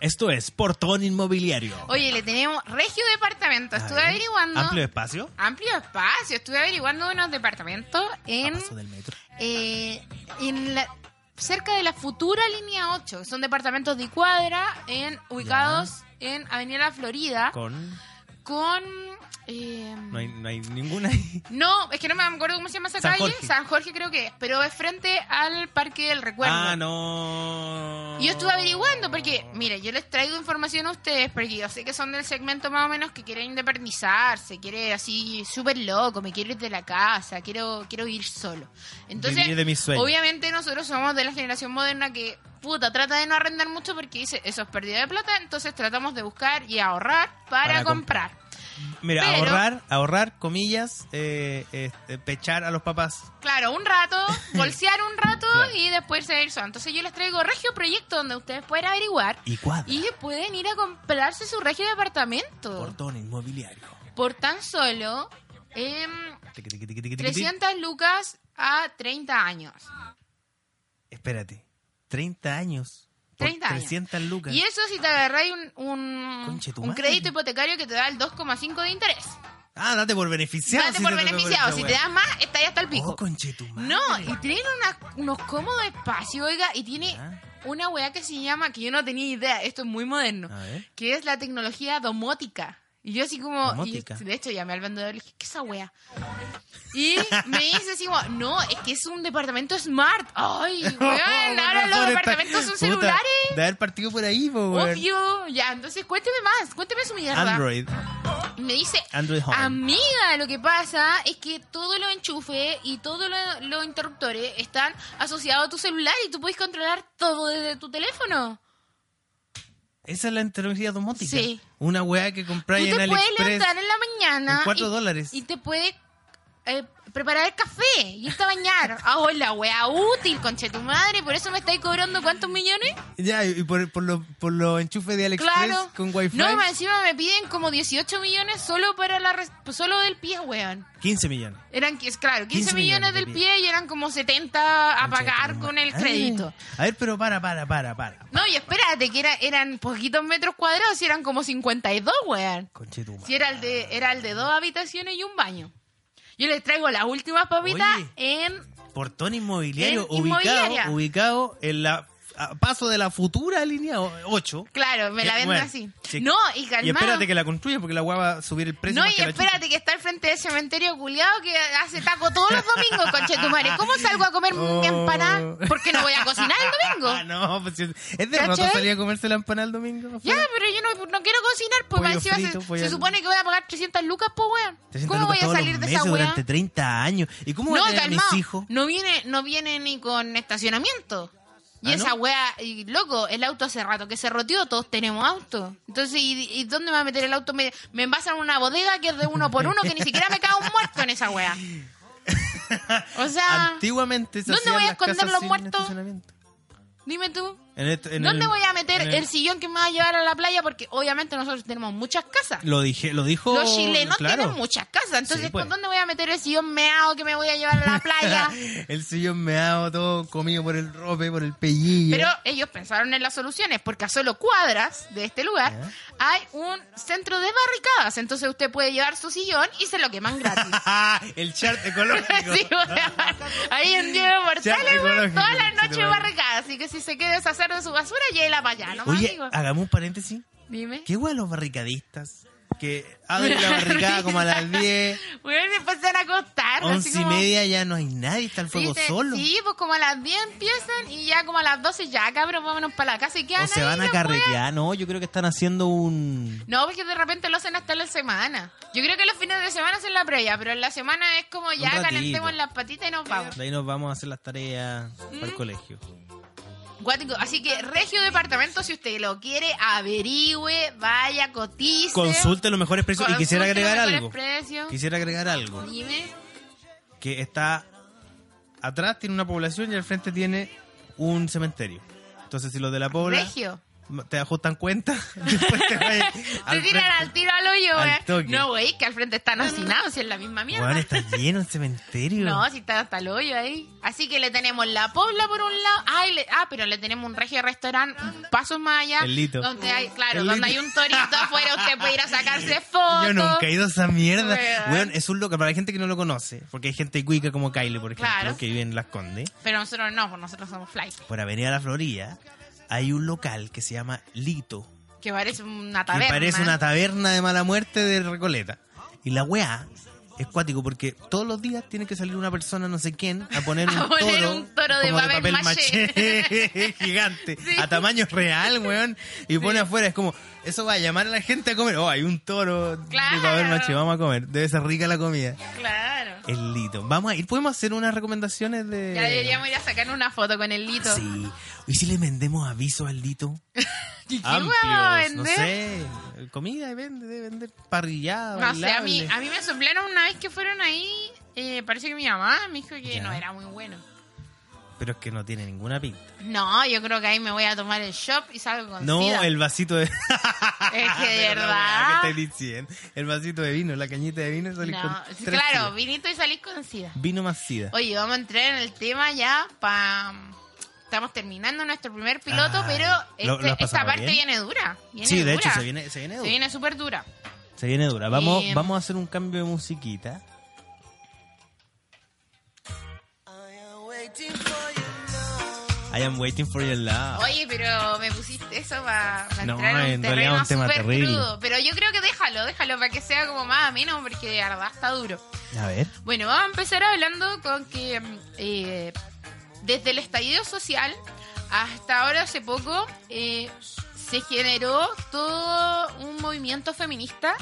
[SPEAKER 2] Esto es Portón inmobiliario.
[SPEAKER 1] Oye, le tenemos regio departamento.
[SPEAKER 2] A
[SPEAKER 1] Estuve
[SPEAKER 2] ver,
[SPEAKER 1] averiguando.
[SPEAKER 2] Amplio espacio.
[SPEAKER 1] Amplio espacio. Estuve averiguando unos departamentos en,
[SPEAKER 2] A paso del metro.
[SPEAKER 1] eh, en la- cerca de la futura línea 8. Son departamentos de cuadra en, ubicados en Avenida La Florida
[SPEAKER 2] Con.
[SPEAKER 1] con... eh,
[SPEAKER 2] No hay, no hay ninguna.
[SPEAKER 1] no, es que no me acuerdo cómo se llama esa
[SPEAKER 2] San
[SPEAKER 1] calle.
[SPEAKER 2] Jorge.
[SPEAKER 1] San Jorge creo que es, pero es frente al Parque del Recuerdo.
[SPEAKER 2] Ah, no.
[SPEAKER 1] Yo estuve averiguando porque, mire, yo les traigo información a ustedes porque yo sé que son del segmento más o menos que quieren independizarse, quiere así súper loco, me quiero ir de la casa, quiero quiero ir solo. Entonces,
[SPEAKER 2] Vivir de mis sueños.
[SPEAKER 1] obviamente nosotros somos de la generación moderna que, puta, trata de no arrendar mucho porque dice, eso es pérdida de plata, entonces tratamos de buscar y ahorrar para,
[SPEAKER 2] Para comprar.
[SPEAKER 1] comprar.
[SPEAKER 2] Mira,
[SPEAKER 1] Pero-
[SPEAKER 2] ahorrar, ahorrar, comillas, eh, este, pechar a los papás.
[SPEAKER 1] Claro, un rato, bolsear un rato
[SPEAKER 2] Claro.
[SPEAKER 1] y después irse solo. Entonces yo les traigo Regio Proyecto donde ustedes pueden averiguar
[SPEAKER 2] Y cuadra.
[SPEAKER 1] y pueden ir a comprarse su regio de apartamento
[SPEAKER 2] Portón inmobiliario.
[SPEAKER 1] por tan solo em,
[SPEAKER 2] Tiqui, tiqui, tiqui, tiqui, tiqui.
[SPEAKER 1] 300 lucas a 30 años.
[SPEAKER 2] Espérate. 30 años. por
[SPEAKER 1] 30 años.
[SPEAKER 2] 300 lucas.
[SPEAKER 1] Y eso si te agarráis un, un-
[SPEAKER 2] Conche tu
[SPEAKER 1] un
[SPEAKER 2] madre.
[SPEAKER 1] crédito hipotecario que te da el 2,5 de interés.
[SPEAKER 2] Ah, date por beneficiado.
[SPEAKER 1] Date
[SPEAKER 2] si
[SPEAKER 1] por
[SPEAKER 2] te-
[SPEAKER 1] beneficiado. Si te das más, está ya hasta el pico.
[SPEAKER 2] Oh, conchetumadre.
[SPEAKER 1] No, y tienen una- unos cómodos espacios, oiga, y tiene
[SPEAKER 2] Ya.
[SPEAKER 1] una weá que se llama, que yo no tenía idea, esto es muy moderno,
[SPEAKER 2] A ver.
[SPEAKER 1] que es la tecnología domótica. Y yo así como, y
[SPEAKER 2] Domótica.
[SPEAKER 1] de hecho llamé al vendedor y le dije, ¿qué es esa weá? Y me dice así como, no, es que es un departamento smart. Ay, weón, ahora los
[SPEAKER 2] Pobre,
[SPEAKER 1] departamentos son
[SPEAKER 2] está- puta,
[SPEAKER 1] celulares.
[SPEAKER 2] De haber partido por ahí, po, weón.
[SPEAKER 1] Obvio, ya, entonces cuénteme más, cuénteme su mierda.
[SPEAKER 2] Android.
[SPEAKER 1] Y me dice,
[SPEAKER 2] Android Home.
[SPEAKER 1] amiga, lo que pasa es que todos los enchufes y todos los los interruptores están asociados a tu celular y tú puedes controlar todo desde tu teléfono.
[SPEAKER 2] Esa es la tecnología domótica.
[SPEAKER 1] Sí.
[SPEAKER 2] Una weá que compráis
[SPEAKER 1] tú
[SPEAKER 2] en
[SPEAKER 1] te puedes
[SPEAKER 2] AliExpress.
[SPEAKER 1] levantar en la mañana
[SPEAKER 2] en cuatro
[SPEAKER 1] y,
[SPEAKER 2] dólares.
[SPEAKER 1] y te puede eh, preparar el café y irte a bañar. Ah, hola, wea, útil, conche tu madre, por eso me estáis cobrando cuántos millones.
[SPEAKER 2] Ya, y por, por los por los enchufes de AliExpress
[SPEAKER 1] Claro.
[SPEAKER 2] con Wi-Fi.
[SPEAKER 1] No, más encima me piden como 18 millones solo para la res- solo del pie, weón.
[SPEAKER 2] 15 millones.
[SPEAKER 1] Eran, que- claro, 15,
[SPEAKER 2] 15
[SPEAKER 1] millones
[SPEAKER 2] millones de
[SPEAKER 1] del
[SPEAKER 2] pie.
[SPEAKER 1] pie y eran como 70 a pagar
[SPEAKER 2] Conchetumadre.
[SPEAKER 1] con el crédito.
[SPEAKER 2] Eh. A ver, pero para, para, para, para.
[SPEAKER 1] No, y espérate, que era, eran poquitos metros cuadrados y eran como 52, weón.
[SPEAKER 2] Conchetumadre.
[SPEAKER 1] Si era el de era el de dos habitaciones y un baño. Yo les traigo las últimas papitas
[SPEAKER 2] Oye.
[SPEAKER 1] en
[SPEAKER 2] Portón inmobiliario
[SPEAKER 1] En inmobiliaria.
[SPEAKER 2] ubicado, ubicado en la a paso de la futura línea 8.
[SPEAKER 1] claro, me la venden así. No, y calmado.
[SPEAKER 2] Y espérate que la construya porque la weá va a subir el precio.
[SPEAKER 1] no,
[SPEAKER 2] más
[SPEAKER 1] y
[SPEAKER 2] que la chucha.
[SPEAKER 1] espérate que está al frente del cementerio culiado que hace taco todos los domingos, conche tu madre. ¿Cómo salgo a comer mi empanada? Porque no voy a cocinar el
[SPEAKER 2] Oh. Ah,
[SPEAKER 1] domingo.
[SPEAKER 2] no, pues es- es de
[SPEAKER 1] ¿Cachai?
[SPEAKER 2] roto salir a comerse la empanada el domingo.
[SPEAKER 1] Ya,
[SPEAKER 2] afuera.
[SPEAKER 1] pero yo no, no quiero cocinar, pues
[SPEAKER 2] Pollo
[SPEAKER 1] más encima
[SPEAKER 2] frito,
[SPEAKER 1] se- se,
[SPEAKER 2] pollo al-
[SPEAKER 1] supone que voy a pagar 300 lucas, pues weón.
[SPEAKER 2] 300
[SPEAKER 1] ¿Cómo
[SPEAKER 2] lucas
[SPEAKER 1] voy a
[SPEAKER 2] todos los
[SPEAKER 1] salir de esa
[SPEAKER 2] meses
[SPEAKER 1] weá?
[SPEAKER 2] durante 30 años. ¿Y cómo
[SPEAKER 1] No,
[SPEAKER 2] van a tener
[SPEAKER 1] calmado.
[SPEAKER 2] mis hijos?
[SPEAKER 1] No viene, no viene ni con estacionamiento. Y
[SPEAKER 2] ¿Ah,
[SPEAKER 1] esa
[SPEAKER 2] no?
[SPEAKER 1] wea, y, loco, el auto hace rato que se roteó, todos tenemos auto. Entonces, ¿y, y dónde me va a meter el auto? Me, me envasan una bodega que es de uno por uno, que ni siquiera me cae un muerto en esa wea. O sea,
[SPEAKER 2] Antiguamente se
[SPEAKER 1] ¿dónde
[SPEAKER 2] hacían
[SPEAKER 1] voy a
[SPEAKER 2] las
[SPEAKER 1] esconder
[SPEAKER 2] casas
[SPEAKER 1] los
[SPEAKER 2] sin
[SPEAKER 1] muertos?
[SPEAKER 2] estacionamiento.
[SPEAKER 1] dime tú,
[SPEAKER 2] En esto- en
[SPEAKER 1] ¿dónde
[SPEAKER 2] el-
[SPEAKER 1] voy a meter
[SPEAKER 2] en
[SPEAKER 1] el... sillón que me va a llevar a la playa? Porque obviamente nosotros tenemos muchas casas.
[SPEAKER 2] Lo, dije, lo dijo.
[SPEAKER 1] Los chilenos
[SPEAKER 2] claro.
[SPEAKER 1] tienen muchas casas. Entonces,
[SPEAKER 2] Sí, pues.
[SPEAKER 1] ¿dónde voy a meter el sillón meado que me voy a llevar a la playa?
[SPEAKER 2] el sillón meado, todo comido por el rope, por el pellillo.
[SPEAKER 1] Pero ellos pensaron en las soluciones, porque a solo cuadras de este lugar
[SPEAKER 2] Ya.
[SPEAKER 1] hay un centro de barricadas. Entonces usted puede llevar su sillón y se lo queman gratis.
[SPEAKER 2] el chart ecológico.
[SPEAKER 1] Sí, weón. Ahí en Diego
[SPEAKER 2] Charte
[SPEAKER 1] Portales, weón,
[SPEAKER 2] ecológico,
[SPEAKER 1] todas las
[SPEAKER 2] sí,
[SPEAKER 1] noches
[SPEAKER 2] te lo vale.
[SPEAKER 1] barricadas. Así que si se quiere deshacer de su basura, llévela para allá, ¿no,
[SPEAKER 2] Oye,
[SPEAKER 1] amigo?
[SPEAKER 2] hagamos un paréntesis.
[SPEAKER 1] Dime.
[SPEAKER 2] ¿Qué hueá los barricadistas? Que abren la barricada como a las 10,
[SPEAKER 1] Weón, después se van a acostar. así
[SPEAKER 2] 11 y
[SPEAKER 1] como-
[SPEAKER 2] media, ya no hay nadie, está el
[SPEAKER 1] Sí,
[SPEAKER 2] fuego
[SPEAKER 1] se-
[SPEAKER 2] solo.
[SPEAKER 1] Sí, pues como a las 10 empiezan y ya como a las 12 ya, cabrón, vámonos para la casa y quedan
[SPEAKER 2] O se
[SPEAKER 1] ahí
[SPEAKER 2] van a
[SPEAKER 1] los weones.
[SPEAKER 2] carretear, no, yo creo que están haciendo un...
[SPEAKER 1] No, porque de repente lo hacen hasta la semana. Yo creo que los fines de semana hacen la previa, pero en la semana es como ya
[SPEAKER 2] ratito.
[SPEAKER 1] calentemos las patitas y nos vamos.
[SPEAKER 2] De ahí nos vamos a hacer las tareas
[SPEAKER 1] Mm.
[SPEAKER 2] para el colegio.
[SPEAKER 1] Guático. Así que Regio Departamento, si usted lo quiere, averigüe, vaya, cotice.
[SPEAKER 2] Consulte los mejores precios y quisiera
[SPEAKER 1] Consulte los
[SPEAKER 2] agregar
[SPEAKER 1] mejores
[SPEAKER 2] algo.
[SPEAKER 1] precios.
[SPEAKER 2] Quisiera agregar algo.
[SPEAKER 1] Dime.
[SPEAKER 2] Que está... Atrás tiene una población y al frente tiene un cementerio. Entonces si los de la pobla
[SPEAKER 1] Regio.
[SPEAKER 2] te ajustan cuenta, después te vayan
[SPEAKER 1] Te tiran
[SPEAKER 2] al frente.
[SPEAKER 1] al tiro al hoyo,
[SPEAKER 2] Al
[SPEAKER 1] güey.
[SPEAKER 2] toque.
[SPEAKER 1] No, güey, que al frente están hacinados, si es la misma mierda.
[SPEAKER 2] Weón, está lleno el cementerio.
[SPEAKER 1] No, si está hasta el hoyo ahí. Así que le tenemos la pobla por un lado. Ah, y le- ah pero le tenemos un regio restaurante, un paso más allá.
[SPEAKER 2] El Lito.
[SPEAKER 1] Donde hay, claro,
[SPEAKER 2] El
[SPEAKER 1] donde
[SPEAKER 2] Lito.
[SPEAKER 1] hay un torito afuera, usted puede ir a sacarse fotos.
[SPEAKER 2] Yo nunca he ido a esa mierda.
[SPEAKER 1] Weón.
[SPEAKER 2] Weón, es un loco. Para la gente que no lo conoce, porque hay gente cuica como Kylie, por ejemplo,
[SPEAKER 1] Claro.
[SPEAKER 2] que vive en Las Condes,
[SPEAKER 1] Pero nosotros no, pues nosotros somos fly.
[SPEAKER 2] por Avenida La Florida, hay un local que se llama Lito,
[SPEAKER 1] Que parece una
[SPEAKER 2] que
[SPEAKER 1] taberna.
[SPEAKER 2] parece una taberna de mala muerte de Recoleta. Y la weá es cuático porque todos los días tiene que salir una persona, no sé quién, a poner un
[SPEAKER 1] A poner
[SPEAKER 2] toro,
[SPEAKER 1] un toro de
[SPEAKER 2] como
[SPEAKER 1] papel
[SPEAKER 2] maché gigante, a tamaño real, weón, y pone afuera. Es como, eso va a llamar a la gente a comer. Oh, hay un toro de papel
[SPEAKER 1] Claro.
[SPEAKER 2] maché, vamos a comer. Debe ser rica la comida.
[SPEAKER 1] Claro.
[SPEAKER 2] El lito. Vamos a ir, podemos hacer unas recomendaciones de.
[SPEAKER 1] Ya deberíamos ir a sacar una foto con el lito.
[SPEAKER 2] Eh. Sí. ¿Y si le vendemos aviso al lito?
[SPEAKER 1] ¿Y qué
[SPEAKER 2] Amplios,
[SPEAKER 1] huevo
[SPEAKER 2] no
[SPEAKER 1] vender?
[SPEAKER 2] sé. Comida vende, debe vender parrillada,
[SPEAKER 1] No sé, a mí,
[SPEAKER 2] bailable.
[SPEAKER 1] a mí me soplaron una vez que fueron ahí. eh, parece que mi mamá me dijo que
[SPEAKER 2] Ya.
[SPEAKER 1] no era muy bueno.
[SPEAKER 2] Pero es que no tiene ninguna pinta.
[SPEAKER 1] No, yo creo que ahí me voy a tomar el shop y salgo con
[SPEAKER 2] No,
[SPEAKER 1] sida.
[SPEAKER 2] el vasito de... Ah,
[SPEAKER 1] Es que de
[SPEAKER 2] Pero la weá que
[SPEAKER 1] verdad.
[SPEAKER 2] estáis diciendo. El vasito de vino, la cañita de vino salí
[SPEAKER 1] No,
[SPEAKER 2] con tres
[SPEAKER 1] claro,
[SPEAKER 2] sida.
[SPEAKER 1] vinito y salís con sida.
[SPEAKER 2] Vino más sida.
[SPEAKER 1] Oye, vamos a entrar en el tema ya pa... Estamos terminando nuestro primer piloto,
[SPEAKER 2] Ah,
[SPEAKER 1] pero
[SPEAKER 2] ¿lo-
[SPEAKER 1] este-
[SPEAKER 2] lo has
[SPEAKER 1] esta
[SPEAKER 2] pasado
[SPEAKER 1] parte
[SPEAKER 2] bien?
[SPEAKER 1] viene dura. Viene
[SPEAKER 2] sí, de
[SPEAKER 1] dura.
[SPEAKER 2] hecho se viene, se viene
[SPEAKER 1] Se
[SPEAKER 2] dura.
[SPEAKER 1] viene súper dura.
[SPEAKER 2] Se viene dura. Vamos,
[SPEAKER 1] Y-
[SPEAKER 2] vamos a hacer un cambio de musiquita. I am waiting for your love.
[SPEAKER 1] Oye, pero me pusiste eso para
[SPEAKER 2] No,
[SPEAKER 1] entrar en
[SPEAKER 2] en
[SPEAKER 1] un
[SPEAKER 2] realidad
[SPEAKER 1] terreno
[SPEAKER 2] un tema
[SPEAKER 1] súper
[SPEAKER 2] terrible.
[SPEAKER 1] crudo. Pero yo creo que déjalo, déjalo para que sea como más ameno, porque de verdad está duro.
[SPEAKER 2] A ver.
[SPEAKER 1] Bueno, vamos a empezar hablando con que mm, eh, desde el estallido social hasta ahora hace poco eh, se generó todo un movimiento feminista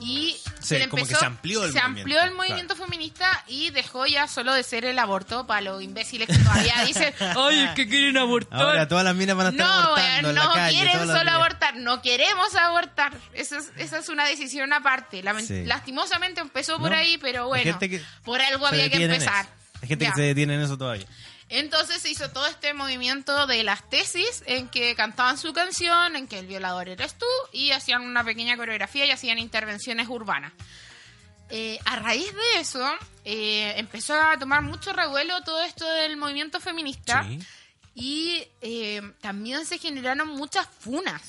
[SPEAKER 1] y
[SPEAKER 2] Sí,
[SPEAKER 1] le
[SPEAKER 2] como que se amplió el
[SPEAKER 1] se amplió el movimiento
[SPEAKER 2] movimiento,
[SPEAKER 1] feminista y dejó ya solo de ser el aborto para los imbéciles que todavía dicen ay es que quieren abortar
[SPEAKER 2] Ahora todas las minas van a estar
[SPEAKER 1] no,
[SPEAKER 2] abortando
[SPEAKER 1] weón,
[SPEAKER 2] en la
[SPEAKER 1] no
[SPEAKER 2] calle.
[SPEAKER 1] quieren
[SPEAKER 2] todos los
[SPEAKER 1] solo
[SPEAKER 2] días.
[SPEAKER 1] abortar, no queremos abortar. Esa es, esa es una decisión aparte. Lamen-
[SPEAKER 2] Sí.
[SPEAKER 1] Lastimosamente empezó por
[SPEAKER 2] No,
[SPEAKER 1] ahí, pero
[SPEAKER 2] hay
[SPEAKER 1] bueno,
[SPEAKER 2] gente que
[SPEAKER 1] por algo
[SPEAKER 2] Se
[SPEAKER 1] había que
[SPEAKER 2] detienen
[SPEAKER 1] empezar.
[SPEAKER 2] eso. Hay gente
[SPEAKER 1] Ya.
[SPEAKER 2] que se detiene en eso todavía.
[SPEAKER 1] Entonces se hizo todo este movimiento de las tesis en que cantaban su canción, en que el violador eres tú, y hacían una pequeña coreografía y hacían intervenciones urbanas. Eh, a raíz de eso, eh, empezó a tomar mucho revuelo todo esto del movimiento feminista.
[SPEAKER 2] Sí.
[SPEAKER 1] Y eh, también se generaron muchas funas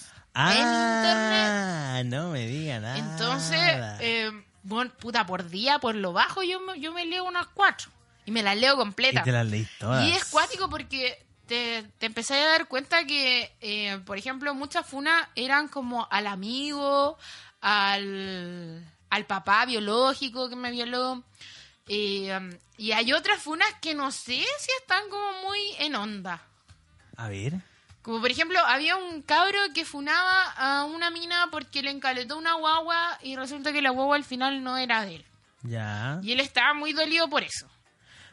[SPEAKER 2] Ah, no me digan nada.
[SPEAKER 1] en internet. Entonces, eh, bueno, puta, por día, por lo bajo, yo, me- yo me leo unas cuatro. Y me las leo completa.
[SPEAKER 2] y te las leí todas.
[SPEAKER 1] Y es cuático porque te, te empecé a dar cuenta que, eh, por ejemplo, muchas funas eran como al amigo, al, al papá biológico que me violó. eh, y hay otras funas que no sé si están como muy en onda.
[SPEAKER 2] A ver.
[SPEAKER 1] Como por ejemplo, había un cabro que funaba a una mina porque le encaletó una guagua y resulta que la guagua al final no era de él.
[SPEAKER 2] Ya.
[SPEAKER 1] Y él estaba muy dolido por eso.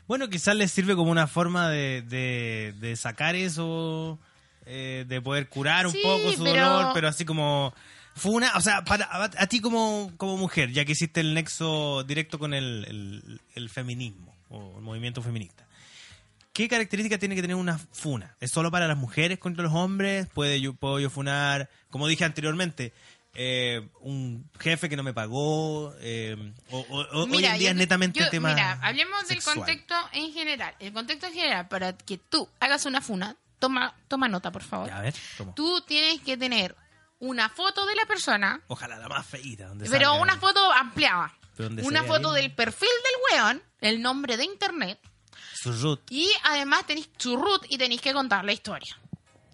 [SPEAKER 2] Bueno, quizás les sirve como una forma de, de, de sacar eso, eh, de poder curar un
[SPEAKER 1] Sí,
[SPEAKER 2] poco su
[SPEAKER 1] pero-
[SPEAKER 2] dolor, pero así como... Fue una, o sea, para, a, a ti como, como mujer, ya que hiciste el nexo directo con el, el- el feminismo o el movimiento feminista, ¿qué características tiene que tener una funa? ¿Es solo para las mujeres contra los hombres? ¿Puede yo, ¿Puedo yo funar, como dije anteriormente, eh, un jefe que no me pagó? Eh, o, o- o- hoy en día
[SPEAKER 1] yo-
[SPEAKER 2] es netamente
[SPEAKER 1] yo-
[SPEAKER 2] tema
[SPEAKER 1] Mira, hablemos
[SPEAKER 2] sexual.
[SPEAKER 1] del contexto en general. El contexto en general, para que tú hagas una funa, toma, toma nota, por favor.
[SPEAKER 2] Ya, a ver, ¿cómo?
[SPEAKER 1] Tú tienes que tener una foto de la persona,
[SPEAKER 2] Ojalá la más feita. Donde
[SPEAKER 1] pero
[SPEAKER 2] salga.
[SPEAKER 1] una foto ampliada.
[SPEAKER 2] Pero donde
[SPEAKER 1] Una
[SPEAKER 2] se vea
[SPEAKER 1] foto
[SPEAKER 2] bien.
[SPEAKER 1] del perfil del weón, el nombre de internet,
[SPEAKER 2] Su root,
[SPEAKER 1] y además tenéis su root y tenéis que contar la historia.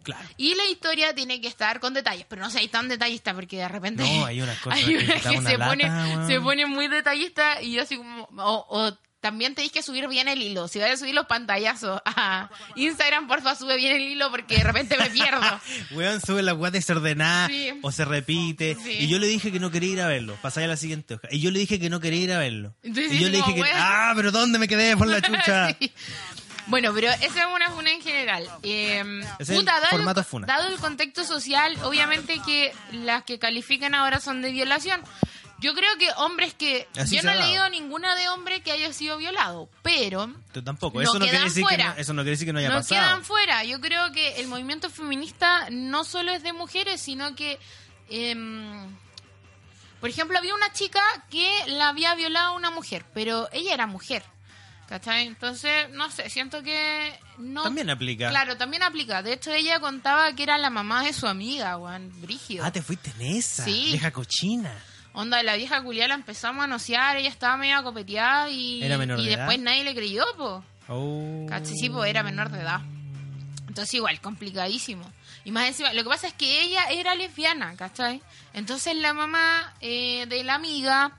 [SPEAKER 2] claro.
[SPEAKER 1] Y la historia tiene que estar con detalles, pero no seáis tan detallista porque de repente.
[SPEAKER 2] No, hay unas cosas
[SPEAKER 1] hay
[SPEAKER 2] que
[SPEAKER 1] unas
[SPEAKER 2] te da
[SPEAKER 1] que
[SPEAKER 2] una
[SPEAKER 1] se,
[SPEAKER 2] lata,
[SPEAKER 1] pone,
[SPEAKER 2] weón.
[SPEAKER 1] se pone muy detallista y yo así como. O, o también tenéis que subir bien el hilo. Si vais a subir los pantallazos a Instagram, porfa, sube bien el hilo porque de repente me pierdo.
[SPEAKER 2] Weón sube la weá desordenada
[SPEAKER 1] Sí.
[SPEAKER 2] o se repite.
[SPEAKER 1] Sí.
[SPEAKER 2] Y yo le dije que no quería ir a verlo. Pasáis a la siguiente hoja. Y yo le dije que no quería ir a verlo.
[SPEAKER 1] Entonces,
[SPEAKER 2] y yo
[SPEAKER 1] así
[SPEAKER 2] le dije
[SPEAKER 1] como,
[SPEAKER 2] que.
[SPEAKER 1] weón.
[SPEAKER 2] ¡Ah, pero dónde me quedé por la chucha!
[SPEAKER 1] Sí. Bueno, pero esa es una funa en general. Eh,
[SPEAKER 2] Es el
[SPEAKER 1] puta, dado,
[SPEAKER 2] formato funa.
[SPEAKER 1] dado el contexto social, obviamente que las que califican ahora son de violación. Yo creo que hombres que...
[SPEAKER 2] Así
[SPEAKER 1] yo
[SPEAKER 2] se
[SPEAKER 1] no
[SPEAKER 2] ha
[SPEAKER 1] he
[SPEAKER 2] dado.
[SPEAKER 1] leído ninguna de hombre que haya sido violado, pero...
[SPEAKER 2] Tú tampoco.
[SPEAKER 1] No
[SPEAKER 2] eso, no quiere
[SPEAKER 1] quedan
[SPEAKER 2] decir que
[SPEAKER 1] fuera.
[SPEAKER 2] no, eso no quiere decir que no haya
[SPEAKER 1] no
[SPEAKER 2] pasado.
[SPEAKER 1] quedan fuera. Yo creo que el movimiento feminista no solo es de mujeres, sino que... em, por ejemplo, había una chica que la había violado una mujer, pero ella era mujer. ¿Cachai? Entonces, no sé, siento que no...
[SPEAKER 2] También aplica.
[SPEAKER 1] Claro, también aplica. De hecho, ella contaba que era la mamá de su amiga, Juan Brigio.
[SPEAKER 2] Ah, te fuiste en esa.
[SPEAKER 1] Sí.
[SPEAKER 2] Vieja cochina.
[SPEAKER 1] Onda, la vieja culia la empezó a manosear, ella estaba media copeteada y,
[SPEAKER 2] Era menor
[SPEAKER 1] y
[SPEAKER 2] de edad.
[SPEAKER 1] después nadie le creyó, po.
[SPEAKER 2] Oh.
[SPEAKER 1] Cachi, sí, po, era menor de edad. Entonces, igual, complicadísimo. Y más encima, lo que pasa es que ella era lesbiana, ¿cachai? Entonces, la mamá eh, de la amiga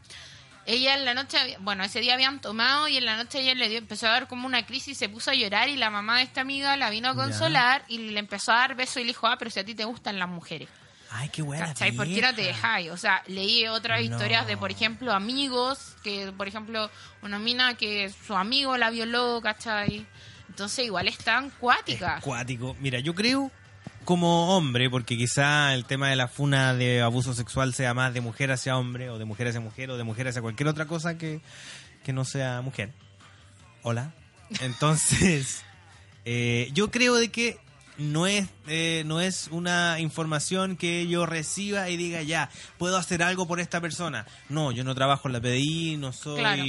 [SPEAKER 1] Ella en la noche, había- bueno, ese día habían tomado y en la noche ella le dio, empezó a dar como una crisis, se puso a llorar y la mamá de esta amiga la vino a consolar y le empezó a dar besos y le dijo, ah, pero si a ti te gustan las mujeres.
[SPEAKER 2] Ay, qué buena.
[SPEAKER 1] ¿Cachai? ¿Por qué no te
[SPEAKER 2] vieja.
[SPEAKER 1] dejáis? O sea, leí otras
[SPEAKER 2] No.
[SPEAKER 1] historias de, por ejemplo, amigos, que, por ejemplo, una mina que su amigo la violó, ¿cachai? Entonces, igual están cuáticas.
[SPEAKER 2] Cuático. Mira, yo creo, como hombre, porque quizá el tema de la funa de abuso sexual sea más de mujer hacia hombre, o de mujer hacia mujer, o de mujer hacia cualquier otra cosa que, que no sea mujer. Hola. Entonces, eh, yo creo de que no es, eh, no es una información que yo reciba y diga, ya, puedo hacer algo por esta persona. No, yo no trabajo en la PDI, no soy
[SPEAKER 1] Claro.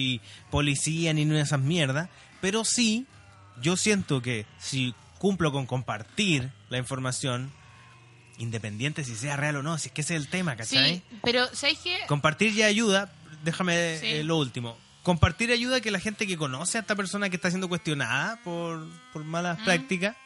[SPEAKER 2] policía ni ninguna de esas mierdas, pero sí, yo siento que si cumplo con compartir la información, independiente si sea real o no, si es que ese es el tema, ¿cachai?
[SPEAKER 1] sí, pero ¿sabes qué?
[SPEAKER 2] Compartir ya ayuda, déjame
[SPEAKER 1] Sí.
[SPEAKER 2] eh, lo último. Compartir ayuda que la gente que conoce a esta persona que está siendo cuestionada por, por malas
[SPEAKER 1] Mm.
[SPEAKER 2] prácticas,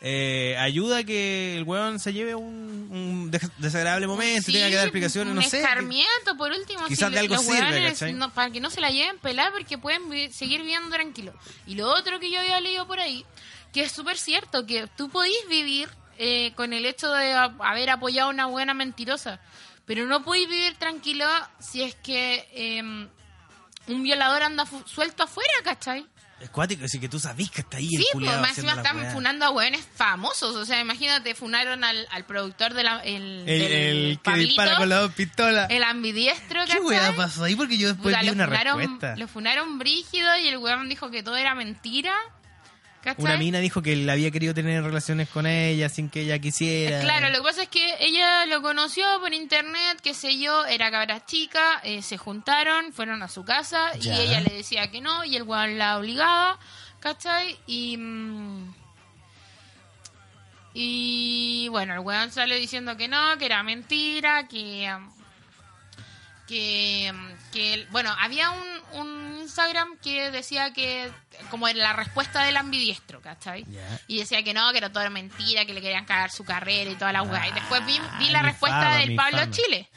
[SPEAKER 2] eh, ayuda a que el weón se lleve un, un des- desagradable momento,
[SPEAKER 1] Sí,
[SPEAKER 2] tenga que dar explicaciones,
[SPEAKER 1] un
[SPEAKER 2] no sé.
[SPEAKER 1] escarmiento, por último.
[SPEAKER 2] Quizás de algo
[SPEAKER 1] los
[SPEAKER 2] sirve,
[SPEAKER 1] hueones
[SPEAKER 2] ¿cachai?
[SPEAKER 1] no- para que no se la lleven pelada porque pueden vi- seguir viviendo tranquilo. Y lo otro que yo había leído por ahí, que es súper cierto, que tú podís vivir eh, con el hecho de a- haber apoyado a una buena mentirosa, pero no podís vivir tranquilo si es que eh, un violador anda fu- suelto afuera, ¿cachai?
[SPEAKER 2] Es cuático, así que tú sabís que está ahí
[SPEAKER 1] Sí,
[SPEAKER 2] el
[SPEAKER 1] pues
[SPEAKER 2] culiao
[SPEAKER 1] más
[SPEAKER 2] haciendo
[SPEAKER 1] encima
[SPEAKER 2] la
[SPEAKER 1] están
[SPEAKER 2] weá.
[SPEAKER 1] funando a hueones famosos. O sea, imagínate, funaron al, al productor de la, el,
[SPEAKER 2] El,
[SPEAKER 1] del
[SPEAKER 2] el que
[SPEAKER 1] Pablito.
[SPEAKER 2] dispara con las dos pistolas.
[SPEAKER 1] El ambidiestro,
[SPEAKER 2] ¿Qué
[SPEAKER 1] ¿cachai?
[SPEAKER 2] weá pasó ahí? Porque yo después
[SPEAKER 1] Puta,
[SPEAKER 2] vi
[SPEAKER 1] lo,
[SPEAKER 2] una
[SPEAKER 1] funaron,
[SPEAKER 2] respuesta.
[SPEAKER 1] lo funaron brígido y el weón dijo que todo era mentira. ¿Cachai?
[SPEAKER 2] Una mina dijo que él había querido tener relaciones con ella sin que ella quisiera.
[SPEAKER 1] Claro, lo que pasa es que ella lo conoció por internet, qué sé yo, era cabra chica, eh, se juntaron, fueron a su casa
[SPEAKER 2] Ya.
[SPEAKER 1] y ella le decía que no y el weón la obligaba, ¿cachai? Y... mm, y bueno, el weón sale diciendo que no, que era mentira, que... um, que, mm, que el- bueno, había un, un Instagram que decía que, como era la respuesta del ambidiestro, ¿cachai?
[SPEAKER 2] Ya.
[SPEAKER 1] Y decía que no, que era todo mentira, que le querían cagar su carrera y toda la jugada. y después vi, vi la
[SPEAKER 2] Ah, mi
[SPEAKER 1] respuesta
[SPEAKER 2] fama, mi
[SPEAKER 1] del Pablo
[SPEAKER 2] fama.
[SPEAKER 1] Chile.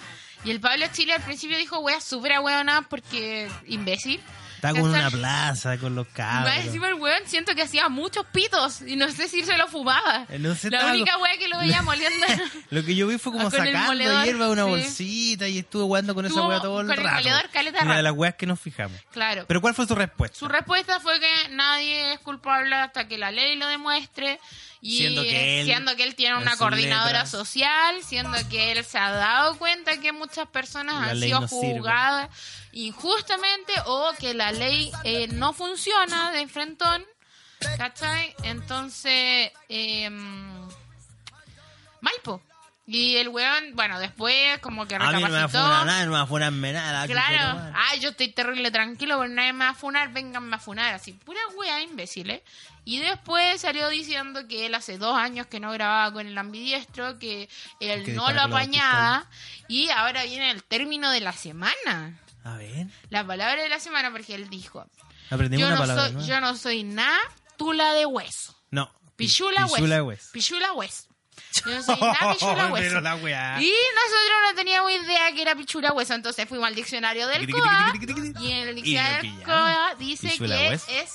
[SPEAKER 1] Y el Pablo Chile al principio dijo, wea, súper nada porque imbécil.
[SPEAKER 2] Está con una
[SPEAKER 1] ¿Cachai?
[SPEAKER 2] plaza, con los
[SPEAKER 1] Va
[SPEAKER 2] cabros.
[SPEAKER 1] a decir el weón, siento que hacía muchos pitos y no sé si se lo fumaba.
[SPEAKER 2] Eh, no sé,
[SPEAKER 1] la
[SPEAKER 2] estaba-
[SPEAKER 1] única wea que lo veía moliendo.
[SPEAKER 2] Lo que yo vi fue como
[SPEAKER 1] Con el
[SPEAKER 2] sacando
[SPEAKER 1] moledor,
[SPEAKER 2] hierba de una
[SPEAKER 1] sí.
[SPEAKER 2] bolsita y estuve jugando con esa
[SPEAKER 1] Estuvo
[SPEAKER 2] weá todo el
[SPEAKER 1] con el
[SPEAKER 2] rato.
[SPEAKER 1] moledor caleta
[SPEAKER 2] una
[SPEAKER 1] rato.
[SPEAKER 2] de las weas que nos fijamos.
[SPEAKER 1] claro.
[SPEAKER 2] Pero ¿cuál fue su respuesta?
[SPEAKER 1] Su respuesta fue que nadie es culpable hasta que la ley lo demuestre. Y
[SPEAKER 2] Siendo que él,
[SPEAKER 1] siendo que él tiene
[SPEAKER 2] en
[SPEAKER 1] una
[SPEAKER 2] sus
[SPEAKER 1] coordinadora
[SPEAKER 2] letras.
[SPEAKER 1] social, siendo que él se ha dado cuenta que muchas personas
[SPEAKER 2] La
[SPEAKER 1] han
[SPEAKER 2] ley
[SPEAKER 1] sido
[SPEAKER 2] no sirve.
[SPEAKER 1] juzgadas injustamente o que la ley eh, no funciona de enfrentón. ¿Cachai? Entonces, eh, Malpo. Y el weón, bueno, después como que
[SPEAKER 2] a mí no me va a
[SPEAKER 1] recapacitó.
[SPEAKER 2] funar nada, no me va a funar nada. concha de tu
[SPEAKER 1] Claro,
[SPEAKER 2] madre.
[SPEAKER 1] ah, yo estoy terrible tranquilo porque nadie me va a funar, vengan a funar, así, pura wea imbéciles. Y después salió diciendo que él hace dos años que no grababa con el ambidiestro, que él
[SPEAKER 2] Que
[SPEAKER 1] no
[SPEAKER 2] dispara
[SPEAKER 1] lo
[SPEAKER 2] con la
[SPEAKER 1] apañaba, y ahora viene el término de la semana,
[SPEAKER 2] A ver,
[SPEAKER 1] la palabra de la semana, porque él dijo,
[SPEAKER 2] aprendimos
[SPEAKER 1] yo
[SPEAKER 2] una
[SPEAKER 1] no,
[SPEAKER 2] palabra.
[SPEAKER 1] soy,
[SPEAKER 2] nueva.
[SPEAKER 1] yo no soy nada, tula de hueso,
[SPEAKER 2] No.
[SPEAKER 1] pichula,
[SPEAKER 2] Pichula
[SPEAKER 1] hueso,
[SPEAKER 2] West.
[SPEAKER 1] pichula hueso. Yo no soy nada pichula
[SPEAKER 2] Oh,
[SPEAKER 1] hueso.
[SPEAKER 2] Pero la weá.
[SPEAKER 1] Y nosotros no teníamos idea que era pichula hueso, entonces fuimos al diccionario del
[SPEAKER 2] Tiqui,
[SPEAKER 1] COA
[SPEAKER 2] tiqui, tiqui, tiqui, tiqui.
[SPEAKER 1] y en el
[SPEAKER 2] lo
[SPEAKER 1] diccionario del
[SPEAKER 2] pillamos.
[SPEAKER 1] COA dice
[SPEAKER 2] Pichula
[SPEAKER 1] que
[SPEAKER 2] hueso.
[SPEAKER 1] es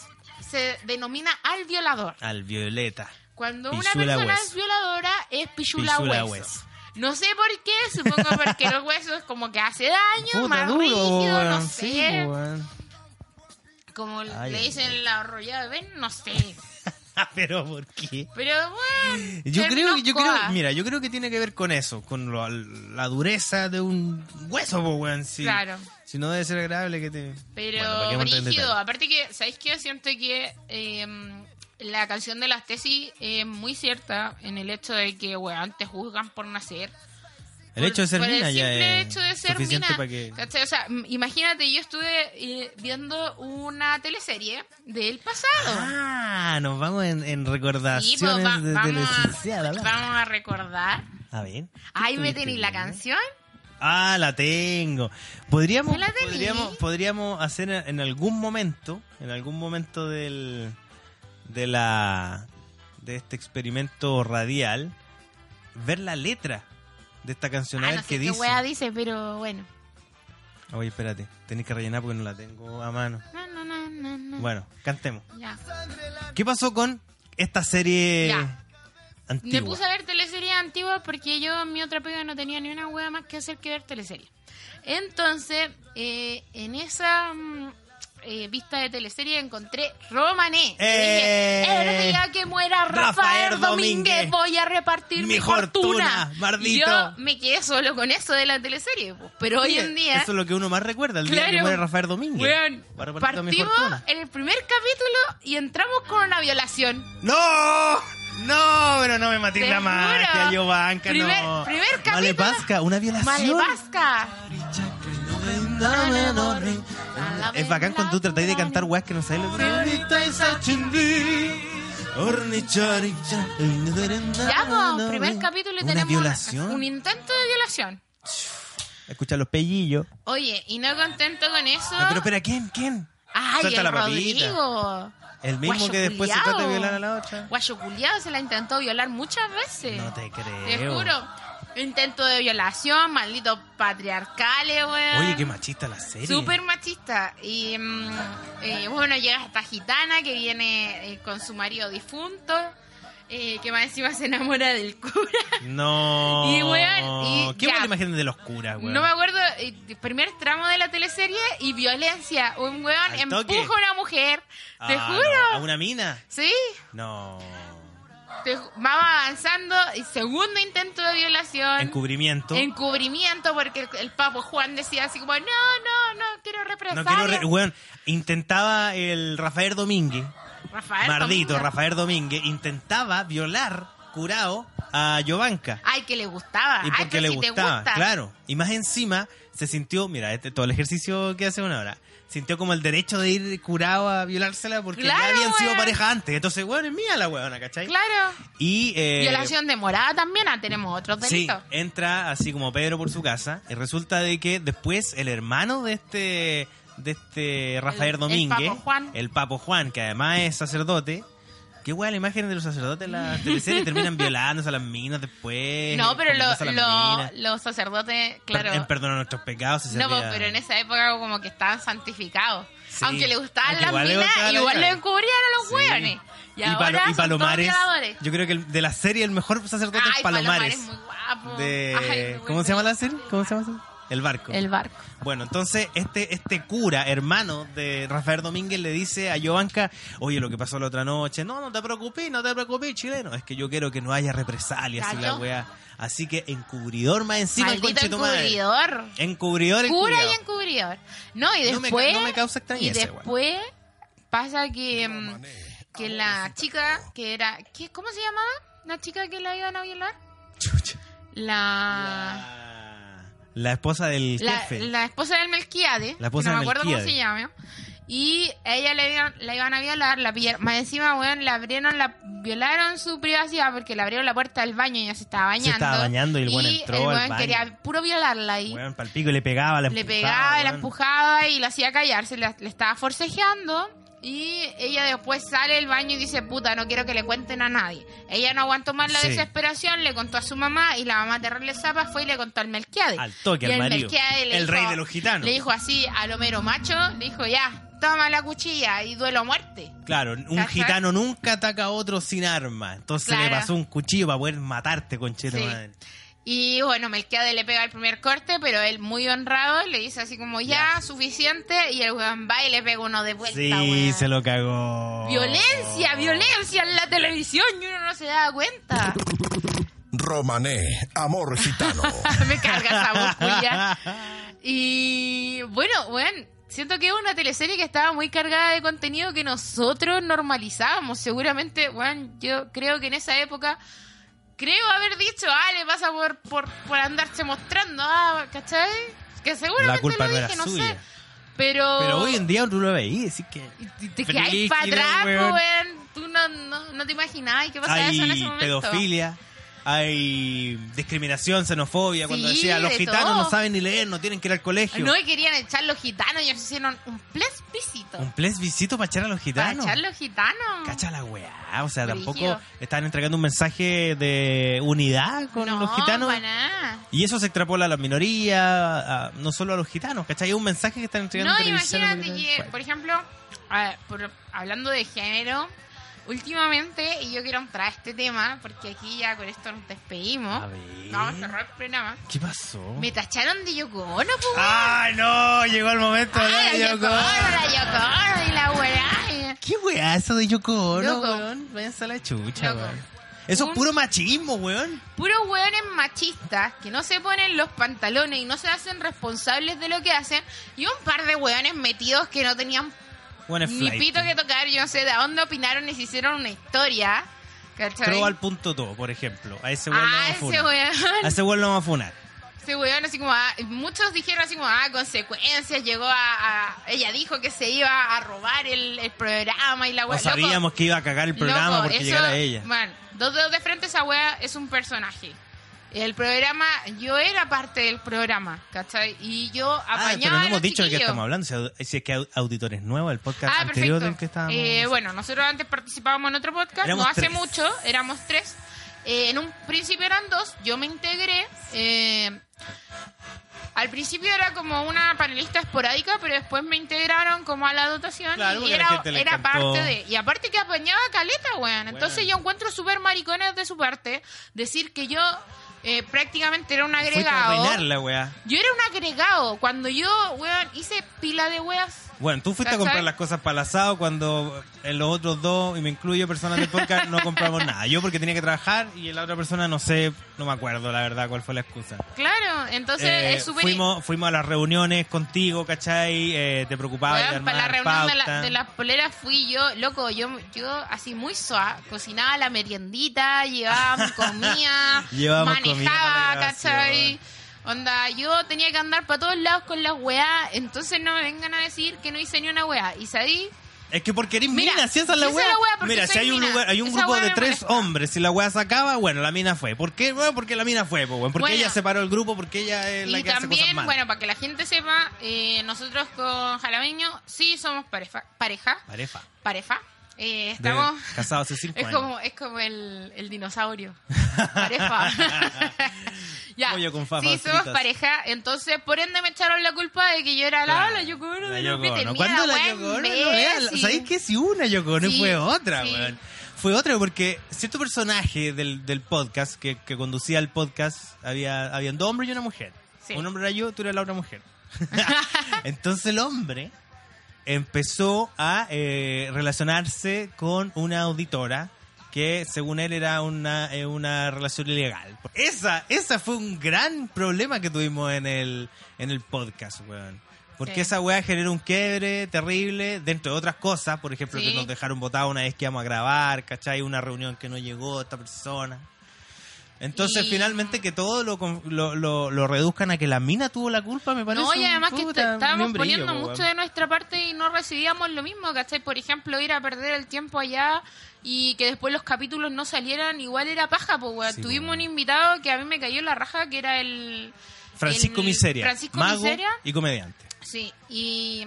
[SPEAKER 1] se denomina al violador.
[SPEAKER 2] Al Violeta.
[SPEAKER 1] Cuando
[SPEAKER 2] Pichula
[SPEAKER 1] una persona
[SPEAKER 2] hueso.
[SPEAKER 1] es violadora es pichula,
[SPEAKER 2] Pichula
[SPEAKER 1] hueso.
[SPEAKER 2] hueso.
[SPEAKER 1] No sé por qué, supongo porque el hueso es como que hace daño,
[SPEAKER 2] Puta,
[SPEAKER 1] más
[SPEAKER 2] duro,
[SPEAKER 1] rígido, no
[SPEAKER 2] weón.
[SPEAKER 1] sé.
[SPEAKER 2] Sí, pues, weón.
[SPEAKER 1] como
[SPEAKER 2] Ay,
[SPEAKER 1] le
[SPEAKER 2] ay,
[SPEAKER 1] dicen la arrollada de Ben, no sé.
[SPEAKER 2] Ah, Pero ¿por qué?
[SPEAKER 1] Pero bueno,
[SPEAKER 2] Yo creo,
[SPEAKER 1] términos
[SPEAKER 2] yo creo,
[SPEAKER 1] coa.
[SPEAKER 2] mira, yo creo que tiene que ver con eso, con lo- la dureza de un hueso, po, weón. Si,
[SPEAKER 1] Claro.
[SPEAKER 2] Si no debe ser agradable que te.
[SPEAKER 1] Pero
[SPEAKER 2] Bueno, ¿para qué vamos a entrar en
[SPEAKER 1] brígido,
[SPEAKER 2] detalle?
[SPEAKER 1] aparte que, ¿sabéis qué? Siento que eh, la canción de las tesis es muy cierta en el hecho de que, weón, te juzgan por nacer.
[SPEAKER 2] El
[SPEAKER 1] Por-
[SPEAKER 2] hecho de ser
[SPEAKER 1] por
[SPEAKER 2] mina
[SPEAKER 1] el
[SPEAKER 2] ya
[SPEAKER 1] simple
[SPEAKER 2] es
[SPEAKER 1] hecho de ser
[SPEAKER 2] suficiente
[SPEAKER 1] mina.
[SPEAKER 2] para que.
[SPEAKER 1] ¿Cachai? O sea, m- imagínate, yo estuve eh, viendo una teleserie del pasado.
[SPEAKER 2] Ah, nos vamos en, en
[SPEAKER 1] Y, pues,
[SPEAKER 2] recordaciones
[SPEAKER 1] va-
[SPEAKER 2] Ah, de, de
[SPEAKER 1] vamos,
[SPEAKER 2] la
[SPEAKER 1] a,
[SPEAKER 2] licenciada, va. ¿eh?
[SPEAKER 1] vamos a recordar.
[SPEAKER 2] A ver.
[SPEAKER 1] Ahí me
[SPEAKER 2] ¿Tuviste
[SPEAKER 1] tenéis la
[SPEAKER 2] bien?
[SPEAKER 1] canción.
[SPEAKER 2] Ah, la tengo. Podríamos,
[SPEAKER 1] ¿Me la tenés?
[SPEAKER 2] podríamos, podríamos hacer en algún momento, en algún momento del, de la, de este experimento radial, ver la letra de esta canción a
[SPEAKER 1] Ah,
[SPEAKER 2] ver
[SPEAKER 1] no
[SPEAKER 2] qué
[SPEAKER 1] sé qué
[SPEAKER 2] dice.
[SPEAKER 1] wea dice, pero bueno.
[SPEAKER 2] Oye, espérate, tenéis que rellenar porque no la tengo a mano.
[SPEAKER 1] No, no, no, no, no.
[SPEAKER 2] Bueno, cantemos.
[SPEAKER 1] Ya.
[SPEAKER 2] ¿Qué pasó con esta serie
[SPEAKER 1] Ya.
[SPEAKER 2] antigua?
[SPEAKER 1] Me puse a ver teleseries antiguas porque yo en mi otra pega no tenía ni una hueá más que hacer que ver teleseries. Entonces, eh, en esa mm, eh, vista de teleserie encontré Romané. Y
[SPEAKER 2] ¡Eh!
[SPEAKER 1] dije, el día que muera Rafael,
[SPEAKER 2] Rafael
[SPEAKER 1] Domínguez,
[SPEAKER 2] Domínguez,
[SPEAKER 1] voy a repartir mi,
[SPEAKER 2] mi fortuna,
[SPEAKER 1] fortuna.
[SPEAKER 2] maldito.
[SPEAKER 1] Yo me quedé solo con eso de la teleserie. po. Pero hoy
[SPEAKER 2] Oye,
[SPEAKER 1] en día...
[SPEAKER 2] Eso es lo que uno más recuerda, el día que
[SPEAKER 1] Claro.
[SPEAKER 2] muere Rafael Domínguez.
[SPEAKER 1] Weón,
[SPEAKER 2] Va a repartir toda mi
[SPEAKER 1] partimos
[SPEAKER 2] fortuna.
[SPEAKER 1] en el primer capítulo y entramos con una violación.
[SPEAKER 2] ¡No! ¡No! Pero no me maté
[SPEAKER 1] Te
[SPEAKER 2] la
[SPEAKER 1] juro.
[SPEAKER 2] magia, yo banca,
[SPEAKER 1] Primer-
[SPEAKER 2] no.
[SPEAKER 1] primer
[SPEAKER 2] Vale,
[SPEAKER 1] capítulo.
[SPEAKER 2] Pasca, una
[SPEAKER 1] Vale,
[SPEAKER 2] violación.
[SPEAKER 1] vasca.
[SPEAKER 2] Es bacán cuando tú tratáis de cantar weas que no sabes lo
[SPEAKER 1] Ya,
[SPEAKER 2] Ya,
[SPEAKER 1] po, primer capítulo y
[SPEAKER 2] una
[SPEAKER 1] tenemos
[SPEAKER 2] violación.
[SPEAKER 1] un intento de violación.
[SPEAKER 2] Escucha los pellillos.
[SPEAKER 1] Oye, y no contento con eso.
[SPEAKER 2] No, pero espera, ¿quién? ¿Quién?
[SPEAKER 1] Ay,
[SPEAKER 2] Suelta
[SPEAKER 1] el
[SPEAKER 2] la papita.
[SPEAKER 1] Rodrigo.
[SPEAKER 2] El mismo
[SPEAKER 1] Guayo
[SPEAKER 2] que después se
[SPEAKER 1] culiao.
[SPEAKER 2] trata de violar a la otra.
[SPEAKER 1] Guayo culiao se la intentó violar muchas veces.
[SPEAKER 2] No te creo.
[SPEAKER 1] Te juro. Intento de violación, malditos patriarcales, weón.
[SPEAKER 2] Oye, qué machista la serie.
[SPEAKER 1] Súper machista. Y mm, eh, bueno, llega esta gitana que viene eh, con su marido difunto, eh, que más encima se enamora del cura.
[SPEAKER 2] No.
[SPEAKER 1] Y, weón, y
[SPEAKER 2] ¿Qué
[SPEAKER 1] ya.
[SPEAKER 2] buena imagen de los curas, weón?
[SPEAKER 1] No me acuerdo, eh, primer tramo de la teleserie y violencia. Un weón
[SPEAKER 2] Al
[SPEAKER 1] empuja
[SPEAKER 2] toque.
[SPEAKER 1] a una mujer. Te
[SPEAKER 2] Ah,
[SPEAKER 1] juro.
[SPEAKER 2] no. ¿A una mina?
[SPEAKER 1] Sí.
[SPEAKER 2] No.
[SPEAKER 1] Te ju- vamos avanzando. Y segundo intento de violación.
[SPEAKER 2] Encubrimiento.
[SPEAKER 1] Encubrimiento, porque el, el papo Juan decía así como, no, no, no, quiero
[SPEAKER 2] No
[SPEAKER 1] represar.
[SPEAKER 2] quiero. re- Weón, intentaba el Rafael Domínguez.
[SPEAKER 1] Rafael.
[SPEAKER 2] Mardito,
[SPEAKER 1] Domínguez.
[SPEAKER 2] Rafael Domínguez. Intentaba violar, curado, a Yovanka.
[SPEAKER 1] Ay, que le gustaba.
[SPEAKER 2] y
[SPEAKER 1] Ay,
[SPEAKER 2] porque
[SPEAKER 1] pero
[SPEAKER 2] le
[SPEAKER 1] si ah, te
[SPEAKER 2] gustaba,
[SPEAKER 1] gusta.
[SPEAKER 2] claro. Y más encima se sintió, mira, este todo el ejercicio que hace una hora, sintió como el derecho de ir curado a violársela porque ya
[SPEAKER 1] Claro,
[SPEAKER 2] habían sido
[SPEAKER 1] weón.
[SPEAKER 2] pareja antes. Entonces, bueno, es mía la weona, ¿cachai?
[SPEAKER 1] Claro.
[SPEAKER 2] Y eh,
[SPEAKER 1] Violación de morada también, ah, tenemos otros
[SPEAKER 2] Sí,
[SPEAKER 1] delitos.
[SPEAKER 2] entra así como Pedro por su casa y resulta de que después el hermano de este de este Rafael
[SPEAKER 1] El- el
[SPEAKER 2] Domínguez,
[SPEAKER 1] Papo Juan.
[SPEAKER 2] el Papo Juan, que además es sacerdote, qué weá la imagen de los sacerdotes en las teleseries terminan violándose a las minas después.
[SPEAKER 1] no, pero lo-
[SPEAKER 2] comiéndose a las
[SPEAKER 1] lo-
[SPEAKER 2] minas.
[SPEAKER 1] los sacerdotes, claro.
[SPEAKER 2] Per- en perdonar nuestros pecados. se
[SPEAKER 1] no, pues,
[SPEAKER 2] servía-
[SPEAKER 1] pero en esa época como que estaban santificados.
[SPEAKER 2] Sí.
[SPEAKER 1] Aunque le gustaban
[SPEAKER 2] Aunque
[SPEAKER 1] las
[SPEAKER 2] igual le
[SPEAKER 1] minas,
[SPEAKER 2] gustaba la
[SPEAKER 1] igual lo
[SPEAKER 2] cara.
[SPEAKER 1] encubrían a los
[SPEAKER 2] Sí.
[SPEAKER 1] hueones. Y,
[SPEAKER 2] Palo-
[SPEAKER 1] ahora
[SPEAKER 2] y
[SPEAKER 1] son todos
[SPEAKER 2] Palomares.
[SPEAKER 1] violadores.
[SPEAKER 2] Yo creo que el- de la serie el mejor sacerdote
[SPEAKER 1] Ay,
[SPEAKER 2] es Palomares.
[SPEAKER 1] muy guapo.
[SPEAKER 2] de-
[SPEAKER 1] Ay, muy
[SPEAKER 2] ¿Cómo se llama la
[SPEAKER 1] guapo.
[SPEAKER 2] serie? ¿Cómo se llama? El barco.
[SPEAKER 1] El barco.
[SPEAKER 2] Bueno, entonces este, este cura, hermano de Rafael Domínguez, le dice a Yovanka, oye, lo que pasó la otra noche, no, no te preocupes, no te preocupes, chileno, es que yo quiero que no haya represalias y la
[SPEAKER 1] Cacho.
[SPEAKER 2] weá. Así que encubridor más encima el
[SPEAKER 1] Maldito encubridor.
[SPEAKER 2] Encubridor el
[SPEAKER 1] Cura
[SPEAKER 2] culiao.
[SPEAKER 1] y encubridor. No, y
[SPEAKER 2] No me ca-
[SPEAKER 1] después.
[SPEAKER 2] no me causa extrañeza,
[SPEAKER 1] Y después pasa que. mm, Que la chica que era. ¿qué, ¿Cómo se llamaba? La chica que la iban a violar.
[SPEAKER 2] Chucha.
[SPEAKER 1] La.
[SPEAKER 2] La... la esposa del
[SPEAKER 1] Ah. La,
[SPEAKER 2] jefe.
[SPEAKER 1] la esposa del Melquiade.
[SPEAKER 2] La esposa
[SPEAKER 1] que no
[SPEAKER 2] del
[SPEAKER 1] me acuerdo
[SPEAKER 2] Melquiade.
[SPEAKER 1] cómo se llama. Y a ella la iban, la iban a violar. La pillaron- Más encima, weón, la abrieron, la violaron su privacidad porque le abrieron la puerta del baño y ella se estaba bañando.
[SPEAKER 2] Se estaba bañando y el weón entró al
[SPEAKER 1] weón
[SPEAKER 2] baño.
[SPEAKER 1] quería puro violarla y
[SPEAKER 2] Weón, palpico, le pegaba, la
[SPEAKER 1] le
[SPEAKER 2] empujaba,
[SPEAKER 1] pegaba, y la
[SPEAKER 2] weón.
[SPEAKER 1] empujaba y la hacía callarse, la- le estaba forcejeando y ella después sale del baño y dice, puta, no quiero que le cuenten a nadie. Ella no aguantó más la
[SPEAKER 2] Sí.
[SPEAKER 1] desesperación, le contó a su mamá y la mamá terrible zapa fue y le contó al Melquiade.
[SPEAKER 2] Al
[SPEAKER 1] Y
[SPEAKER 2] toque, al
[SPEAKER 1] el
[SPEAKER 2] marido.
[SPEAKER 1] Melquiade le
[SPEAKER 2] El
[SPEAKER 1] dijo-
[SPEAKER 2] rey de los gitanos.
[SPEAKER 1] Le dijo así al Homero Macho, le dijo, ya, toma la cuchilla y duelo a muerte.
[SPEAKER 2] Claro, un
[SPEAKER 1] ¿Cachai?
[SPEAKER 2] gitano nunca ataca a otro sin arma. Entonces le
[SPEAKER 1] Claro.
[SPEAKER 2] pasó un cuchillo para poder matarte, conchete
[SPEAKER 1] Sí.
[SPEAKER 2] madre.
[SPEAKER 1] Y bueno, Melquiade le pega el primer corte, pero él muy honrado le dice así como, ya, suficiente, y el weón va y le pega uno de vuelta.
[SPEAKER 2] Sí,
[SPEAKER 1] weón.
[SPEAKER 2] se lo cagó.
[SPEAKER 1] Violencia, violencia en la televisión y uno no se da cuenta.
[SPEAKER 4] Romané, amor gitano.
[SPEAKER 1] Me carga esa voz, culia. Y bueno, weón, siento que es una teleserie que estaba muy cargada de contenido que nosotros normalizábamos. Seguramente, weón, yo creo que en esa época creo haber dicho, ah, le pasa por, por, por andarse mostrando, ah, ¿cachai? Que seguramente
[SPEAKER 2] La culpa
[SPEAKER 1] lo
[SPEAKER 2] no
[SPEAKER 1] dije, no
[SPEAKER 2] era suya.
[SPEAKER 1] sé. Pero,
[SPEAKER 2] Pero hoy en día tú lo veís, así que.
[SPEAKER 1] te- te quedáis para
[SPEAKER 2] Película,
[SPEAKER 1] atrás,
[SPEAKER 2] weón.
[SPEAKER 1] weón. Tú no, no, no te imaginabas qué pasaba eso en ese
[SPEAKER 2] Hay
[SPEAKER 1] momento.
[SPEAKER 2] pedofilia, hay discriminación, xenofobia, cuando
[SPEAKER 1] Sí,
[SPEAKER 2] decía los
[SPEAKER 1] de
[SPEAKER 2] gitanos
[SPEAKER 1] todo.
[SPEAKER 2] no saben ni leer, no tienen que ir al colegio.
[SPEAKER 1] No, y querían echar los gitanos y ellos hicieron un plebiscito.
[SPEAKER 2] Un plebiscito para echar a los
[SPEAKER 1] Para
[SPEAKER 2] gitanos.
[SPEAKER 1] echar los gitanos.
[SPEAKER 2] Cacha la weá, o sea,
[SPEAKER 1] Brígido.
[SPEAKER 2] tampoco están entregando un mensaje de unidad con
[SPEAKER 1] no,
[SPEAKER 2] los gitanos.
[SPEAKER 1] para nada.
[SPEAKER 2] Y eso se extrapola a la minoría, a- no solo a los gitanos, ¿cachai? Es un mensaje que están entregando
[SPEAKER 1] No,
[SPEAKER 2] en televisión.
[SPEAKER 1] imagínate que, por ejemplo, a- por- hablando de género, últimamente, y yo quiero entrar a este tema, porque aquí ya con esto nos despedimos.
[SPEAKER 2] A ver.
[SPEAKER 1] Vamos a cerrar el programa.
[SPEAKER 2] ¿Qué pasó?
[SPEAKER 1] Me tacharon de Yoko Ono, po,
[SPEAKER 2] ¡Ay, no! Llegó el momento de
[SPEAKER 1] Ay, la
[SPEAKER 2] hablar
[SPEAKER 1] Yoko
[SPEAKER 2] de
[SPEAKER 1] Ono,
[SPEAKER 2] Ah, Yoko Ono.
[SPEAKER 1] la Yoko Ono y la weá.
[SPEAKER 2] ¿Qué weá eso de Yoko Ono,
[SPEAKER 1] Loco.
[SPEAKER 2] weón? Váyanse a la chucha,
[SPEAKER 1] Loco.
[SPEAKER 2] weón. Eso
[SPEAKER 1] Un-
[SPEAKER 2] es puro machismo, weón.
[SPEAKER 1] Puros weones machistas que no se ponen los pantalones y no se hacen responsables de lo que hacen. Y un par de weones metidos que no tenían
[SPEAKER 2] Weón es
[SPEAKER 1] ni
[SPEAKER 2] flight.
[SPEAKER 1] pito que tocar. Yo no sé de dónde opinaron y se hicieron una historia. ¿Cachai?
[SPEAKER 2] Trova al punto todo, por ejemplo. A ese weón lo
[SPEAKER 1] Ah,
[SPEAKER 2] vamos a
[SPEAKER 1] ese
[SPEAKER 2] funar. A
[SPEAKER 1] weón.
[SPEAKER 2] ese weón lo vamos a funar.
[SPEAKER 1] Ese weón, así como, ah, muchos dijeron así como, ah, consecuencias, llegó a, a- Ella dijo que se iba a robar el, el programa y la
[SPEAKER 2] No
[SPEAKER 1] weón.
[SPEAKER 2] sabíamos que iba a cagar el programa porque llegara ella.
[SPEAKER 1] Man, dos dedos de frente, esa wea es un personaje. El programa, yo era parte del programa, ¿cachai? Y yo apañaba.
[SPEAKER 2] Ah, pero no
[SPEAKER 1] a
[SPEAKER 2] hemos
[SPEAKER 1] los
[SPEAKER 2] dicho de qué
[SPEAKER 1] chiquillos.
[SPEAKER 2] estamos hablando. Si, au- si es que au- Auditor es nuevo, el podcast
[SPEAKER 1] Ah,
[SPEAKER 2] anterior
[SPEAKER 1] perfecto.
[SPEAKER 2] del que estábamos.
[SPEAKER 1] Eh, bueno, nosotros antes participábamos en otro podcast,
[SPEAKER 2] Éramos
[SPEAKER 1] no hace
[SPEAKER 2] tres.
[SPEAKER 1] mucho, éramos tres. Eh, en un principio eran dos, yo me integré. eh, al principio era como una panelista esporádica, pero después me integraron como a la dotación y
[SPEAKER 2] Claro, porque a la
[SPEAKER 1] era,
[SPEAKER 2] gente le
[SPEAKER 1] era
[SPEAKER 2] encantó.
[SPEAKER 1] parte de... Y aparte que apañaba caleta, weón. Entonces
[SPEAKER 2] Weón.
[SPEAKER 1] yo encuentro súper maricones de su parte decir que yo eh, prácticamente era un
[SPEAKER 2] Fue para
[SPEAKER 1] agregado.
[SPEAKER 2] reinar la weá.
[SPEAKER 1] Yo era un agregado. Cuando yo, weón, hice pila de weas.
[SPEAKER 2] Bueno, tú fuiste
[SPEAKER 1] ¿Cachai?
[SPEAKER 2] a comprar las cosas para el asado cuando en los otros dos, y me incluyo personas del podcast, no compramos nada. Yo porque tenía que trabajar y la otra persona no sé, no me acuerdo la verdad cuál fue la excusa.
[SPEAKER 1] Claro, entonces
[SPEAKER 2] Eh,
[SPEAKER 1] es súper...
[SPEAKER 2] fuimos, fuimos a las reuniones contigo, ¿cachai? Eh, te preocupaba
[SPEAKER 1] Weón,
[SPEAKER 2] de
[SPEAKER 1] para la
[SPEAKER 2] armar
[SPEAKER 1] reunión de, la,
[SPEAKER 2] pauta.
[SPEAKER 1] de las poleras fui yo, loco, yo, yo así muy soa, cocinaba la meriendita, llevábamos comida,
[SPEAKER 2] Llevábamos comida para
[SPEAKER 1] manejaba,
[SPEAKER 2] la
[SPEAKER 1] ¿cachai?
[SPEAKER 2] grabación.
[SPEAKER 1] Onda, yo tenía que andar para todos lados con las weá, entonces no me vengan a decir que no hice ni una weá. Y sabí,
[SPEAKER 2] Es que porque eres
[SPEAKER 1] Mira,
[SPEAKER 2] mina, si esa es la
[SPEAKER 1] si esa
[SPEAKER 2] wea.
[SPEAKER 1] es la wea, porque
[SPEAKER 2] Mira, si
[SPEAKER 1] soy
[SPEAKER 2] hay un
[SPEAKER 1] mina.
[SPEAKER 2] lugar, hay un
[SPEAKER 1] Esa
[SPEAKER 2] grupo
[SPEAKER 1] wea
[SPEAKER 2] de
[SPEAKER 1] me
[SPEAKER 2] tres
[SPEAKER 1] molesta.
[SPEAKER 2] hombres, si la wea sacaba, bueno, la mina fue. ¿Por qué? Bueno, porque la mina fue, po, weón. porque
[SPEAKER 1] Bueno.
[SPEAKER 2] ella separó el grupo, porque ella es la
[SPEAKER 1] y
[SPEAKER 2] que hace cosas
[SPEAKER 1] también,
[SPEAKER 2] mal.
[SPEAKER 1] bueno, para que la gente sepa, eh, nosotros con Jalameño sí somos pareja, pareja,
[SPEAKER 2] Pareja.
[SPEAKER 1] pareja, eh,
[SPEAKER 2] De-
[SPEAKER 1] estamos...
[SPEAKER 2] Casado hace cinco
[SPEAKER 1] Es
[SPEAKER 2] años.
[SPEAKER 1] como, es como el, el dinosaurio. Pareja. ya.
[SPEAKER 2] Pollo con papas
[SPEAKER 1] sí, somos
[SPEAKER 2] fritas.
[SPEAKER 1] pareja. Entonces, por ende, me echaron la culpa de que yo era la,
[SPEAKER 2] Claro,
[SPEAKER 1] la Yoko Ono
[SPEAKER 2] La
[SPEAKER 1] de
[SPEAKER 2] Yoko
[SPEAKER 1] los Beatles.
[SPEAKER 2] Ono.
[SPEAKER 1] Mira,
[SPEAKER 2] ¿Cuándo la
[SPEAKER 1] weá,
[SPEAKER 2] Yoko Ono? No, vea,
[SPEAKER 1] imbécil.
[SPEAKER 2] ¿Sabéis que si una Yoko Ono
[SPEAKER 1] Sí,
[SPEAKER 2] fue otra,
[SPEAKER 1] sí.
[SPEAKER 2] weón? Fue otra porque cierto personaje del, del podcast que, que conducía el podcast, había habían dos hombres y una mujer.
[SPEAKER 1] Sí.
[SPEAKER 2] Un hombre era yo, tú eras la otra mujer. Entonces el hombre empezó a eh, relacionarse con una auditora que según él era una, eh, una relación ilegal. Esa, esa fue un gran problema que tuvimos en el, en el podcast, weón. Porque
[SPEAKER 1] Sí.
[SPEAKER 2] esa weá generó un quiebre terrible, dentro de otras cosas, por ejemplo,
[SPEAKER 1] Sí.
[SPEAKER 2] que nos dejaron votar una vez que íbamos a grabar, ¿cachai? Una reunión que no llegó esta persona. Entonces,
[SPEAKER 1] Y-
[SPEAKER 2] finalmente, que todo lo, con- lo, lo, lo reduzcan a que la mina tuvo la culpa, me parece.
[SPEAKER 1] No, y
[SPEAKER 2] un-
[SPEAKER 1] además que
[SPEAKER 2] puta,
[SPEAKER 1] est-
[SPEAKER 2] un
[SPEAKER 1] estábamos
[SPEAKER 2] brillo,
[SPEAKER 1] poniendo
[SPEAKER 2] po,
[SPEAKER 1] mucho
[SPEAKER 2] weón.
[SPEAKER 1] de nuestra parte y no recibíamos lo mismo, ¿cachai? Por ejemplo, ir a perder el tiempo allá y que después los capítulos no salieran, igual era paja, pues, weón.
[SPEAKER 2] Sí, po,
[SPEAKER 1] Tuvimos
[SPEAKER 2] weón.
[SPEAKER 1] un invitado que a mí me cayó la raja, que era el...
[SPEAKER 2] Francisco
[SPEAKER 1] el-
[SPEAKER 2] Miseria,
[SPEAKER 1] Francisco
[SPEAKER 2] mago
[SPEAKER 1] Miseria.
[SPEAKER 2] y comediante.
[SPEAKER 1] Sí, y,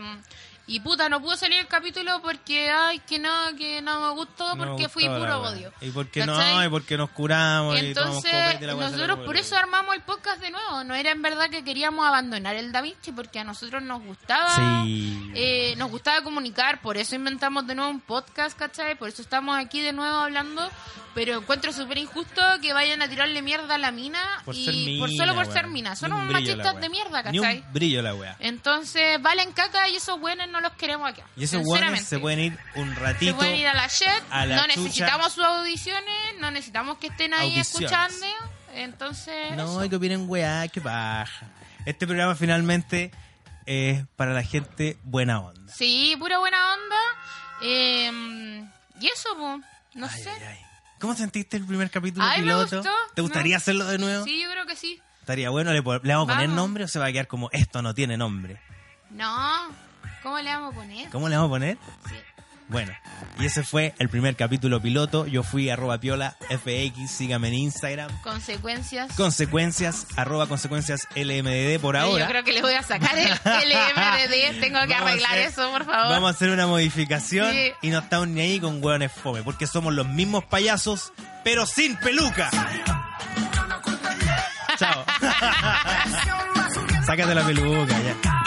[SPEAKER 1] y puta, no pudo salir el capítulo porque, ay, que no, que no me gustó,
[SPEAKER 2] No me
[SPEAKER 1] porque
[SPEAKER 2] gustó
[SPEAKER 1] fui
[SPEAKER 2] la
[SPEAKER 1] puro
[SPEAKER 2] weá.
[SPEAKER 1] odio.
[SPEAKER 2] Y porque no,
[SPEAKER 1] ¿Cachai?
[SPEAKER 2] y porque nos curamos, y tomamos
[SPEAKER 1] Entonces,
[SPEAKER 2] copete, y la weá salió
[SPEAKER 1] nosotros
[SPEAKER 2] como
[SPEAKER 1] por
[SPEAKER 2] el
[SPEAKER 1] eso armamos el podcast de nuevo. No era en verdad que queríamos abandonar el Da Vinci porque a nosotros nos gustaba.
[SPEAKER 2] Sí.
[SPEAKER 1] eh, nos gustaba comunicar, por eso inventamos de nuevo un podcast, ¿cachai? Por eso estamos aquí de nuevo hablando. Pero encuentro súper injusto que vayan a tirarle mierda a la mina
[SPEAKER 2] Por
[SPEAKER 1] y
[SPEAKER 2] ser mina,
[SPEAKER 1] por solo por
[SPEAKER 2] weón.
[SPEAKER 1] ser mina.
[SPEAKER 2] Ni
[SPEAKER 1] Son
[SPEAKER 2] un
[SPEAKER 1] unos
[SPEAKER 2] brillo la
[SPEAKER 1] machistas
[SPEAKER 2] weá.
[SPEAKER 1] de mierda,
[SPEAKER 2] Ni
[SPEAKER 1] ¿cachai?
[SPEAKER 2] un brillo la weá.
[SPEAKER 1] Entonces, valen caca y esos buenos no los queremos acá.
[SPEAKER 2] Y esos
[SPEAKER 1] sinceramente.
[SPEAKER 2] guanes se pueden ir un
[SPEAKER 1] Se
[SPEAKER 2] ratito.
[SPEAKER 1] pueden ir a la SHED,
[SPEAKER 2] a la
[SPEAKER 1] no
[SPEAKER 2] chucha.
[SPEAKER 1] necesitamos sus audiciones, no necesitamos que estén ahí
[SPEAKER 2] Audiciones.
[SPEAKER 1] escuchando. Entonces,
[SPEAKER 2] No,
[SPEAKER 1] eso.
[SPEAKER 2] y que opinen weá, que baja. Este programa finalmente es para la gente buena onda.
[SPEAKER 1] sí, pura buena onda. Eh, y eso, po, no
[SPEAKER 2] Ay,
[SPEAKER 1] sé.
[SPEAKER 2] ay, ay. ¿Cómo sentiste el primer capítulo
[SPEAKER 1] Ay, me
[SPEAKER 2] piloto?
[SPEAKER 1] gustó.
[SPEAKER 2] ¿Te gustaría
[SPEAKER 1] No.
[SPEAKER 2] hacerlo de nuevo?
[SPEAKER 1] Sí, yo creo que sí.
[SPEAKER 2] Estaría bueno, ¿le, po- le vamos a poner
[SPEAKER 1] Vamos.
[SPEAKER 2] nombre o se va a quedar como esto no tiene nombre?
[SPEAKER 1] No, ¿cómo le vamos a poner?
[SPEAKER 2] ¿Cómo le vamos a poner?
[SPEAKER 1] Sí.
[SPEAKER 2] Bueno, y ese fue el primer capítulo piloto. Yo fui arroba piola FX, síganme en Instagram.
[SPEAKER 1] Consecuencias.
[SPEAKER 2] Consecuencias, arroba consecuencias LMDD por
[SPEAKER 1] Yo
[SPEAKER 2] ahora.
[SPEAKER 1] creo que les voy a sacar el LMDD. Tengo que
[SPEAKER 2] Vamos a
[SPEAKER 1] arreglar
[SPEAKER 2] hacer-
[SPEAKER 1] eso, por favor.
[SPEAKER 2] Vamos a hacer una modificación
[SPEAKER 1] Sí.
[SPEAKER 2] y no estamos ni ahí con hueones fome, porque somos los mismos payasos, pero sin peluca. Chao. Sácate la peluca ya.